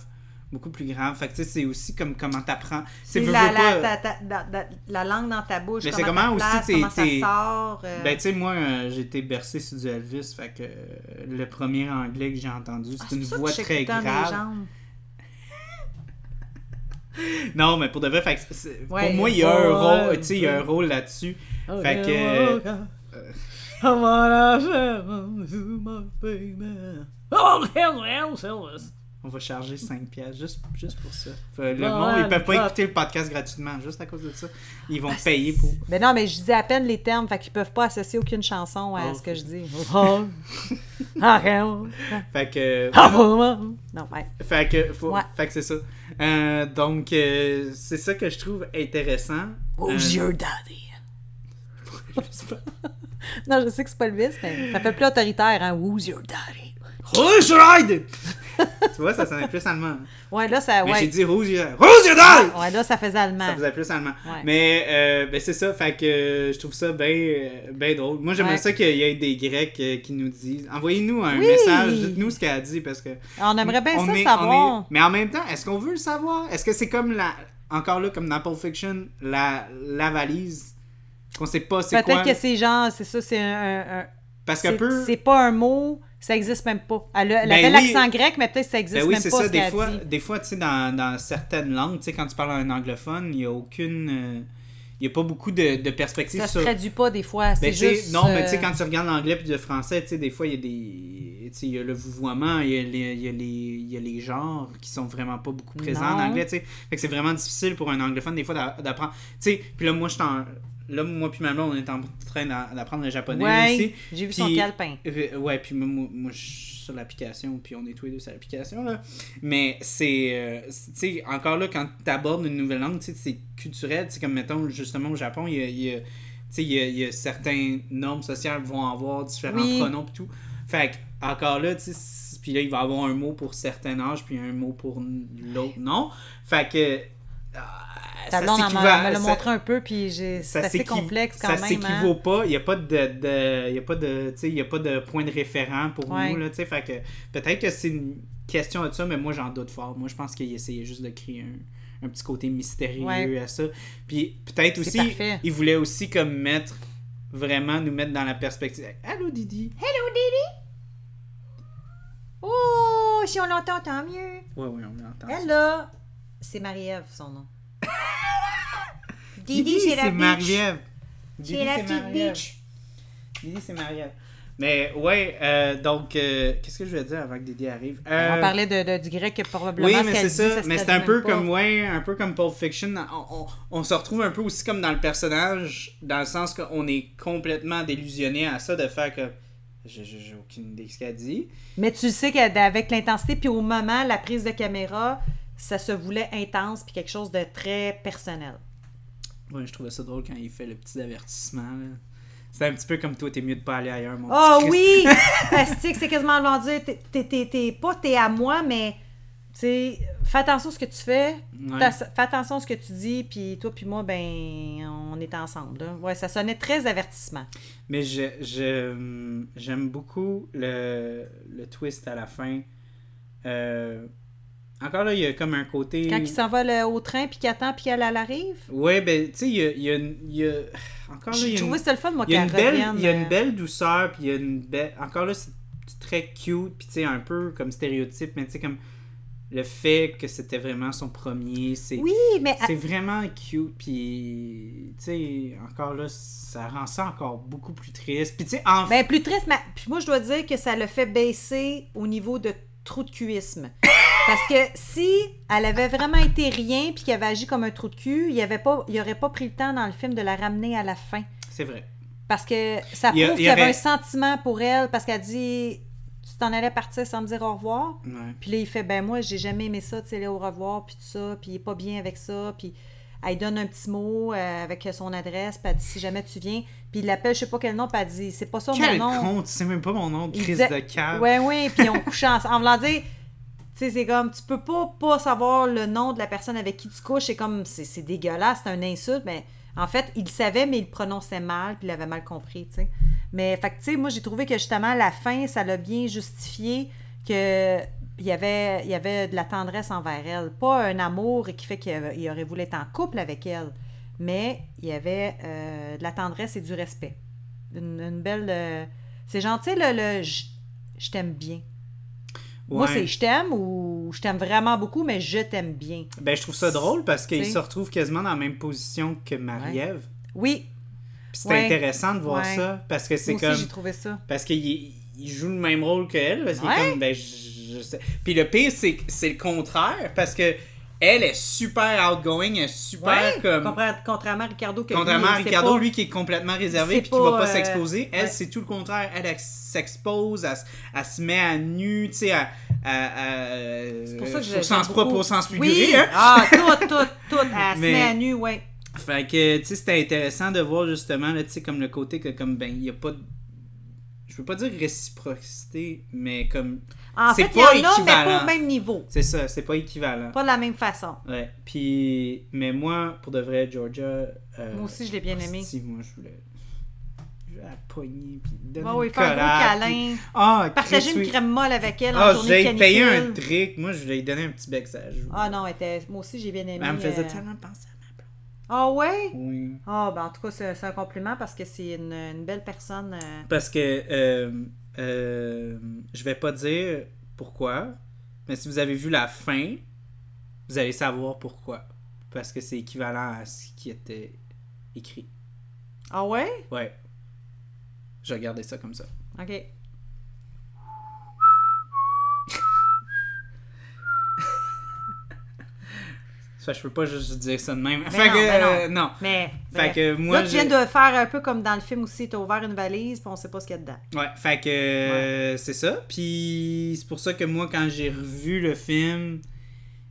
A: Beaucoup plus grave. Fait que tu sais, c'est aussi comme comment t'apprends.
B: C'est
A: C'est veux,
B: la,
A: veux
B: la,
A: pas-
B: ta- ta- da- da- la langue dans ta bouche.
A: Mais c'est
B: comment
A: comment
B: t'as
A: aussi
B: place,
A: t'es-
B: Comment ça
A: t'es-
B: sort. euh,
A: Ben, tu sais, moi, euh, j'ai été bercé sur du Elvis, fait que euh, le premier anglais que j'ai entendu,
B: ah,
A: c'est une
B: pour ça que
A: voix
B: je sais
A: très
B: que t'as des
A: grave.
B: jambes.
A: Non, mais pour de vrai, fait que c'est- c'est-
B: Ouais,
A: pour moi, il y a un
B: ouais,
A: rôle, tu sais, il y a un
B: ouais.
A: rôle là-dessus. Fait que- On va charger 5 piastres juste, juste pour ça. Fait, le
B: Ouais,
A: monde, ils peuvent
B: le Ah,
A: pas
B: pop.
A: écouter le podcast gratuitement, juste à cause de ça. Ils vont payer pour.
B: Mais non, mais je dis à peine les termes, fait qu'ils peuvent pas associer aucune chanson à
A: Oh.
B: ce que je dis.
A: Ah,
B: non,
A: Fait que. ah.
B: ouais.
A: Fait que, faut-
B: Ah, Ouais.
A: fait que c'est ça. Euh, donc, euh, c'est ça que je trouve intéressant.
B: Aux
A: Euh,
B: yeux daddy. Non, je sais que c'est pas le vice, mais ça fait plus autoritaire, hein? Who's your daddy?
A: Rouge Ride! tu vois, ça sonnait plus allemand.
B: Ouais, là, ça.
A: Mais j'ai
B: Ouais,
A: dit Rouge Rouge Ride!
B: ouais là, ça faisait allemand.
A: Ça faisait plus allemand.
B: Ah. Ouais.
A: Mais euh, ben c'est ça, fait que euh, je trouve ça bien ben drôle. Moi, j'aimerais
B: Ouais.
A: ça qu'il y ait des Grecs euh, qui nous disent envoyez-nous un
B: Oui!
A: message, dites-nous ce qu'elle a dit parce que.
B: On aimerait bien
A: on
B: ça
A: est- on
B: savoir.
A: est- Mais en même temps, est-ce qu'on veut le savoir Est-ce que c'est comme la. Encore là, comme dans Pulp Fiction, la, la valise qu'on sait pas c'est quoi
B: Peut-être que c'est genre, c'est ça, c'est un. un- un-
A: Parce que
B: c'est-
A: peu.
B: C'est pas un mot, ça existe même pas. Elle, a- elle
A: Ben
B: avait
A: oui.
B: l'accent grec, mais peut-être que ça existe
A: Ben oui,
B: même
A: c'est
B: pas
A: ça.
B: ce
A: Des
B: qu'elle
A: fois,
B: dit.
A: des fois, tu sais, dans, dans certaines langues, tu sais, quand tu parles à un anglophone, il n'y a aucune. euh, Il n'y a pas beaucoup de, de perspectives
B: Ça se
A: sur.
B: traduit pas des fois.
A: Ben,
B: C'est
A: tu sais,
B: juste.
A: non, mais tu sais,
B: euh,
A: quand tu regardes l'anglais puis le français, tu sais, des fois, il y a des. Tu sais, il y a le vouvoiement, il y a les, il y a les, il y a les genres qui sont vraiment pas beaucoup présents en
B: Non.
A: anglais, tu sais. Fait que c'est vraiment difficile pour un anglophone, des fois, d'a- d'apprendre. Tu sais, puis là, moi, je suis en- Là, moi, puis ma blonde, on est en train d'a- d'apprendre le japonais aussi.
B: Ouais, j'ai vu son
A: Puis-
B: calepin.
A: Euh, ouais, puis moi, moi, moi, je suis sur l'application, puis on est tous les deux sur l'application, là. Mais c'est, euh, c'est- tu sais, encore là, quand tu abordes une nouvelle langue, tu sais, c'est culturel, tu sais, comme mettons, justement, au Japon, il y a, il y a- tu sais, il y a, il y a certaines normes sociales qui vont avoir différents
B: Oui.
A: pronoms, puis tout. Fait que, encore là, tu sais, c'est- puis là, il va avoir un mot pour certains âges, puis un mot pour n- l'autre, non? Fait que... ah,
B: Ta
A: ça
B: blonde elle
A: s'équivaut à-
B: m'a- me l'a
A: ça-
B: montré un peu, puis j'ai- c'est assez
A: s'équiv-
B: complexe quand
A: ça
B: même. hein.
A: s'équivaut pas. Il n'y a pas de, de- y a pas de, tu sais, y a pas de point de référent pour
B: Ouais.
A: nous. Là, tu sais, fait que peut-être que c'est une question de ça, mais moi, j'en doute fort. Moi, je pense qu'il essayait juste de créer un, un petit côté mystérieux
B: Ouais.
A: à ça. Puis peut-être
B: C'est
A: aussi,
B: parfait.
A: il voulait aussi comme mettre, vraiment nous mettre dans la perspective. Allô, Didi!
B: Oh, si on l'entend, tant mieux.
A: Ouais, ouais, on l'entend.
B: Elle, là, c'est Marie-Ève, son nom. Didi, j'ai la
A: c'est
B: bitch.
A: Marie-Ève. Didi,
B: J'ai la
A: c'est
B: petite
A: Marie-Ève.
B: bitch.
A: Didi, c'est Marie-Ève. Mais ouais, euh, donc, euh, qu'est-ce que je vais dire avant que Didi arrive?
B: On
A: Euh,
B: parlait de, de- du grec que probablement
A: oui,
B: ce
A: mais
B: qu'elle
A: c'est
B: dit,
A: ça.
B: se
A: mais c'est
B: traduit
A: un peu
B: même pas.
A: comme ouais, un peu comme Pulp Fiction. On, on- on se retrouve un peu aussi comme dans le personnage, dans le sens qu'on est complètement délusionné à ça de faire que je- je- j'ai aucune idée de ce qu'elle dit.
B: Mais tu le sais qu'avec l'intensité, puis au moment, la prise de caméra, ça se voulait intense, puis quelque chose de très personnel.
A: Ouais, je trouvais ça drôle quand il fait le petit avertissement. là. C'est un petit peu comme toi, t'es mieux de pas aller ailleurs, mon
B: Oh
A: petit Christ.
B: oui! Asti, que c'est quasiment l'en dire. T'es- t'es- T'es t'es pas t'es à moi, mais tu sais, fais attention à ce que tu fais,
A: Ouais.
B: t'as- fais attention à ce que tu dis, puis toi puis moi, ben, on est ensemble. là. Ouais, ça sonnait très avertissement.
A: Mais je, je- j'aime beaucoup le, le twist à la fin. Euh, encore là, il y a comme un côté.
B: Quand il s'en va le- au train, puis qu'il attend, puis qu'elle elle arrive.
A: Ouais, ben, tu sais, il y a, il y a une- il y a- Encore là, Ah, il y
B: J'ai
A: a une-
B: trouvé que c'était le fun, moi,
A: il y a
B: qu'elle
A: une belle,
B: revienne,
A: il y a une
B: euh,
A: belle douceur, puis il y a une belle. Encore là, c'est très cute, puis tu sais, un peu comme stéréotype, mais tu sais, comme le fait que c'était vraiment son premier, c'est.
B: Oui, mais
A: C'est vraiment cute, puis tu sais, encore là, ça rend ça encore beaucoup plus triste. Puis tu sais, enfin,
B: Ben, plus triste, mais puis moi, je dois dire que ça le fait baisser au niveau de trou de cuisme. Parce que si elle avait vraiment été rien puis qu'elle avait agi comme un trou de cul, il n'y avait pas, il aurait pas pris le temps dans le film de la ramener à la fin.
A: c'est vrai.
B: Parce que ça
A: Il y
B: prouve
A: a- il
B: qu'il
A: y
B: y avait
A: aurait-
B: un sentiment pour elle parce qu'elle dit tu t'en allais partir sans me dire au revoir.
A: Ouais.
B: Puis là, il fait ben moi, j'ai jamais aimé ça, tu sais, là, au revoir, puis tout ça, puis il est pas bien avec ça, puis elle lui donne un petit mot euh, avec son adresse, puis elle dit si jamais tu viens, puis il l'appelle, je sais pas quel nom, puis elle dit c'est pas ça
A: Quel
B: mon nom.
A: con, tu sais même pas mon nom,
B: Il
A: Chris
B: disait-
A: de cave.
B: Ouais, oui, puis on couchait ensemble. En voulant dire, tu sais, c'est comme, tu peux pas pas savoir le nom de la personne avec qui tu couches, c'est comme, c'est c'est dégueulasse, c'est un insulte, mais en fait, il le savait, mais il le prononçait mal, puis il l'avait mal compris, tu sais. Mais, fait que, tu sais, moi, j'ai trouvé que justement, à la fin, ça l'a bien justifié que il y avait, il y avait de la tendresse envers elle. Pas un amour qui fait qu'il avait- il aurait voulu être en couple avec elle, mais il y avait euh, de la tendresse et du respect. Une, une belle. euh, c'est gentil, le, le je, je t'aime bien. Moi,
A: Ouais.
B: c'est je t'aime ou je t'aime vraiment beaucoup, mais je t'aime bien.
A: Ben, je trouve ça drôle parce qu'il
B: T'sais.
A: se retrouve quasiment dans la même position que Marie-Ève.
B: Oui,
A: Puis c'est
B: Ouais.
A: intéressant de voir
B: Ouais.
A: ça parce que c'est
B: moi aussi,
A: comme.
B: j'ai trouvé ça.
A: Parce qu'il il joue le même rôle qu'elle. Parce qu'il est
B: Ouais.
A: comme, ben, je, je sais. Puis le pire, c'est que c'est le contraire parce que elle est super outgoing, elle est super
B: Ouais,
A: comme.
B: compar- Contrairement à Ricardo, que
A: Contrairement
B: lui,
A: à
B: il sait
A: Ricardo,
B: pas.
A: lui qui est complètement
B: c'est
A: réservé puis qui
B: pas,
A: va pas
B: euh,
A: s'exposer, elle
B: ouais.
A: c'est tout le contraire. Elle, elle s'expose, elle, s- elle se met à nu, tu sais, à, euh,
B: C'est pour ça que je
A: au sens
B: j'aime
A: propre,
B: beaucoup.
A: au sens
B: Oui,
A: figuré. hein.
B: Ah, tout, tout, tout. Elle
A: Mais-
B: se met à nu, ouais.
A: Fait que, tu sais, c'était intéressant de voir justement, là, tu sais, comme le côté que, comme, ben, il y a pas de... Je veux pas dire réciprocité, mais comme...
B: En
A: C'est
B: fait, il y en a,
A: pas
B: mais pas
A: équivalent.
B: au même niveau.
A: C'est ça, c'est pas équivalent.
B: Pas de la même façon.
A: Ouais. Puis, mais moi, pour de vrai, Georgia... euh,
B: Moi aussi, je l'ai bien aimé.
A: Si, moi, je voulais... Je voulais la poignée, puis donner
B: Ouais,
A: une
B: oui, faire un
A: collade,
B: gros câlin.
A: puis- Ah,
B: Partager
A: Chris,
B: une
A: oui.
B: crème molle avec elle en
A: Ah,
B: journée
A: j'ai
B: de
A: payé un
B: canicule.
A: trick. Moi, je lui ai donné un petit bec, ça joue.
B: Ah non, elle était... moi aussi, j'ai bien aimé.
A: elle me faisait
B: euh,
A: tellement penser à ma blonde.
B: Ah ouais?
A: Oui.
B: Ah, ben en tout cas, c'est c'est un compliment parce que c'est une, une belle personne. euh,
A: Parce que euh, euh, je vais pas dire pourquoi, mais si vous avez vu la fin, vous allez savoir pourquoi. Parce que c'est équivalent à ce qui était écrit.
B: Ah ouais?
A: Ouais. Je regardais ça comme ça.
B: Ok.
A: Ça, je peux pas juste dire ça de même.
B: Mais
A: fait
B: Ben non,
A: que,
B: mais non.
A: euh, non.
B: Mais.
A: Fait
B: bref.
A: que moi,
B: Là, tu
A: j'ai-
B: viens de faire un peu comme dans le film aussi, t'as ouvert une valise, puis on sait pas ce qu'il y a dedans.
A: Ouais, fait que euh, c'est ça. Puis c'est pour ça que moi, quand j'ai revu le film,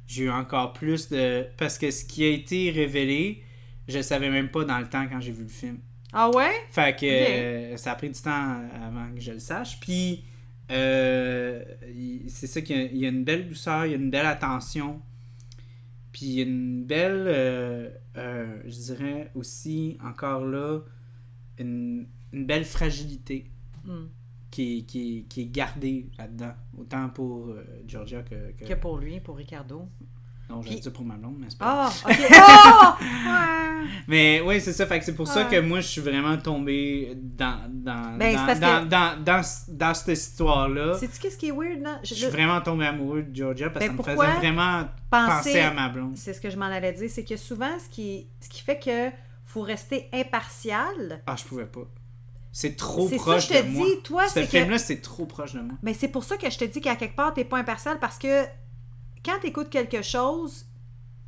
A: j'ai eu encore plus de. Parce que ce qui a été révélé, je le savais même pas dans le temps quand j'ai vu le film.
B: Ah ouais?
A: Fait que
B: Ok.
A: euh, ça a pris du temps avant que je le sache. Puis euh, il- c'est ça qu'il y a- il y, a une belle douceur, il y a une belle attention. Puis il y a une belle, euh, euh, je dirais aussi, encore là, une, une belle fragilité
B: Hmm.
A: qui, est- qui, est- qui est gardée là-dedans. Autant pour euh, Georgia que. que-
B: Que pour lui, pour Ricardo.
A: Non, j'allais
B: Puis-
A: dire pour ma blonde, mais c'est pas.
B: Ah, ok. Oh! Ouais.
A: Mais oui, c'est ça. Fait que c'est pour ça
B: Ah Ouais.
A: que moi, je suis vraiment tombé dans, dans,
B: Ben,
A: dans,
B: c'est parce
A: dans,
B: que-
A: dans, dans, dans cette histoire-là.
B: Sais-tu qu'est-ce qui est weird, là?
A: Je
B: Je-
A: suis vraiment tombé amoureux de Georgia parce
B: Ben,
A: que ça me
B: pourquoi
A: faisait vraiment
B: penser-
A: penser à ma blonde.
B: C'est ce que je m'en allais dire, c'est que souvent, ce qui, ce qui fait que faut rester impartial,
A: Ah, je pouvais pas. C'est trop
B: C'est ça,
A: proche
B: je te
A: de moi.
B: dis, toi,
A: Ce
B: c'est que.
A: film-là, c'est trop proche de moi.
B: Mais c'est pour ça que je te dis qu'à quelque part, t'es pas impartial parce que quand t'écoutes quelque chose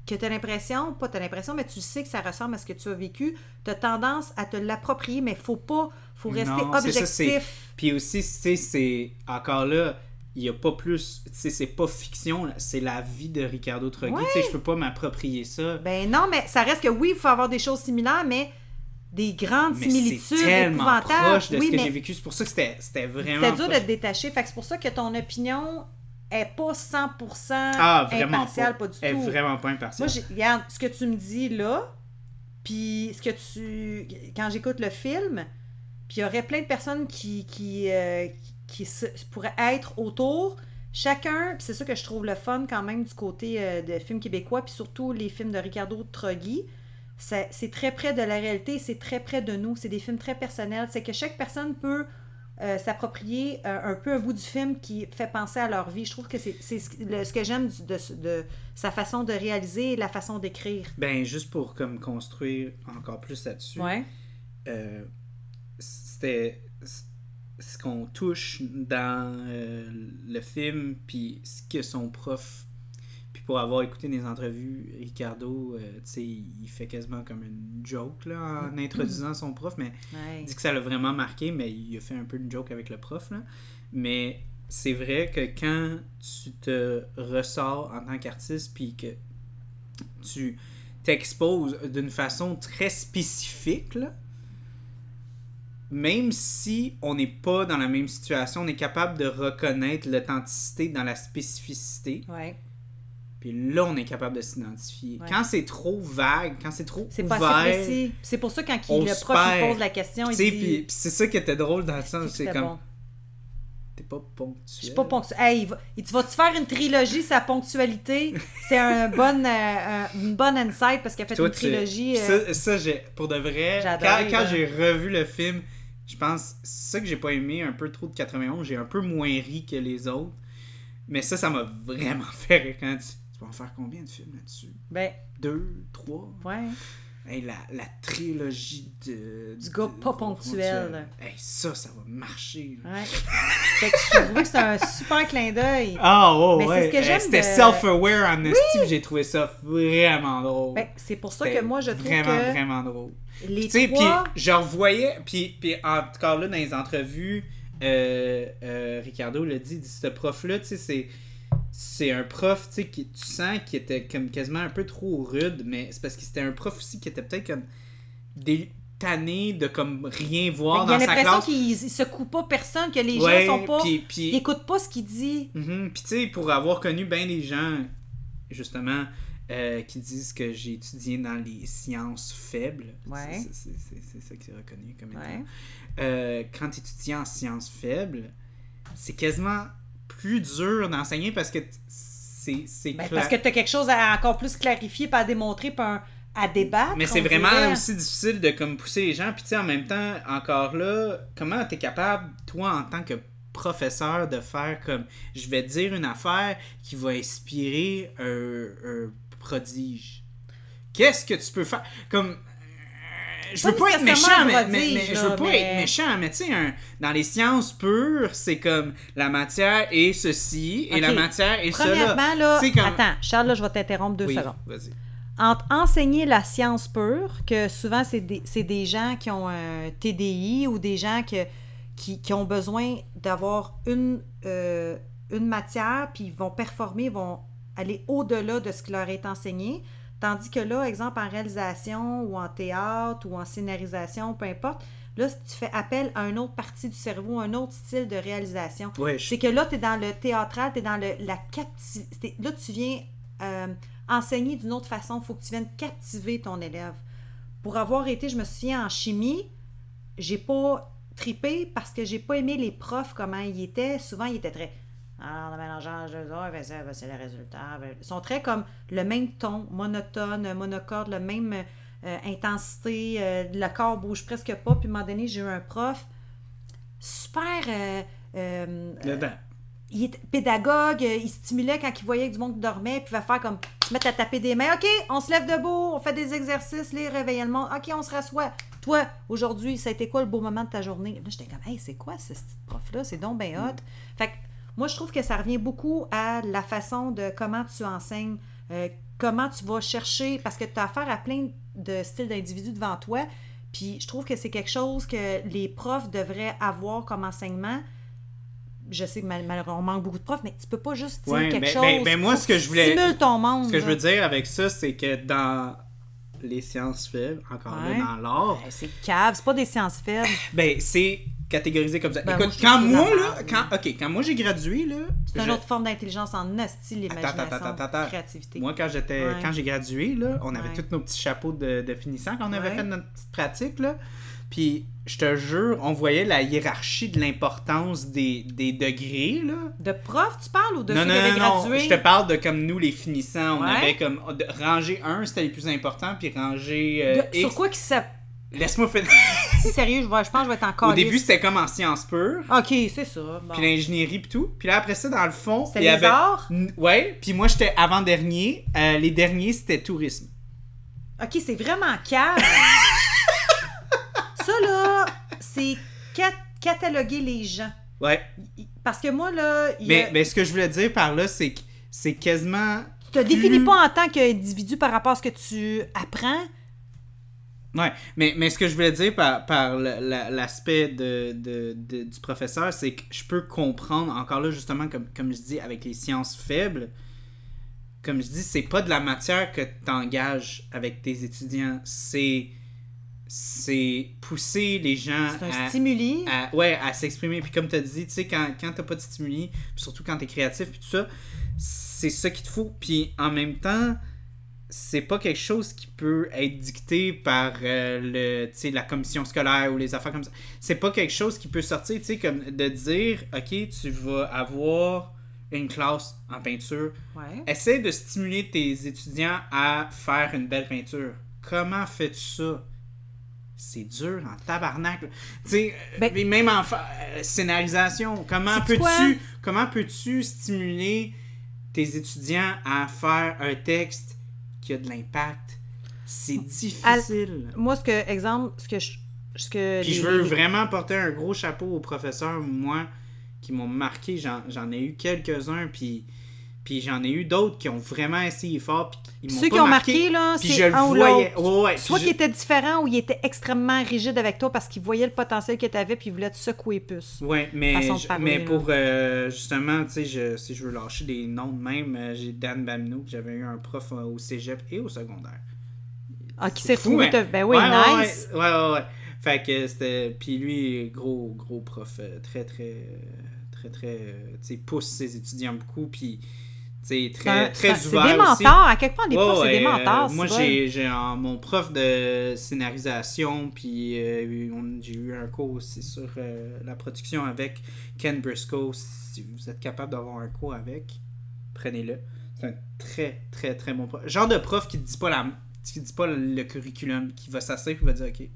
B: que t'as l'impression, pas t'as l'impression, mais tu sais que ça ressemble à ce que tu as vécu, t'as tendance à te l'approprier, mais faut pas, faut rester
A: Non, c'est ça, c'est-
B: objectif.
A: Puis aussi, tu sais, c'est encore là, il n'y a pas plus. Tu sais, c'est pas fiction, là, c'est la vie de Ricardo Trogui.
B: Ouais.
A: Tu sais, je peux pas m'approprier ça.
B: ben non, mais ça reste que oui, il faut avoir des choses similaires, mais des grandes
A: Mais c'est
B: similitudes
A: tellement
B: épouvantables.
A: proche de
B: oui,
A: ce que
B: mais
A: j'ai vécu. C'est pour ça que c'était c'était vraiment.
B: C'était dur de
A: proche.
B: te détacher. Fait que c'est pour ça que ton opinion est pas 100%
A: Ah, vraiment
B: impartiale,
A: pas.
B: pas, du
A: Elle est
B: tout.
A: vraiment pas
B: Moi,
A: impartiale.
B: j'ai- regarde, ce que tu me dis là, puis ce que tu... Quand j'écoute le film, puis il y aurait plein de personnes qui, qui, euh, qui se- pourraient être autour. Chacun, puis c'est ça que je trouve le fun quand même du côté euh, de films québécois, puis surtout les films de Ricardo Trogui. Ça- C'est très près de la réalité, c'est très près de nous, c'est des films très personnels. C'est que chaque personne peut euh, s'approprier euh, un peu un bout du film qui fait penser à leur vie. Je trouve que c'est c'est ce, le- ce que j'aime du- de, de sa façon de réaliser et la façon d'écrire.
A: Ben, juste pour comme construire encore plus là-dessus.
B: Ouais.
A: euh, c'était c- ce qu'on touche dans euh, le film, puis ce que son prof. Puis pour avoir écouté des entrevues, Ricardo, euh, tu sais, il fait quasiment comme une joke là, en introduisant son prof, mais
B: Ouais.
A: il dit que ça l'a vraiment marqué, mais il a fait un peu une joke avec le prof. Là. Mais c'est vrai que quand tu te ressors en tant qu'artiste, puis que tu t'exposes d'une façon très spécifique, là, même si on n'est pas dans la même situation, on est capable de reconnaître l'authenticité dans la spécificité.
B: Ouais.
A: Puis là, on est capable de s'identifier.
B: Ouais.
A: Quand c'est trop vague, quand c'est trop
B: C'est
A: ouvert,
B: pas assez précis. C'est pour ça quand il-
A: on
B: le
A: se
B: prof il
A: perd.
B: pose la question,
A: tu
B: il
A: sais,
B: dit
A: puis- puis c'est ça qui était drôle dans le
B: C'est
A: sens, c'est
B: que
A: comme
B: bon.
A: T'es pas ponctuel.
B: Je suis pas ponctuel. Hey, il va- il dit, vas-tu faire une trilogie sa ponctualité C'est un bon euh, un- une bonne insight parce qu'il a fait
A: Toi,
B: une
A: tu-
B: trilogie.
A: Puis
B: euh,
A: Ça, ça, j'ai- pour de vrai,
B: J'adore,
A: quand, quand
B: là.
A: j'ai revu le film, je pense, c'est ça que j'ai pas aimé un peu trop de 91, j'ai un peu moins ri que les autres. Mais ça, ça m'a vraiment fait rire quand tu, tu peux en faire combien de films là-dessus
B: Ben
A: Deux, trois
B: ouais.
A: Hey, la, la trilogie de.
B: Du gars
A: de-
B: pas ponctuel. Hein?
A: Hey, ça, ça va marcher. là.
B: ouais. fait que je trouve que c'est un super clin d'œil.
A: Ah, oh,
B: Mais c'est
A: ouais.
B: ce que
A: Hey,
B: j'aime
A: C'était
B: de-
A: self-aware en estime, j'ai trouvé ça vraiment drôle.
B: Fait que Ben, c'est pour ça
A: C'était
B: que moi je trouve
A: Vraiment,
B: que
A: vraiment drôle.
B: les
A: Tu sais,
B: trois.
A: puis je revoyais, puis, puis encore là, dans les entrevues, euh, euh, Ricardo l'a dit, il dit, ce prof-là, tu sais, c'est, c'est un prof, tu sais, qui, tu sens qui était comme quasiment un peu trop rude, mais c'est parce que c'était un prof aussi qui était peut-être comme des tanné de comme rien voir
B: ben, il y
A: dans
B: a
A: sa
B: l'impression
A: classe.
B: qu'il il secoue pas personne, que les
A: Ouais,
B: gens sont pas.
A: puis- puis-
B: Ils écoutent pas ce qu'il dit.
A: Mhm. Puis tu sais, pour avoir connu bien des gens, justement, euh, qui disent que j'ai étudié dans les sciences faibles,
B: Ouais.
A: c'est- c'est- c'est c'est ça que c'est reconnu comme étant.
B: Ouais.
A: Euh, quand tu étudies en sciences faibles, c'est quasiment plus dur d'enseigner parce que t- c'est c'est
B: Ben,
A: clair.
B: parce que tu as quelque chose à encore plus clarifier, pas à démontrer, pas un- à débattre.
A: Mais c'est
B: on
A: vraiment
B: dirait.
A: aussi difficile de comme pousser les gens. Puis tu sais, en même temps, encore là, comment t'es capable, toi, en tant que professeur, de faire comme je vais dire une affaire qui va inspirer un, un prodige. Qu'est-ce que tu peux faire? Comme. euh, Je veux
B: Pas
A: pas être méchant,
B: nécessairement un
A: mais, mais-
B: prodige,
A: mais je
B: là,
A: veux pas
B: mais-
A: être méchant, mais tu sais, un- dans les sciences pures, c'est comme la matière est ceci et la
B: Ok.
A: matière est cela.
B: Premièrement, là,
A: Tu sais, comme-
B: attends, Charles, là, je vais t'interrompre deux
A: Oui,
B: secondes.
A: vas-y.
B: Entre enseigner la science pure, que souvent, c'est des, c'est des gens qui ont un TDI ou des gens que- qui, qui ont besoin d'avoir une, euh, une matière, puis ils vont performer, ils vont aller au-delà de ce qui leur est enseigné. Tandis que là, exemple, en réalisation ou en théâtre ou en scénarisation, peu importe, là, tu fais appel à une autre partie du cerveau, un autre style de réalisation.
A: Ouais, je-
B: C'est que là, tu es dans le théâtral, tu es dans le, la captivité. Là, tu viens euh, enseigner d'une autre façon. Il faut que tu viennes captiver ton élève. Pour avoir été, je me souviens, en chimie, j'ai pas tripé parce que j'ai pas aimé les profs, comment ils étaient. Souvent, ils étaient très. Alors, le mélangeage de ah, ben, ça, ben, c'est le résultat. ben. Ils sont très comme le même ton, monotone, monocorde, la même euh, intensité. euh, le corps bouge presque pas. Puis, à un moment donné, j'ai eu un prof super. euh, euh,
A: Dedans.
B: il était pédagogue, euh, il stimulait quand il voyait que du monde qui dormait, puis il va faire comme se mettre à taper des mains. OK, on se lève debout, on fait des exercices, les réveiller le monde. OK, on se rassoit. Toi, aujourd'hui, ça a été quoi le beau moment de ta journée? Là, j'étais comme, hey, c'est quoi ce petit prof-là? C'est donc bien hot.
A: Mm.
B: Fait que moi, je trouve que ça revient beaucoup à la façon de comment tu enseignes, euh, comment tu vas chercher, parce que tu as affaire à plein de styles d'individus devant toi. Puis je trouve que c'est quelque chose que les profs devraient avoir comme enseignement. Je sais que mal- malheureusement, on manque beaucoup de profs, mais tu peux pas juste dire
A: Ouais,
B: quelque
A: ben-
B: chose.
A: ben- ben moi,
B: Faut
A: ce que
B: tu
A: je voulais-
B: stimules ton monde.
A: Ce que je
B: là.
A: veux dire avec ça, c'est que dans les sciences faibles, encore
B: Ouais.
A: là, dans l'art,
B: Ben, c'est cave, c'est pas des sciences faibles.
A: ben, c'est catégorisé comme ça.
B: Ben,
A: Écoute,
B: moi,
A: quand
B: je trouve ça
A: moi, là,
B: normal.
A: quand, ok, quand moi j'ai gradué, là,
B: C'est une
A: je-
B: autre forme d'intelligence en hostie, l'imagination,
A: Attends, attends, attends, attends.
B: la créativité.
A: Moi, quand j'étais,
B: Ouais.
A: quand j'ai gradué, là, on avait
B: Ouais.
A: tous nos petits chapeaux de, de finissant qu'on avait
B: Ouais.
A: fait notre petite pratique. Là. Puis, je te jure, on voyait la hiérarchie de l'importance des, des degrés. Là.
B: De prof, tu parles ou de
A: non,
B: ceux
A: non,
B: qui avaient
A: non, non,
B: gradué?
A: Je te parle de comme nous, les finissants. On
B: Ouais.
A: avait comme de- rangé 1, c'était les plus importants, puis rangé euh,
B: De-
A: X.
B: Sur quoi qui s'appelle?
A: Laisse-moi finir.
B: Si sérieux, je, vais- je pense que je vais être encore.
A: Au début, c'était comme en sciences pures.
B: Ok, c'est ça. bon.
A: Puis l'ingénierie puis tout. Puis là après ça dans le fond,
B: C'était
A: il y
B: les
A: avait
B: arts?
A: N- Ouais, puis moi j'étais avant-dernier, Euh, les derniers c'était tourisme.
B: Ok, c'est vraiment cave. ça, là, c'est cat- cataloguer les gens.
A: Ouais.
B: Il- Parce que moi, là, il y
A: Mais,
B: a-
A: mais ce que je voulais dire par là, c'est que c'est quasiment.
B: tu te définis
A: plus-
B: pas en tant qu'individu par rapport à ce que tu apprends.
A: Ouais, mais, mais ce que je voulais dire par, par la- la- l'aspect de, de- de- du professeur, c'est que je peux comprendre, encore là, justement, comme, comme je dis, avec les sciences faibles, comme je dis, c'est pas de la matière que tu engages avec tes étudiants. C'est. C'est pousser les gens
B: C'est un
A: à,
B: stimuli.
A: à- ouais, à s'exprimer. Puis comme tu as dit, tu sais, quand, quand t'as pas de stimuli, puis surtout quand t'es créatif, puis tout ça, c'est ça qu'il te faut. Puis en même temps, c'est pas quelque chose qui peut être dicté par euh, le, tu sais, la commission scolaire ou les affaires comme ça. C'est pas quelque chose qui peut sortir, tu sais, comme de dire, OK, tu vas avoir une classe en peinture.
B: Ouais.
A: Essaie de stimuler tes étudiants à faire une belle peinture. Comment fais-tu ça? C'est dur en tabarnak. là. Tu sais, euh,
B: Ben-
A: mais même en fa- euh, scénarisation, comment
B: Sais-tu quoi?
A: peux-tu comment peux-tu stimuler tes étudiants à faire un texte qui a de l'impact? C'est difficile.
B: Moi, ce que, exemple, ce que je. Ce que
A: Puis
B: les-
A: je veux
B: les-
A: vraiment porter un gros chapeau aux professeurs, moi, qui m'ont marqué. J'en j'en ai eu quelques-uns, puis, puis j'en ai eu d'autres qui ont vraiment essayé fort, puis ils m'ont
B: Ceux
A: pas
B: qui ont marqué, là,
A: puis
B: c'est
A: je le
B: un ou
A: voyais.
B: l'autre.
A: Ouais, ouais, puis
B: Soit
A: je-
B: qu'il était différent ou il était extrêmement rigide avec toi parce qu'il voyait le potentiel que tu avais puis il voulait te secouer plus.
A: Ouais, mais,
B: façon de
A: je-
B: parler,
A: mais
B: là.
A: pour euh, justement, tu sais, je- si je veux lâcher des noms de même, euh, j'ai Dan Bamino, que j'avais eu un prof euh, au cégep et au secondaire.
B: Ah, qui
A: C'est
B: s'est
A: fou,
B: retrouvé.
A: hein?
B: te- Ben oui,
A: Ouais, ouais,
B: nice.
A: Ouais, ouais, ouais, ouais. Fait que c'était. Puis lui, gros, gros prof, euh, très, très. euh, Très, très. euh, Tu sais, pousse ses étudiants beaucoup, puis. Tu sais,
B: C'est un-
A: très,
B: C'est un-
A: très
B: c'est
A: ouvert.
B: des
A: aussi.
B: mentors. À quelque point, des profs,
A: Ouais,
B: c'est des
A: ouais, euh,
B: mentors.
A: moi,
B: c'est bon.
A: j'ai, j'ai un- mon prof de scénarisation, puis euh, on- j'ai eu un cours aussi sur euh, la production avec Ken Briscoe. Si vous êtes capable d'avoir un cours avec, prenez-le. C'est un très, très, très bon prof. Genre de prof qui ne dit, pas la- qui dit pas le curriculum, qui va s'asseoir et qui va dire Ok, là,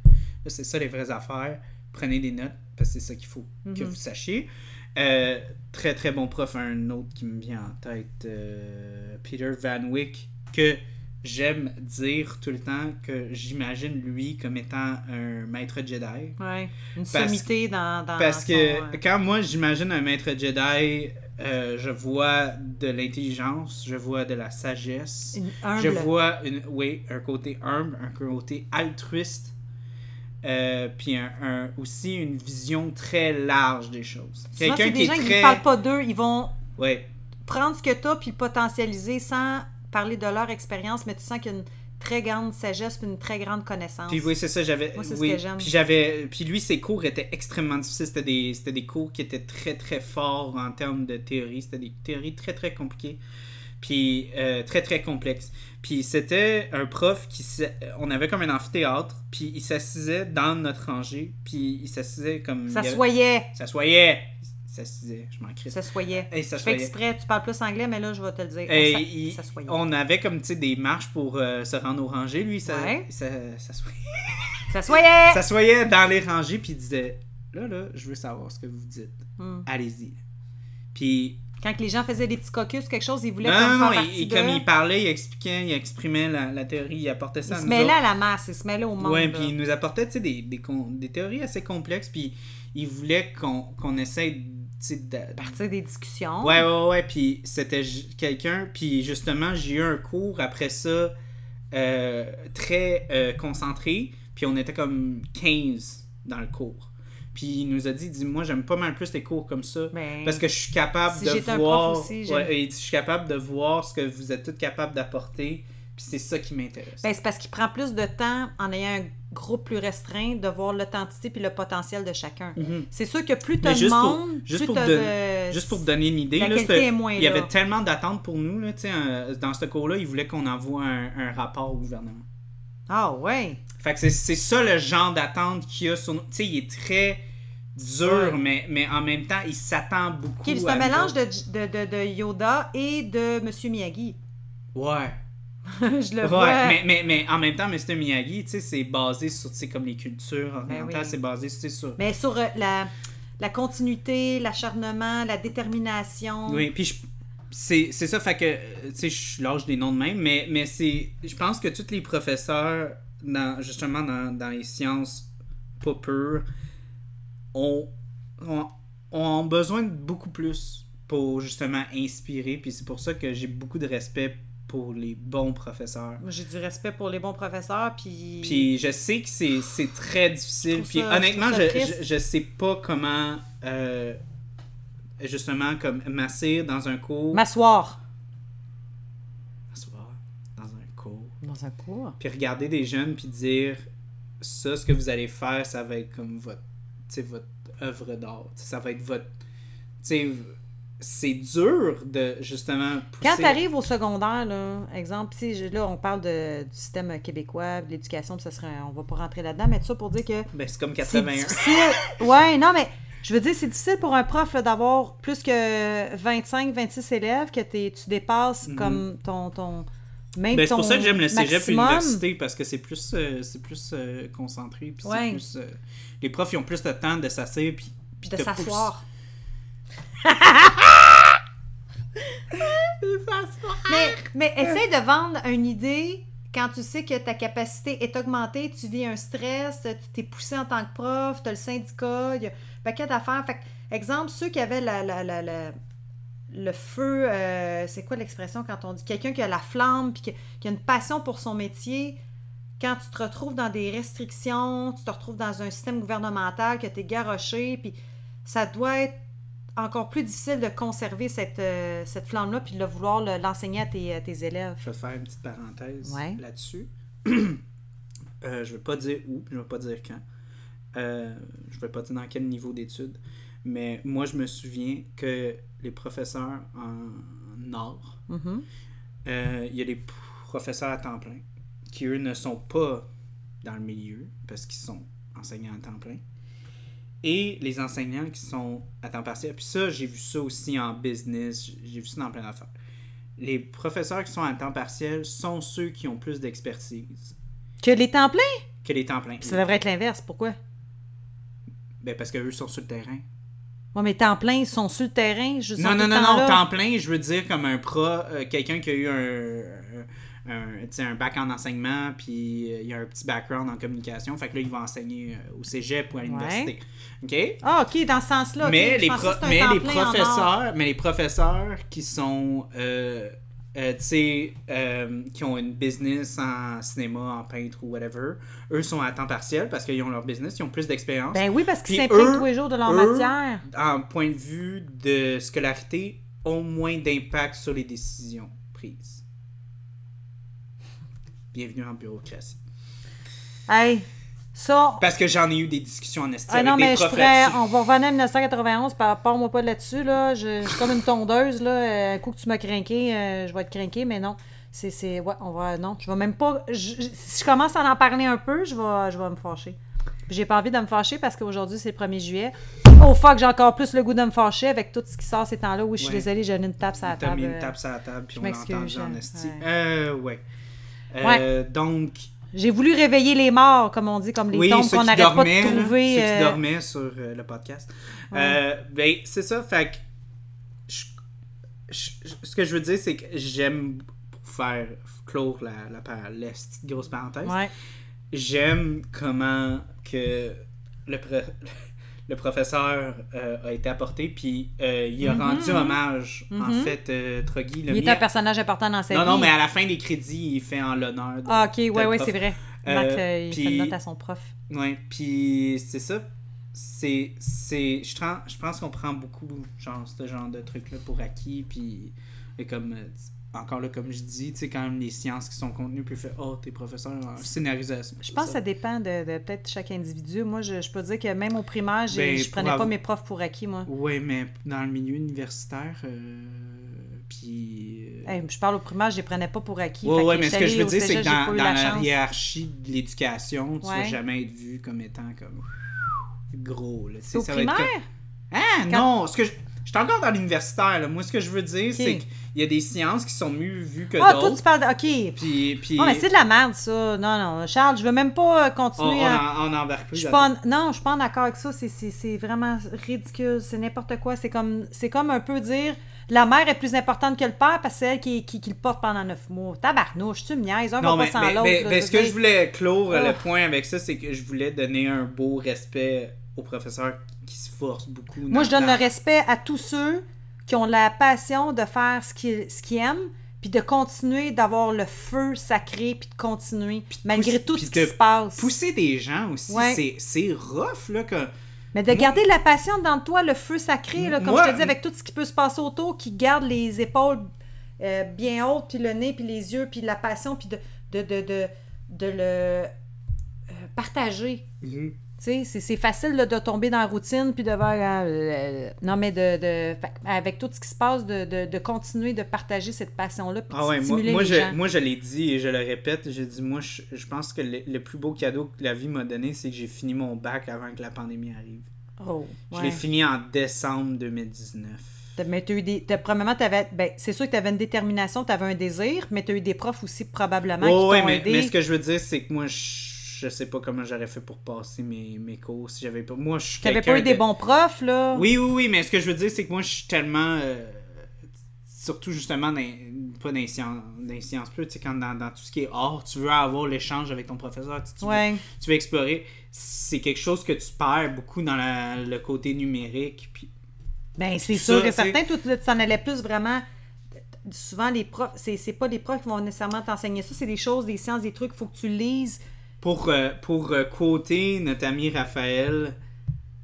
A: c'est ça les vraies affaires, prenez des notes, parce que c'est ça qu'il faut que
B: Mhm.
A: vous sachiez. Euh, très très bon prof, un autre qui me vient en tête, euh, Peter Van Wick, que j'aime dire tout le temps que j'imagine lui comme étant un maître Jedi.
B: Ouais. Une
A: Parce-
B: sommité dans, dans.
A: Parce
B: son,
A: que
B: euh,
A: quand moi j'imagine un maître Jedi, euh, je vois de l'intelligence, je vois de la sagesse.
B: une humble.
A: Je vois une, oui, un côté humble, un côté altruiste, euh, puis un, un- aussi une vision très large des choses.
B: Souvent,
A: Quelqu'un
B: c'est
A: qui
B: des gens
A: est
B: qui ne
A: très.
B: parlent pas d'eux. Ils vont
A: ouais,
B: prendre ce que tu as puis le potentialiser sans parler de leur expérience, mais tu sens qu'il y a une très grande sagesse puis une très grande connaissance.
A: Puis oui, c'est ça, j'avais.
B: Moi, c'est ce
A: oui.
B: que j'aime.
A: Puis j'avais. Puis lui, ses cours étaient extrêmement difficiles. C'était des, c'était des cours qui étaient très, très forts en termes de théorie. C'était des théories très, très compliquées. Puis euh, très, très complexes. Puis c'était un prof qui. s'est- On avait comme un amphithéâtre. Puis il s'assisait dans notre rangée. Puis il s'assisait comme.
B: Ça
A: il y avait-
B: soyait.
A: S'assoyait. Il s'assisait. Je m'en crisse.
B: Ça soyait.
A: Et il
B: Je fais
A: s'assoyait.
B: exprès, tu parles plus anglais, mais là, je vais te le dire.
A: Et
B: On s'a-
A: il-
B: ça soyait.
A: on avait comme, tu sais, des marches pour euh, se rendre aux rangées. Lui, ça,
B: Ouais.
A: ça, ça se-
B: Ça soyait!
A: s'assoyait dans les rangées puis il disait là là je veux savoir ce que vous dites
B: Hmm.
A: allez-y puis
B: Quand les gens faisaient des petits caucus, quelque chose, ils voulaient
A: Non,
B: comme
A: non, non,
B: faire
A: et,
B: partie
A: et comme
B: de-
A: il parlait, il expliquait, il exprimait la, la théorie, il apportait ça
B: Ils
A: à
B: se
A: nous
B: mêlaient
A: autres.
B: à la masse, ils se mêlaient au monde.
A: Ouais,
B: là.
A: puis il nous apportait, tu sais, des, des, con- des théories assez complexes, puis il voulait qu'on qu'on essaie, tu sais, d'a-
B: À partir des discussions.
A: Ouais, ouais, ouais. Puis c'était ju- quelqu'un. Puis justement, j'ai eu un cours après ça euh, très euh, concentré. Puis on était comme 15 dans le cours. Puis il nous a dit, dit moi j'aime pas mal plus les cours comme ça.
B: Ben,
A: Parce que je suis capable
B: Si
A: de
B: j'étais un
A: voir.
B: prof aussi, j'aime-
A: ouais, et il dit, je suis capable de voir ce que vous êtes toutes capables d'apporter. Puis c'est ça qui m'intéresse.
B: ben, c'est parce qu'il prend plus de temps, en ayant un groupe plus restreint, de voir l'authenticité puis le potentiel de chacun.
A: Mhm.
B: C'est sûr que plus
A: Mais
B: t'as de
A: juste pour-
B: monde,
A: juste
B: plus
A: pour
B: t'as
A: donner-
B: de...
A: Juste pour te donner une idée,
B: euh, La
A: là,
B: qualité
A: c'était-
B: est moins
A: il y
B: là.
A: avait tellement d'attentes pour nous. Là, tu sais, un- dans ce cours-là, il voulait qu'on envoie un- un rapport au gouvernement.
B: Ah ouais!
A: Fait que c'est- c'est ça le genre d'attente qu'il y a sur nous. Tu sais, il est très dur,
B: Ouais.
A: mais, mais en même temps, il s'attend beaucoup.
B: Ok, c'est
A: à
B: un
A: nous
B: mélange
A: autres.
B: de, de, de, de Yoda et de Monsieur Miyagi.
A: Ouais.
B: je le
A: Ouais,
B: vois.
A: Mais, mais, mais en même temps, Mr. Miyagi, tu sais, c'est basé sur, tu sais, comme les cultures orientales,
B: Ben oui.
A: c'est basé, tu sais, sur...
B: Mais sur euh, la, la continuité, l'acharnement, la détermination.
A: Oui, puis je- c'est c'est ça, fait que, euh, tu sais, je lâche des noms de même, mais, mais c'est... Je pense que tous les professeurs, dans, justement, dans, dans les sciences pas pures, ont, ont, ont besoin de beaucoup plus pour, justement, inspirer, puis c'est pour ça que j'ai beaucoup de respect pour les bons professeurs.
B: Moi, J'ai du respect pour les bons professeurs, puis...
A: Puis je sais que c'est c'est très difficile.
B: trouve
A: Puis
B: ça- je
A: honnêtement,
B: trouve
A: je,
B: ça triste.
A: je, je sais pas comment, euh, justement, comme m'asseoir dans un cours.
B: M'asseoir.
A: M'asseoir dans un cours.
B: Dans un cours.
A: Puis regarder des jeunes, puis dire ça, ce que vous allez faire, ça va être comme votre, tu sais, votre œuvre d'art. Tu sais, Ça va être votre. Tu sais, c'est dur de, justement.
B: Quand
A: pousser-
B: tu arrives au secondaire, là, exemple, si je- là, on parle de- du système québécois, de l'éducation, puis ça serait, on va pas rentrer là-dedans, mais tout ça pour dire que
A: Ben, c'est comme
B: c'est
A: 81.
B: difficile. Ouais, non, mais je veux dire, c'est difficile pour un prof là, d'avoir plus que 25, 26 élèves que t'es- tu dépasses comme ton. ton même
A: Mm-hmm. Ben, c'est
B: ton
A: pour ça que j'aime le cégep et
B: maximum.
A: l'université parce que c'est plus, euh, c'est plus euh, concentré. Puis c'est
B: Ouais.
A: plus, euh, les profs ils ont plus le temps de s'asseoir puis, puis
B: de
A: te poussent.
B: s'asseoir. mais, mais essaye de vendre une idée quand tu sais que ta capacité est augmentée, tu vis un stress, tu t'es poussé en tant que prof, tu as le syndicat, il y a un paquet d'affaires. Fait que, exemple, ceux qui avaient la, la- la- la- le feu, euh, c'est quoi l'expression quand on dit quelqu'un qui a la flamme, puis qui, qui a une passion pour son métier, quand tu te retrouves dans des restrictions, tu te retrouves dans un système gouvernemental que tu es garoché, puis ça doit être encore plus difficile de conserver cette, euh, cette flamme-là puis de le vouloir le- l'enseigner à tes, à tes élèves.
A: Je vais te faire une petite parenthèse
B: Ouais.
A: là-dessus. Euh, je ne vais pas dire où, je ne vais pas dire quand. Euh, je ne vais pas dire dans quel niveau d'études. Mais moi, je me souviens que les professeurs en art,
B: Mm-hmm.
A: Euh, il y a des professeurs à temps plein qui, eux, ne sont pas dans le milieu parce qu'ils sont enseignants à temps plein. Et les enseignants qui sont à temps partiel. Puis ça, j'ai vu ça aussi en business, j- j'ai vu ça dans plein d'affaires. Les professeurs qui sont à temps partiel sont ceux qui ont plus d'expertise
B: Que les temps pleins?
A: que les temps pleins.
B: Ça devrait être l'inverse. Pourquoi?
A: Ben, parce qu'eux sont sur le terrain.
B: Moi, mes temps pleins, ils sont sur le terrain. Je
A: Non, non, non, non, temps plein, je veux dire comme un pro, euh, quelqu'un qui a eu un, un, tu sais, un bac en enseignement, puis euh, il a un petit background en communication, fait que là, il va enseigner euh, au cégep ou à l'université. OK?
B: Ah, OK, dans ce sens-là. ok.
A: mais
B: Je
A: les,
B: pensais
A: pro-
B: que c'était un
A: mais
B: temps
A: les
B: plein en or.
A: professeurs mais les professeurs qui sont euh, euh, tu sais euh, qui ont une business en cinéma en peintre ou whatever eux sont à temps partiel parce qu'ils ont leur business ils ont plus d'expérience
B: Ben oui, parce qu'ils
A: Puis
B: s'impliquent
A: eux-
B: tous les jours de leur
A: eux-
B: matière.
A: en point de vue de scolarité ont moins d'impact sur les décisions prises bienvenue en bureaucratie
B: Hey, ça...
A: parce que j'en ai eu des discussions en estime
B: Ah non,
A: avec
B: mais
A: des
B: je
A: profs
B: pourrais...
A: là-dessus.
B: On va revenir à 1991, par rapport moi pas là-dessus, là. Je, je suis comme une tondeuse, là. Euh, Un coup que tu m'as craqué, euh, je vais être craqué, mais non. C'est... c'est- Ouais, on va... Non, je vais même pas... je- je- si je commence à en parler un peu, je vais, je vais me fâcher. Puis J'ai pas envie de me fâcher parce qu'aujourd'hui, c'est le 1er juillet. Oh fuck, j'ai encore plus le goût de me fâcher avec tout ce qui sort ces temps-là. Oui, je suis
A: Ouais.
B: désolée, j'ai donné une tape sur la
A: T'as
B: table.
A: mis une
B: euh,
A: tape sur la table, puis
B: je
A: on l'a
B: m'excuse,
A: entendu en
B: hein.
A: esti.
B: Ouais.
A: Euh, ouais.
B: Ouais.
A: Euh, donc,
B: J'ai voulu réveiller les morts, comme on dit, comme les
A: oui,
B: tombes
A: ceux
B: qu'on
A: qui
B: n'arrête pas
A: dormaient, là,
B: de trouver.
A: ceux
B: euh,
A: qui dormaient sur euh, le podcast.
B: ouais.
A: Euh, ben, c'est ça, fait que je- je- je- ce que je veux dire, c'est que j'aime, pour faire clore la, la, par- la petite grosse parenthèse,
B: Ouais.
A: j'aime comment que le, pro- le professeur euh, a été apporté, puis euh, il a
B: Mhm,
A: rendu
B: mhm.
A: hommage, en
B: Mhm.
A: fait, euh, Troggy. l'a
B: Il
A: mis
B: est un
A: à-
B: personnage important dans sa
A: Non,
B: vie.
A: non, mais à la fin des crédits, il fait en l'honneur. de-
B: Ah, ok, ouais,
A: tel
B: ouais,
A: prof.
B: c'est vrai.
A: Euh,
B: Marc, euh, il fait
A: puis-
B: une note à son prof.
A: Ouais, puis c'est ça. C'est, c'est, je, tran- je pense qu'on prend beaucoup genre, ce genre de trucs-là pour acquis. Puis, et comme, euh, encore là, comme je dis, tu sais, quand même, les sciences qui sont contenues, puis fait, oh, t'es professeur en scénarisation.
B: Je pense que ça dépend de, de peut-être chaque individu. Moi, je, je peux dire que même au primaire, j'ai-
A: Ben,
B: je prenais
A: pour
B: pas
A: avoir-
B: mes profs pour acquis, moi.
A: Oui, mais dans le milieu universitaire, euh, puis. euh,
B: Hey, je parle au primaire, je les prenais pas pour acquis.
A: ouais,
B: Fait
A: ouais,
B: que
A: mais ce
B: j'étais
A: que je veux
B: allée au
A: dire, c'est
B: cégep,
A: que
B: j'ai
A: dans,
B: pas eu
A: dans la,
B: chance.
A: hiérarchie de l'éducation, tu vas
B: Ouais.
A: jamais être vu comme étant comme gros. Là, tu sais,
B: Au
A: ça va être
B: primaire?
A: comme- Ah
B: Quand-
A: non, ce que je je suis encore dans l'universitaire. là. Moi, ce que je veux dire, c'est qu'il y a des sciences qui sont mieux vues que
B: Ah, toi, tu
A: d'autres.
B: parles de... OK.
A: Puis, puis
B: Ah, mais c'est de la merde, ça. Non, non. Charles, je veux même pas euh,
A: on, on,
B: continuer à...
A: en- on embarque
B: Je
A: plus.
B: suis
A: là-dedans.
B: pas en- Non, je suis pas en accord avec ça. C'est- C'est c'est vraiment ridicule. C'est n'importe quoi. C'est comme, c'est comme un peu dire la mère est plus importante que le père parce que c'est elle qui, qui, qui le porte pendant neuf mois. Tabarnouche, tu me niaises. Un
A: Non,
B: va
A: mais,
B: pas sans
A: mais-
B: l'autre.
A: mais-
B: là,
A: mais
B: veux
A: ce que
B: dire.
A: je voulais clore euh,
B: Ah.
A: le point avec ça, c'est que je voulais donner un beau respect aux professeurs qui se forcent beaucoup.
B: Moi,
A: dans-
B: je donne
A: dans-
B: le respect à tous ceux qui ont la passion de faire ce qu'ils ce qu'ils aiment puis de continuer d'avoir le feu sacré puis de continuer malgré
A: pousser-
B: tout
A: puis
B: ce qui
A: de
B: se passe.
A: Pousser des gens aussi,
B: Ouais.
A: c'est- c'est rough, là, que...
B: Mais de garder la passion dans toi, le feu sacré, là, comme
A: Moi-
B: je te dis, avec tout ce qui peut se passer autour, qui garde les épaules euh, bien hautes, puis le nez, puis les yeux, puis la passion, puis de, de, de, de, de le euh, partager.
A: Mhm.
B: Tu sais, c'est- c'est facile là, de tomber dans la routine, puis de voir... hein, euh, non, mais de, de- fait- avec tout ce qui se passe, de, de, de continuer de partager cette passion-là, puis
A: Ah
B: de
A: ouais, moi,
B: stimuler
A: moi,
B: les
A: je,
B: gens.
A: moi je l'ai dit et je le répète, j'ai dit moi je, je pense que le, le plus beau cadeau que la vie m'a donné, c'est que j'ai fini mon bac avant que la pandémie arrive.
B: Oh,
A: Je
B: ouais.
A: l'ai fini en décembre 2019.
B: T'as- Mais t'as eu des. t'as- premièrement, t'avais- ben, c'est sûr que tu avais une détermination, tu avais un désir, mais tu as eu des profs aussi probablement
A: Ouais,
B: qui
A: ouais,
B: t'ont
A: mais,
B: aidé.
A: mais ce que je veux dire, c'est que moi je, je sais pas comment j'aurais fait pour passer mes, mes cours si j'avais pas. Moi je suis
B: T'avais
A: quelqu'un
B: pas eu des
A: de-
B: bons profs, là?
A: Oui, oui, oui, mais ce que je veux dire, c'est que moi, je suis tellement. euh, surtout, justement, dans- pas dans les sciences, dans les sciences pures, tu sais, quand dans, dans tout ce qui est art, tu veux avoir l'échange avec ton professeur, tu, tu veux-
B: Ouais.
A: tu veux explorer. C'est quelque chose que tu perds beaucoup dans la- le côté numérique. Puis,
B: Ben, c'est
A: Ça,
B: sûr et
A: tu sais.
B: certain, toi, tu t'en allais plus vraiment. Souvent, les profs, c'est c'est pas des profs qui vont nécessairement t'enseigner ça, c'est des choses, des sciences, des trucs, faut que tu lises.
A: pour, euh, pour euh, quoter notre ami Raphaël,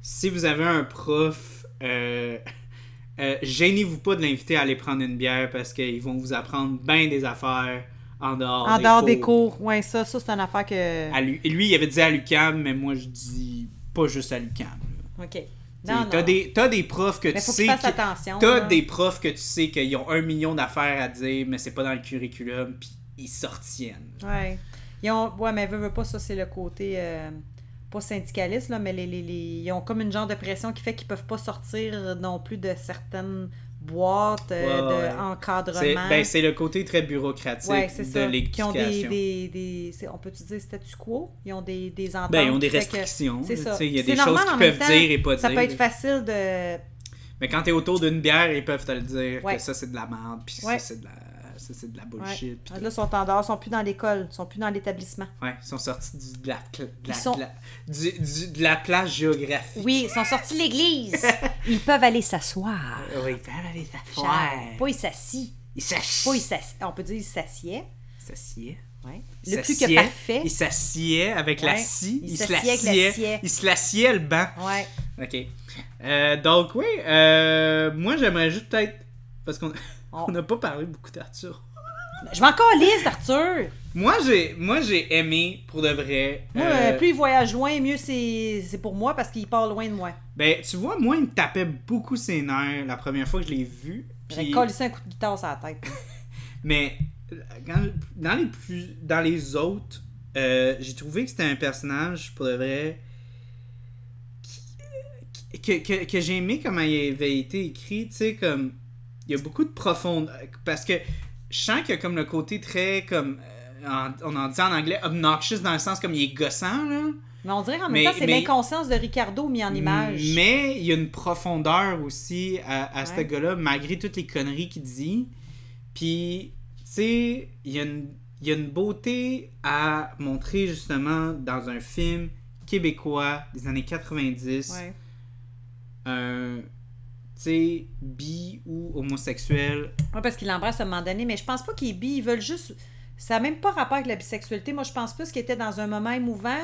A: si vous avez un prof, euh, euh, gênez-vous pas de l'inviter à aller prendre une bière parce qu'ils vont vous apprendre bien des affaires en dehors,
B: en dehors des cours. Ouais, ça, ça, c'est une affaire que.
A: À lui, et lui, il avait dit à l'UCAM, mais moi, je dis pas juste à l'UCAM.
B: OK. Non, non.
A: T'as des, t'as des profs que
B: Mais
A: tu
B: faut que
A: sais.
B: tu fasses
A: qui-
B: attention. hein.
A: T'as
B: là.
A: des profs que tu sais qu'ils ont un million d'affaires à dire, mais c'est pas dans le curriculum, puis ils sortiennent.
B: Ouais. Ils ont... Ouais, mais veux, veux pas, ça, c'est le côté. euh, Pas syndicaliste, là, mais les, les- les- ils ont comme une genre de pression qui fait qu'ils peuvent pas sortir non plus de certaines boîtes
A: Ouais,
B: euh,
A: ouais.
B: de
A: C'est
B: encadrement.
A: ben, c'est le côté très bureaucratique
B: Ouais, c'est
A: de
B: ça. Qui
A: l'éducation.
B: ont des, des, des- c'est- on peut-tu dire statu quo? Ils ont des, des ententes.
A: Ben, ils ont des
B: Fait que
A: restrictions.
B: c'est
A: là,
B: ça.
A: tu sais, Il y a
B: C'est
A: des
B: normal,
A: choses
B: en
A: qu'ils
B: même
A: peuvent
B: temps,
A: dire et pas
B: Ça
A: dire.
B: peut être facile de...
A: Mais quand t'es autour d'une bière, ils peuvent te le dire
B: Ouais.
A: que ça, c'est de la merde, puis
B: Ouais.
A: ça, c'est de la, ça, c'est de la
B: Ouais. Ah,
A: bullshit. puis
B: Là, ils sont en dehors, ils sont plus dans l'école, ils sont plus dans l'établissement.
A: Ouais, ils sont sortis du- de, la, pla- de, la,
B: Ils sont-
A: de la- du- du- de la place géographique.
B: Oui, ils sont sortis de l'église. Ils peuvent aller s'asseoir.
A: Oui, ils peuvent aller s'asseoir.
B: Genre, Pas ils s'assit.
A: Ils s'ass-
B: Pas ils s'assit. On peut dire ils s'assied.
A: s'assied.
B: Ouais.
A: Ils
B: Le plus que
A: s'assied.
B: parfait.
A: Ils s'assied avec la
B: Ouais,
A: scie.
B: ils
A: Ils se
B: s'assied avec la
A: l'assied.
B: scie.
A: Ils se l'assied le banc.
B: Ouais.
A: OK. Euh, donc, oui, euh, moi, j'aimerais juste peut-être... Parce qu'on
B: On-
A: on n'a pas parlé beaucoup d'Arthur.
B: Je m'en calisse, Arthur.
A: Moi, j'ai moi j'ai aimé, pour de vrai...
B: Moi,
A: euh,
B: euh, plus il voyage loin, mieux c'est c'est pour moi parce qu'il part loin de moi.
A: Ben, tu vois, moi, il me tapait beaucoup ses nerfs la première fois que je l'ai vu.
B: J'ai
A: puis-
B: collé un coup de guitare sur la tête.
A: Mais quand- dans les plus dans les autres, euh, j'ai trouvé que c'était un personnage pour de vrai qui- que, que, que j'ai aimé comment il avait été écrit, tu sais comme il y a beaucoup de profondeur parce que je sens qu'il y a comme le côté très comme euh, en- on en dit en anglais obnoxious dans le sens comme il est gossant, là.
B: Mais on dirait en
A: Mais-
B: même temps, c'est
A: mais-
B: l'inconscience de Ricardo mis en image.
A: Mais il y a une profondeur aussi à, à ce
B: Ouais.
A: gars-là, malgré toutes les conneries qu'il dit. Puis, tu sais, il y, a une- il y a une beauté à montrer justement dans un film québécois des années 90,
B: Ouais.
A: un, tu sais, bi ou homosexuel.
B: Ouais, parce qu'il l'embrasse à un moment donné, mais je pense pas qu'il est bi, ils veulent juste. Ça n'a même pas rapport avec la bisexualité. Moi, je pense plus qu'il était dans un moment émouvant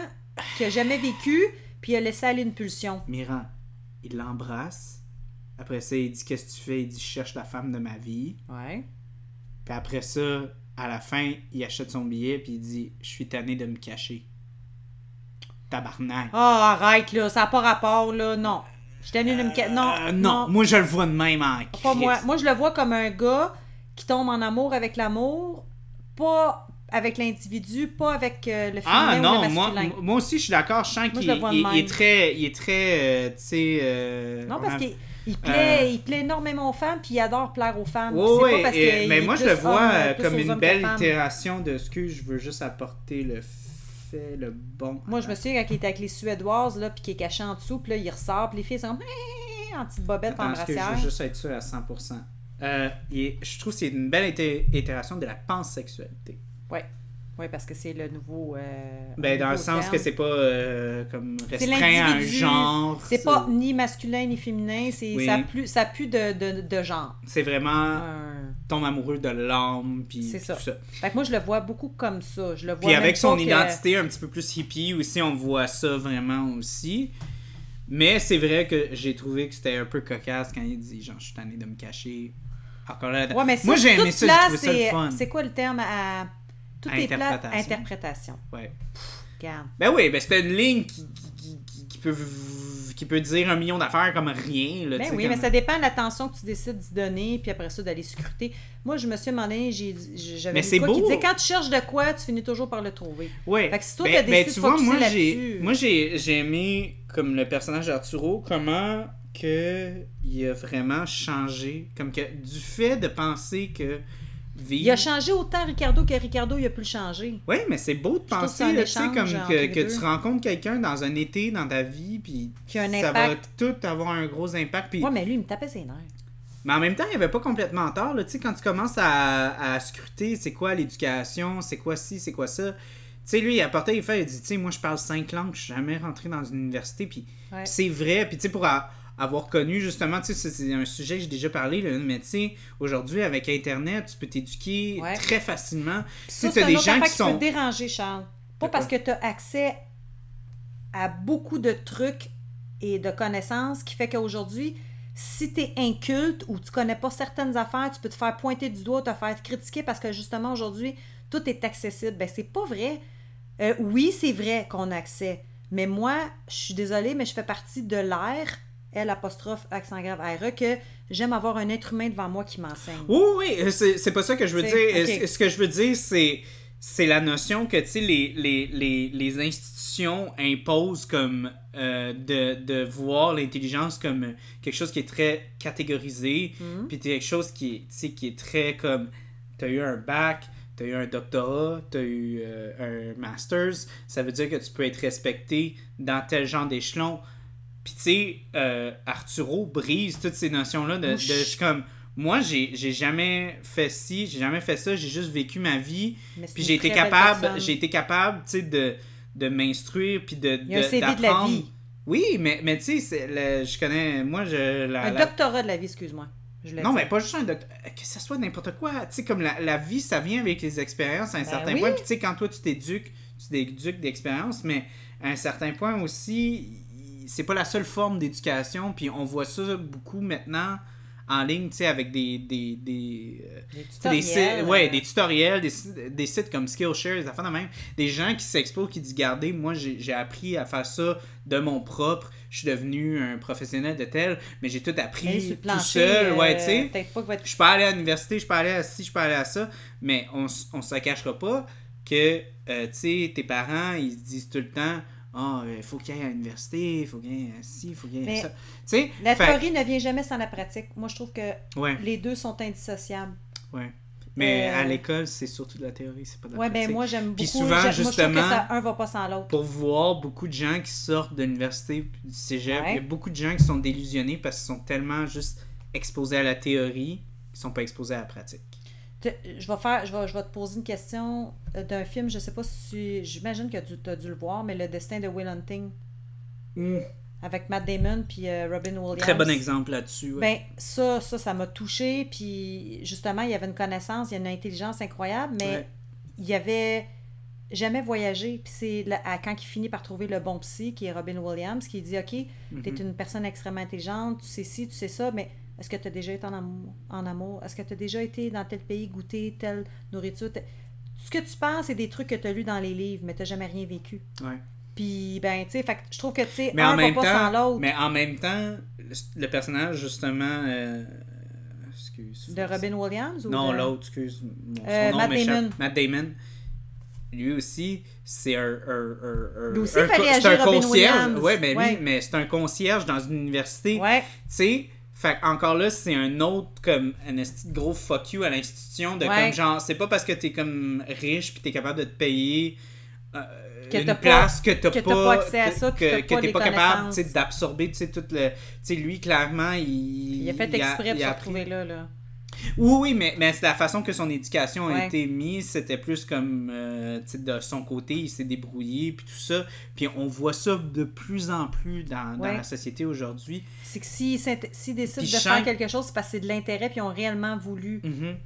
B: qu'il n'a jamais vécu, puis il a laissé aller une pulsion.
A: Miran, il l'embrasse. Après ça, il dit Qu'est-ce que tu fais Il dit Je cherche la femme de ma vie.
B: Ouais.
A: Puis après ça, à la fin, il achète son billet puis il dit Je suis tanné de me cacher. Tabarnak.
B: Oh, arrête, là, ça n'a pas rapport, là, non. Je t'ai une... ca-
A: Euh,
B: Non,
A: non,
B: non,
A: moi je le vois de même en
B: pas
A: crise.
B: moi. Moi, je le vois comme un gars qui tombe en amour avec l'amour, pas avec l'individu, pas avec euh, le féminin
A: Ah
B: ou
A: non,
B: le
A: moi,
B: masculin.
A: moi aussi je suis d'accord, je sens
B: Moi,
A: qu'il
B: je le vois de
A: il- il
B: même.
A: est très, il est très, euh, tu sais... euh,
B: non, parce
A: en-
B: qu'il il plaît, il plaît énormément aux femmes, puis il adore plaire aux femmes.
A: Euh. Ouais,
B: C'est pas
A: ouais,
B: parce
A: et-
B: qu'il
A: mais
B: est
A: moi je
B: plus
A: le vois
B: homme,
A: euh,
B: plus
A: comme
B: aux
A: une
B: hommes que
A: belle
B: femmes.
A: itération de ce que je veux juste apporter le fait, le bon.
B: Moi, je me souviens quand il était avec les Suédoises, là, puis qu'il est caché en dessous, puis là, il ressort, puis les filles sont comme, Eh, en petite bobette, en
A: Attends, est-ce Ah, que je
B: brassière.
A: veux juste être sûr à 100%. Euh, il est- je trouve que c'est une belle ité- itération de la pansexualité.
B: Oui, parce que c'est le nouveau. euh,
A: Ben, dans le
B: nouveau
A: sens
B: terme.
A: que c'est pas euh, comme restreint à un
B: l'individu.
A: genre.
B: C'est pas ni masculin ni féminin, c'est
A: Oui. Ah.
B: ça pue, ça pue de, de, de genre.
A: C'est vraiment
B: Un-
A: tombe amoureux de l'âme, puis
B: C'est
A: puis
B: ça.
A: tout ça.
B: Fait que moi, je le vois beaucoup comme ça. Je le vois
A: Puis
B: même
A: avec son
B: pas que-
A: identité un petit peu plus hippie aussi, on voit ça vraiment aussi. Mais c'est vrai que j'ai trouvé que c'était un peu cocasse quand il dit genre, je suis tanné de me cacher. Encore là,
B: Ouais, mais ça,
A: moi j'ai aimé
B: toute
A: ça,
B: place,
A: j'ai trouvé ça le
B: c'est-
A: fun.
B: C'est quoi le terme à. Toutes les places.
A: Interprétation.
B: Interprétation.
A: Ouais.
B: Regarde.
A: Ben oui, ben c'était une ligne qui, qui- qui- qui- qui peut, v- qui peut dire un million d'affaires comme rien. Là, tu
B: Ben
A: sais,
B: oui, mais
A: comme-
B: ça dépend de l'attention que tu décides d'y donner, puis après ça, d'aller scruter. Moi, je me suis demandé, j'ai-
A: Mais
B: j'avais
A: c'est
B: une quoi qui
A: beau.
B: disait quand tu cherches de quoi, tu finis toujours par le trouver.
A: Ouais. Ben,
B: Fait que si toi, t'as décidé de focusser
A: moi, j'ai,
B: là-dessus.
A: moi j'ai, j'ai aimé comme le personnage d'Arturo, comment que il a vraiment changé, comme que du fait de penser que vivre.
B: Il a changé autant Ricardo que Ricardo, il a pu le changer.
A: Ouais, mais c'est beau de
B: trouve
A: penser,
B: ça un
A: là, tu sais,
B: échange
A: comme
B: entre
A: que,
B: les
A: que tu
B: deux.
A: rencontres quelqu'un dans un été, dans ta vie, puis
B: Qui a un
A: ça
B: impact.
A: va tout avoir un gros impact. Puis
B: Ouais, mais lui, il me tapait ses nerfs.
A: Mais en même temps, il avait pas complètement tort. Là. Tu sais, quand tu commences à, à scruter, c'est quoi l'éducation, c'est quoi ci, c'est quoi ça. Tu sais, lui, il apportait, il fait, il dit, tu sais, moi, je parle cinq langues, je suis jamais rentré dans une université. Puis
B: Ouais.
A: puis c'est vrai. Puis tu sais, pour a- avoir connu, justement, tu sais, c'est- c'est un sujet que j'ai déjà parlé, là, mais tu sais, aujourd'hui, avec Internet, tu peux t'éduquer
B: Ouais.
A: très facilement. Si
B: Ça,
A: tu
B: c'est
A: as
B: un
A: des
B: autre
A: gens
B: affaire
A: qui
B: peut
A: sont...
B: te déranger, Charles. Pas
A: De
B: parce que tu as accès à beaucoup de trucs et de connaissances qui fait qu'aujourd'hui, si tu es inculte ou tu connais pas certaines affaires, tu peux te faire pointer du doigt, te faire critiquer parce que justement aujourd'hui, tout est accessible. Ben, c'est pas vrai. Euh, oui, c'est vrai qu'on a accès. Mais moi, je suis désolée, mais je fais partie de l'ère, L apostrophe accent grave RE, que j'aime avoir un être humain devant moi qui m'enseigne.
A: Oui, oui, oui, c'est c'est pas ça que je veux dire.
B: C'est- ok.
A: C'est- Ce que je veux dire, c'est c'est la notion que tu sais les, les, les, les institutions imposent comme euh, de, de voir l'intelligence comme quelque chose qui est très catégorisé
B: Mhm.
A: puis quelque chose qui est, tu sais, qui est très comme t'as eu un bac t'as eu un doctorat t'as eu euh, un masters ça veut dire que tu peux être respecté dans tel genre d'échelon puis tu sais euh, Arturo brise toutes ces notions là de, de
B: Ouch.
A: je suis comme moi j'ai j'ai jamais fait ci j'ai jamais fait ça j'ai juste vécu ma vie
B: Mais c'est
A: puis
B: une
A: j'ai été
B: très belle
A: capable
B: personne.
A: j'ai été capable tu sais de de m'instruire puis de
B: Il y a un
A: de-
B: CV de la
A: d'apprendre.
B: vie.
A: oui mais mais tu sais c'est le- je connais moi je la-
B: Un
A: la
B: doctorat de la vie, excuse-moi. Je voulais
A: non,
B: dire.
A: mais pas juste un docteur. euh, Que ça soit n'importe quoi. Tu sais, comme la, la vie, ça vient avec les expériences à un
B: Ben
A: certain
B: oui.
A: point. Puis, tu sais, quand toi, tu t'éduques, tu t'éduques d'expérience, mais à un certain point aussi, il- c'est pas la seule forme d'éducation. Puis, on voit ça beaucoup maintenant en ligne, tu sais, avec des. des, des, euh,
B: Des
A: des
B: tutoriels,
A: sites, ouais,
B: euh,
A: des tutoriels, des, si- des sites comme Skillshare, des affaires de même. Des gens qui s'exposent, qui disent Gardez, moi j'ai j'ai appris à faire ça de mon propre, je suis devenu un professionnel de tel, mais j'ai tout appris
B: hey, sur le
A: tout
B: plancher,
A: seul. ouais,
B: euh,
A: tu sais.
B: Peut-être pas que votre
A: Je peux aller à l'université, je peux aller à ci, je peux aller à ça, mais on, s- on se cachera pas que, euh, tu sais, tes parents, ils se disent tout le temps, ah, il faut qu'il aille à l'université, il faut qu'il aille à ci, il faut qu'il aille
B: Mais
A: à ça. Tu sais,
B: La
A: fait-
B: théorie ne vient jamais sans la pratique. Moi, je trouve que
A: ouais,
B: les deux sont indissociables.
A: ouais. Mais
B: Euh,
A: à l'école, c'est surtout de la théorie, c'est pas de la
B: Ouais, ben
A: pratique.
B: moi j'aime beaucoup.
A: Puis souvent,
B: j'a- moi, je trouve que
A: justement,
B: ça, un va pas sans l'autre.
A: Pour voir beaucoup de gens qui sortent de l'université, puis du cégep,
B: Ouais.
A: il y a beaucoup de gens qui sont délusionnés parce qu'ils sont tellement juste exposés à la théorie qu'ils sont pas exposés à la pratique.
B: Te- Je vais, faire, je, vais, je vais te poser une question euh, d'un film, je sais pas si. J'imagine que tu as dû le voir, mais Le destin de Will Hunting Hmm. avec Matt Damon puis euh, Robin Williams.
A: Très bon exemple là-dessus. ouais.
B: Ben, ça, ça, ça m'a touché. Puis justement, il y avait une connaissance, il y a une intelligence incroyable, mais
A: Ouais.
B: il y avait jamais voyagé. Puis c'est là- à- quand il finit par trouver le bon psy, qui est Robin Williams, qui dit Ok, tu es
A: Mhm.
B: une personne extrêmement intelligente, tu sais ci, tu sais ça, mais est-ce que tu as déjà été en amour? En amour? Est-ce que tu as déjà été dans tel pays goûter telle nourriture? tel- Ce que tu penses, c'est des trucs que tu as lus dans les livres, mais tu jamais rien vécu.
A: Ouais.
B: Puis, ben, tu sais, fait que je trouve que, tu sais,
A: Mais en
B: un va
A: même
B: pas sans
A: temps,
B: l'autre.
A: mais en même temps, le, le personnage justement, euh, excuse.
B: De Robin Williams ou
A: Non,
B: de-
A: l'autre, excuse. Mon- Son
B: Euh,
A: nom
B: Matt
A: m'échappe.
B: Damon.
A: Matt Damon. Lui aussi, c'est un. un, un, un-
B: Lui aussi,
A: un
B: fallait
A: co-
B: agir
A: c'est un
B: Robin
A: concierge.
B: Williams.
A: Ouais, mais
B: Ouais.
A: oui, mais c'est un concierge dans une université.
B: Ouais.
A: Tu sais, fait encore là, c'est un autre comme un esti de gros fuck you à l'institution de
B: Ouais.
A: comme genre, c'est pas parce que t'es comme riche puis t'es capable de te payer. euh,
B: Que
A: une
B: t'as pas-
A: place que t'as
B: que
A: pas,
B: t'as pas accès à ça, puis
A: que,
B: t'as
A: que
B: pas
A: t'es
B: les
A: pas capable
B: connaissances.
A: tu sais, d'absorber tu sais, tout le tu sais lui clairement il
B: Il a fait exprès
A: il
B: pour
A: a
B: se
A: appris-
B: retrouver là, là.
A: oui, oui, mais, mais c'est la façon que son éducation a
B: Ouais.
A: été mise. C'était plus comme, euh, tu sais, de son côté, il s'est débrouillé, puis tout ça. Puis on voit ça de plus en plus dans, dans
B: Ouais.
A: la société aujourd'hui.
B: C'est que s'ils s'int- s'ils décident
A: Puis
B: de
A: Shang-
B: faire quelque chose, c'est parce que c'est de l'intérêt puis ils ont réellement voulu.
A: Mhm.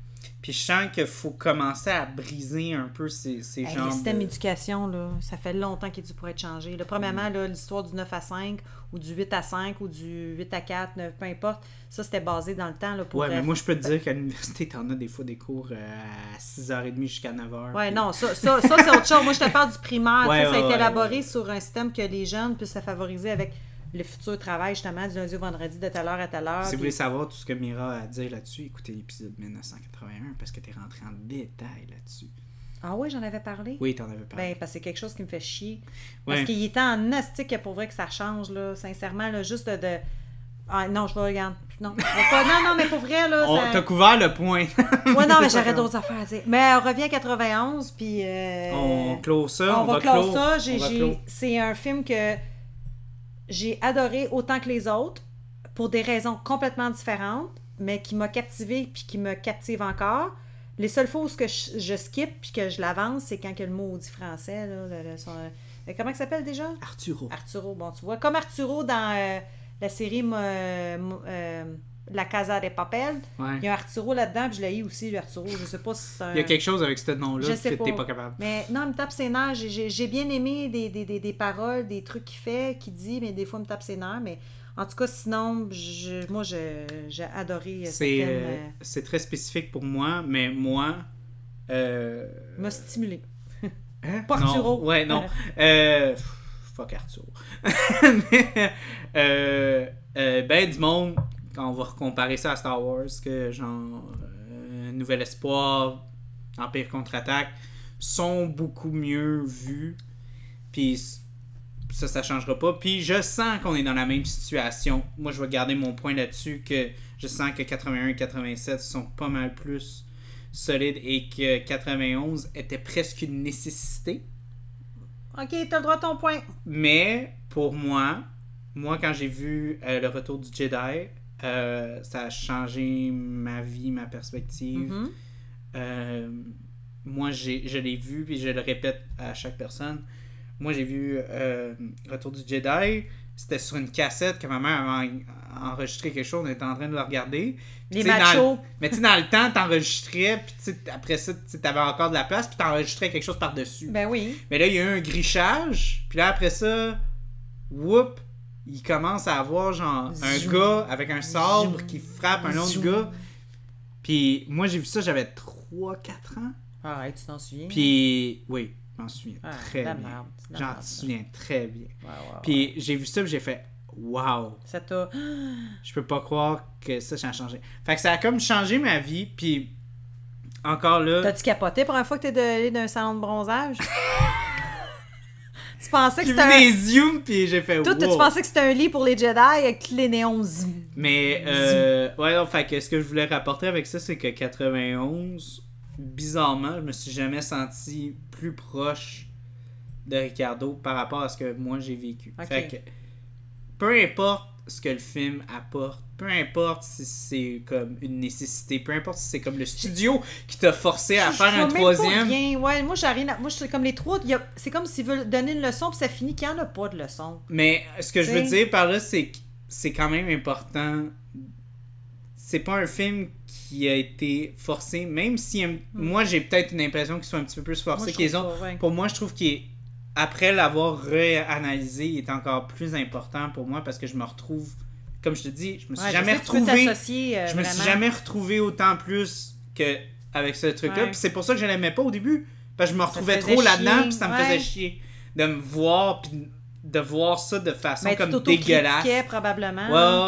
A: Puis je sens qu'il faut commencer à briser un peu ces, ces euh.
B: Hey,
A: genres
B: le système
A: de-
B: d'éducation, là, ça fait longtemps qu'il est dû pour être changé. Là, premièrement, là, l'histoire du 9 à 5 ou du 8 à 5 ou du 8 à 4, 9, peu importe, ça, c'était basé dans le temps. Là, pour
A: Ouais, mais
B: euh,
A: moi, je peux te dire qu'à l'université, t'en as des fois des cours euh, à 6h30 jusqu'à 9h.
B: Ouais, non, ça, ça, ça, c'est autre chose. Moi, je te parle du primaire. tu
A: Ouais,
B: sais, ça a
A: ouais,
B: été
A: ouais,
B: élaboré
A: ouais.
B: sur un système que les jeunes puissent se favoriser avec le futur travail, justement, du lundi au vendredi, de telle heure à telle heure.
A: Si vous
B: puis-
A: voulez savoir tout ce que Mira a à dire là-dessus, écoutez l'épisode 1981 parce que t'es rentré en détail là-dessus.
B: Ah ouais, j'en avais parlé?
A: Oui, t'en avais parlé.
B: Ben, parce que c'est quelque chose qui me fait chier.
A: Ouais.
B: Parce qu'il est en astique pour vrai que ça change, là, sincèrement, là, juste de. de- Ah, non, je vais regarder. Non, je vais pas- non, non, mais pour vrai, là.
A: On-
B: ça-
A: T'as couvert le point.
B: Ouais, non, mais j'aurais d'autres affaires à dire. Mais on revient à 91, puis. euh,
A: On close ça.
B: on va clore ça.
A: on
B: J'ai-
A: va
B: j'ai-
A: clore.
B: C'est un film que j'ai adoré autant que les autres pour des raisons complètement différentes, mais qui m'a captivé puis qui me captive encore. Les seules fois où ce que je, je skip puis que je l'avance, c'est quand que le maudit français, là, le- le- son- euh, comment il s'appelle déjà?
A: Arturo.
B: Arturo, bon, tu vois, comme Arturo dans euh, la série mo- euh, mo- euh, La Casa de Papel,
A: Ouais.
B: il y a un Arturo là-dedans, puis je l'ai eu aussi, le Arturo, je sais pas si c'est un...
A: Il y a quelque chose avec ce nom-là
B: Je sais
A: que t'es pas
B: pas.
A: capable.
B: Mais non, il me tape ses nerfs. J'ai- J'ai j'ai bien aimé des, des, des, des paroles, des trucs qu'il fait, qu'il dit, mais des fois, il me tape ses nerfs. Mais en tout cas, sinon, je, moi, je- j'ai adoré ce
A: C'est
B: film.
A: euh,
B: euh,
A: c'est très spécifique pour moi, mais moi. Euh...
B: m'a stimulé.
A: hein?
B: Pas
A: Non.
B: Arturo.
A: Ouais, non. Euh, pff, Fuck Arturo. Mais, euh, euh, ben, du monde, quand on va comparer ça à Star Wars, que genre. euh, Nouvel Espoir, Empire contre-attaque, sont beaucoup mieux vus. Puis ça, ça changera pas. Puis je sens qu'on est dans la même situation. Moi, je vais garder mon point là-dessus que je sens que 81 et 87 sont pas mal plus solides et que 91 était presque une nécessité.
B: OK, t'as le droit à ton point.
A: Mais pour moi, moi, quand j'ai vu euh, Le Retour du Jedi, euh, ça a changé ma vie, ma perspective.
B: Mhm.
A: Euh, moi, j'ai, je l'ai vu, puis je le répète à chaque personne. Moi, j'ai vu euh, Retour du Jedi. C'était sur une cassette que ma mère avait en- enregistré quelque chose. On était en train de le regarder. Puis,
B: Les
A: tu sais, dans le-
B: machos.
A: Mais tu sais, dans le temps, t'enregistrais, puis tu sais, après ça, tu sais, t'avais encore de la place, puis t'enregistrais quelque chose par-dessus.
B: Ben oui.
A: Mais là, il y a eu un grichage. Puis là, après ça, whoop, il commence à avoir genre un
B: Zoom.
A: gars avec un sabre qui frappe un autre
B: Zoom.
A: gars. Puis moi, j'ai vu ça, j'avais 3-4 ans.
B: Arrête, tu t'en souviens.
A: Puis oui, je m'en souviens
B: Ah,
A: très
B: la
A: bien.
B: merde, c'est la
A: J'en
B: merde, Ah. ça.
A: souviens très bien.
B: Ouais, ouais, ouais.
A: Puis j'ai vu ça, puis j'ai fait Wow,
B: Ça t'a.
A: je peux pas croire que ça, ça a changé. Fait que ça a comme changé ma vie, puis encore là.
B: T'as-tu capoté pour la fois que t'es de- allé d'un salon de bronzage? tu pensais que
A: J'ai vu
B: c'était un.
A: des zooms, puis j'ai fait
B: Toi, tu
A: wow.
B: pensais que c'était un lit pour les Jedi avec les néons zoom.
A: Mais, euh, ouais, non, fait que ce que je voulais rapporter avec ça, c'est que 91, bizarrement, je me suis jamais senti plus proche de Ricardo par rapport à ce que moi j'ai vécu.
B: Ok.
A: Fait que, peu importe ce que le film apporte, peu importe si c'est comme une nécessité, peu importe si c'est comme le studio qui t'a forcé à
B: Je- je
A: faire
B: vois
A: un
B: même pas
A: troisième.
B: rien. Ouais, moi, j'ai rien à- moi, je suis comme les trois. il y a- C'est comme s'ils veulent donner une leçon, puis ça finit qu'il n'y en a pas de leçon.
A: Mais ce que je veux
B: T'sais.
A: dire par là, c'est que c'est quand même important. C'est pas un film qui a été forcé, même si euh, moi j'ai peut-être une impression qu'il soit un petit peu plus
B: Moi,
A: forcé
B: je
A: que les
B: trouve
A: autres.
B: pas, ouais.
A: Pour moi, je trouve qu'il est- après l'avoir réanalysé, il est encore plus important pour moi parce que je me retrouve, comme je te dis, je me suis
B: Ouais, je
A: jamais
B: sais que tu peux
A: retrouvé.
B: t'associer, euh,
A: Je me suis
B: vraiment.
A: jamais retrouvé autant plus que avec ce truc-là.
B: Ouais.
A: Puis c'est pour ça que je l'aimais pas au début. Parce que je me retrouvais
B: faisait
A: trop là-dedans,
B: chier,
A: puis ça me
B: ouais.
A: faisait chier de me voir, puis de voir ça de façon
B: Mais tu
A: comme
B: t'autocritiquais,
A: dégueulasse.
B: probablement.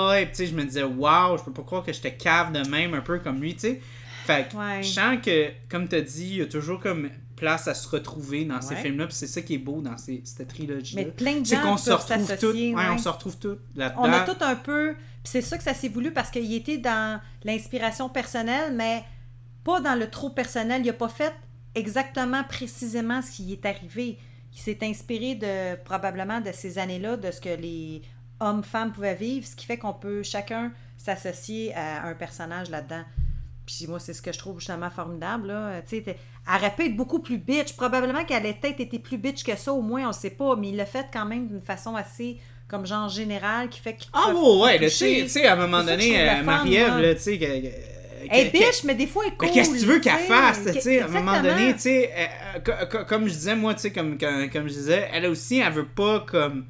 A: Ouais, ouais, ouais. Puis tu sais, je me disais, waouh, je peux pas croire que j'étais cave de même, un peu comme lui, tu sais. Fait que
B: Ouais.
A: je sens que, comme t'as dit, il y a toujours comme place à se retrouver dans ces
B: Ouais.
A: films-là, puis c'est ça qui est beau dans ces, cette trilogie-là.
B: Mais plein de
A: C'est
B: gens
A: qu'on se
B: peuvent
A: retrouve tous.
B: s'associer,
A: ouais,
B: ouais.
A: on se retrouve tous là-dedans.
B: On a tout un peu. Puis c'est ça que ça s'est voulu parce qu'il était dans l'inspiration personnelle, mais pas dans le trop personnel. Il n'a pas fait exactement, précisément ce qui est arrivé. Il s'est inspiré de probablement de ces années-là, de ce que les hommes-femmes pouvaient vivre, ce qui fait qu'on peut chacun s'associer à un personnage là-dedans. Puis moi, c'est ce que je trouve justement formidable. Là. Tu sais, t'es- elle aurait pu être beaucoup plus bitch. Probablement qu'elle a peut-être été plus bitch que ça, au moins, on ne sait pas. Mais il l'a fait quand même d'une façon assez, comme genre générale, qui fait qu'il.
A: Ah
B: peut
A: ouais, ouais, là, tu
B: toucher.
A: sais, tu sais, à un moment
B: C'est ça que je
A: donné,
B: trouve la
A: euh,
B: fun,
A: Marie-Ève,
B: moi.
A: là, tu sais, que- que-
B: Elle est
A: que-
B: bitch, mais des fois, elle est cool.
A: Mais qu'est-ce que tu veux qu'elle
B: tu sais.
A: fasse, tu sais, à un
B: Exactement.
A: moment donné, tu sais, euh, euh, co- co- comme je disais, moi, tu sais, comme, comme, comme je disais, elle aussi, elle veut pas comme,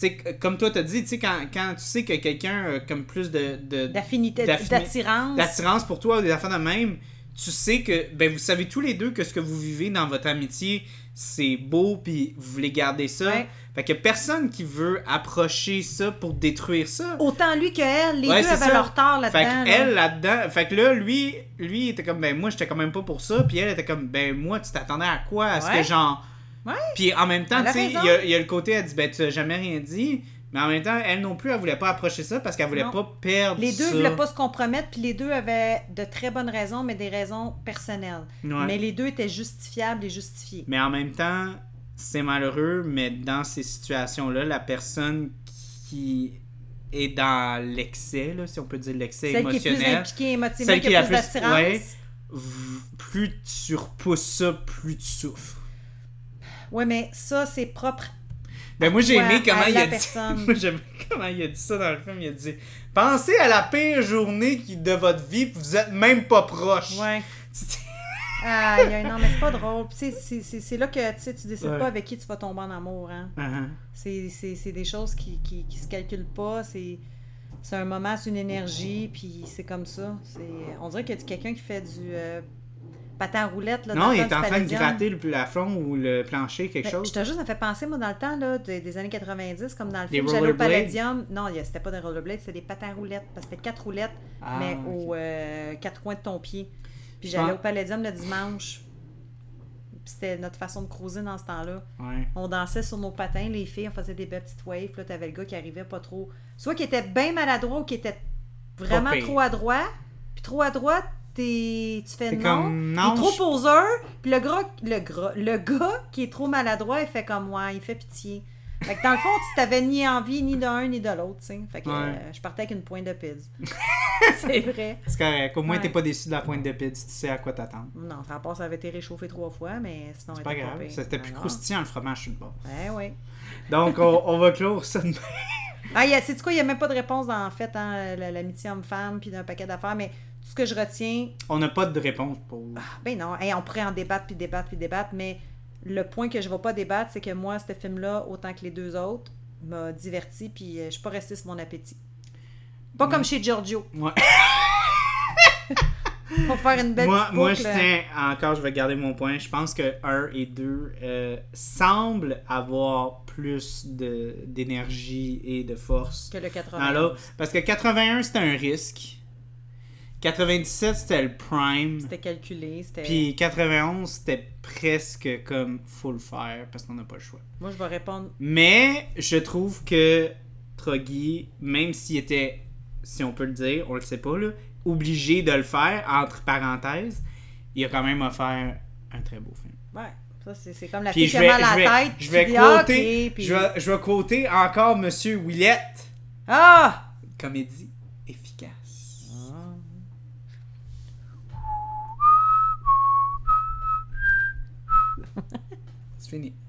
A: tu sais, c- comme toi t'as dit, tu sais, quand, quand tu sais que quelqu'un a comme plus de, de-
B: D'affinité,
A: d'affini-
B: d'attirance.
A: d'attirance pour toi ou des affaires de même, tu sais que, ben, vous savez tous les deux que ce que vous vivez dans votre amitié, c'est beau, puis vous voulez garder ça.
B: Ouais.
A: Fait que personne qui veut approcher ça pour détruire ça.
B: Autant lui qu'elle, les
A: Ouais,
B: deux
A: c'est
B: avaient
A: ça.
B: leur tort
A: Fait
B: là-dedans.
A: que
B: là.
A: elle là-dedans, fait que là lui, lui il était comme ben moi j'étais quand même pas pour ça, puis elle était comme ben moi tu t'attendais à quoi, à ce
B: Ouais.
A: que genre,
B: Ouais.
A: puis en même temps
B: Elle a
A: tu sais il y,
B: raison.
A: a- il y a le côté elle dit ben tu as jamais rien dit, mais en même temps elle non plus elle voulait pas approcher ça parce qu'elle voulait
B: Non.
A: pas perdre
B: Les deux
A: ça.
B: ne voulaient pas se compromettre, puis les deux avaient de très bonnes raisons, mais des raisons personnelles.
A: Ouais.
B: Mais les deux étaient justifiables et justifiés.
A: Mais en même temps c'est malheureux, mais dans ces situations là la personne qui est dans l'excès là si on peut dire l'excès
B: Celle qui est plus
A: émotionnel,
B: impliquée émotivement,
A: celle
B: qui a plus d'attirance.
A: ouais, v- plus tu repousses ça, plus tu souffres.
B: Ouais, mais ça, c'est propre.
A: Ben moi j'ai
B: Ouais,
A: aimé comment
B: à
A: il
B: la
A: a dit
B: personne.
A: moi j'ai aimé comment il a dit ça dans le film, il a dit pensez à la pire journée qui de votre vie, puis vous êtes même pas proche.
B: Ouais. Aïe, non, mais c'est pas drôle. Puis, tu sais, c'est- c'est c'est là que tu sais, tu décides
A: Ouais.
B: pas avec qui tu vas tomber en amour. Hein.
A: Uh-huh.
B: C'est c'est- c'est des choses qui, qui, qui se calculent pas. C'est c'est un moment, c'est une énergie, puis c'est comme ça. C'est- On dirait qu'il y a quelqu'un qui fait du euh, patin à roulette. Là, dans
A: Non,
B: le
A: il
B: temps
A: est
B: du
A: en train de
B: Palladium.
A: gratter le plafond ou le plancher quelque
B: Mais
A: chose.
B: Ben, Je te juste, ça me fait penser, moi, dans le temps là, des, des années 90, comme dans le
A: Des
B: film, j'allais au
A: rollerblades?
B: Palladium. Non, il y a- c'était pas des rollerblades, c'était des patins à roulettes. Parce que c'était quatre roulettes,
A: Ah,
B: mais
A: ok.
B: aux euh, quatre coins de ton pied. Puis
A: Je
B: j'allais
A: pense-
B: au Palladium le dimanche. Puis c'était notre façon de cruiser dans ce temps-là.
A: Ouais.
B: On dansait sur nos patins, les filles, on faisait des belles petites waves. Puis là, t'avais le gars qui arrivait pas trop. Soit qui était bien maladroit ou qui était vraiment
A: Pas pire.
B: trop adroit. Puis trop adroit, t'es- tu fais
A: T'es
B: non.
A: comme, non,
B: il est trop
A: je-
B: poseur. Puis le gras, le gras, le gars qui est trop maladroit, il fait comme moi, il fait pitié. Fait que dans le fond, tu t'avais ni envie ni d'un ni de l'autre, tu sais. Fait que
A: Ouais.
B: euh, je partais avec une pointe de pizza. C'est vrai.
A: C'est correct. Au moins
B: Ouais.
A: t'es pas déçu de la pointe de pide, si tu sais à quoi t'attendre.
B: Non, ça passe, ça avait été réchauffé trois fois, mais sinon,
A: C'est pas grave, c'était plus croustillant le fromage sur le bord.
B: Ouais, ouais.
A: Donc on, on va clore ça demain.
B: Ah, c'est quoi, il n'y a même pas de réponse dans, en fait, hein, la- l'amitié homme-femme, puis d'un paquet d'affaires, mais tout ce que je retiens,
A: On n'a pas de réponse pour.
B: ah, ben non, hey, on pourrait en débattre, puis débattre, puis débattre, mais le point que je ne vais pas débattre, c'est que moi, ce film-là, autant que les deux autres, m'a diverti, puis euh, je ne suis pas restée sur mon appétit. Pas comme chez Giorgio.
A: Ouais.
B: Pour faire une belle
A: moi,
B: petite
A: moi, je
B: boucle. euh,
A: tiens encore, je vais garder mon point. Je pense que 1 et 2 euh, semblent avoir plus de- d'énergie et de force
B: Que le
A: dans
B: 80.
A: l'autre. Parce que 81, c'était un risque. 97, c'était le prime.
B: C'était calculé, c'était...
A: Puis 91, c'était presque comme faut le faire parce qu'on n'a pas le choix.
B: Moi, je vais répondre...
A: Mais je trouve que Troggy, même s'il était, si on peut le dire, on le sait pas, là, obligé de le faire, entre parenthèses, il a quand même offert un très beau film.
B: Ouais. Ça, c'est c'est comme la
A: Puis
B: fille
A: je
B: qui
A: vais,
B: a mal à
A: je vais,
B: la tête.
A: je
B: puis
A: vais
B: qui dit, Ah,
A: quoter-
B: ok, puis-
A: je vais, je vais quoter encore Monsieur Willette.
B: Ah!
A: Comédie efficace. C'est fini.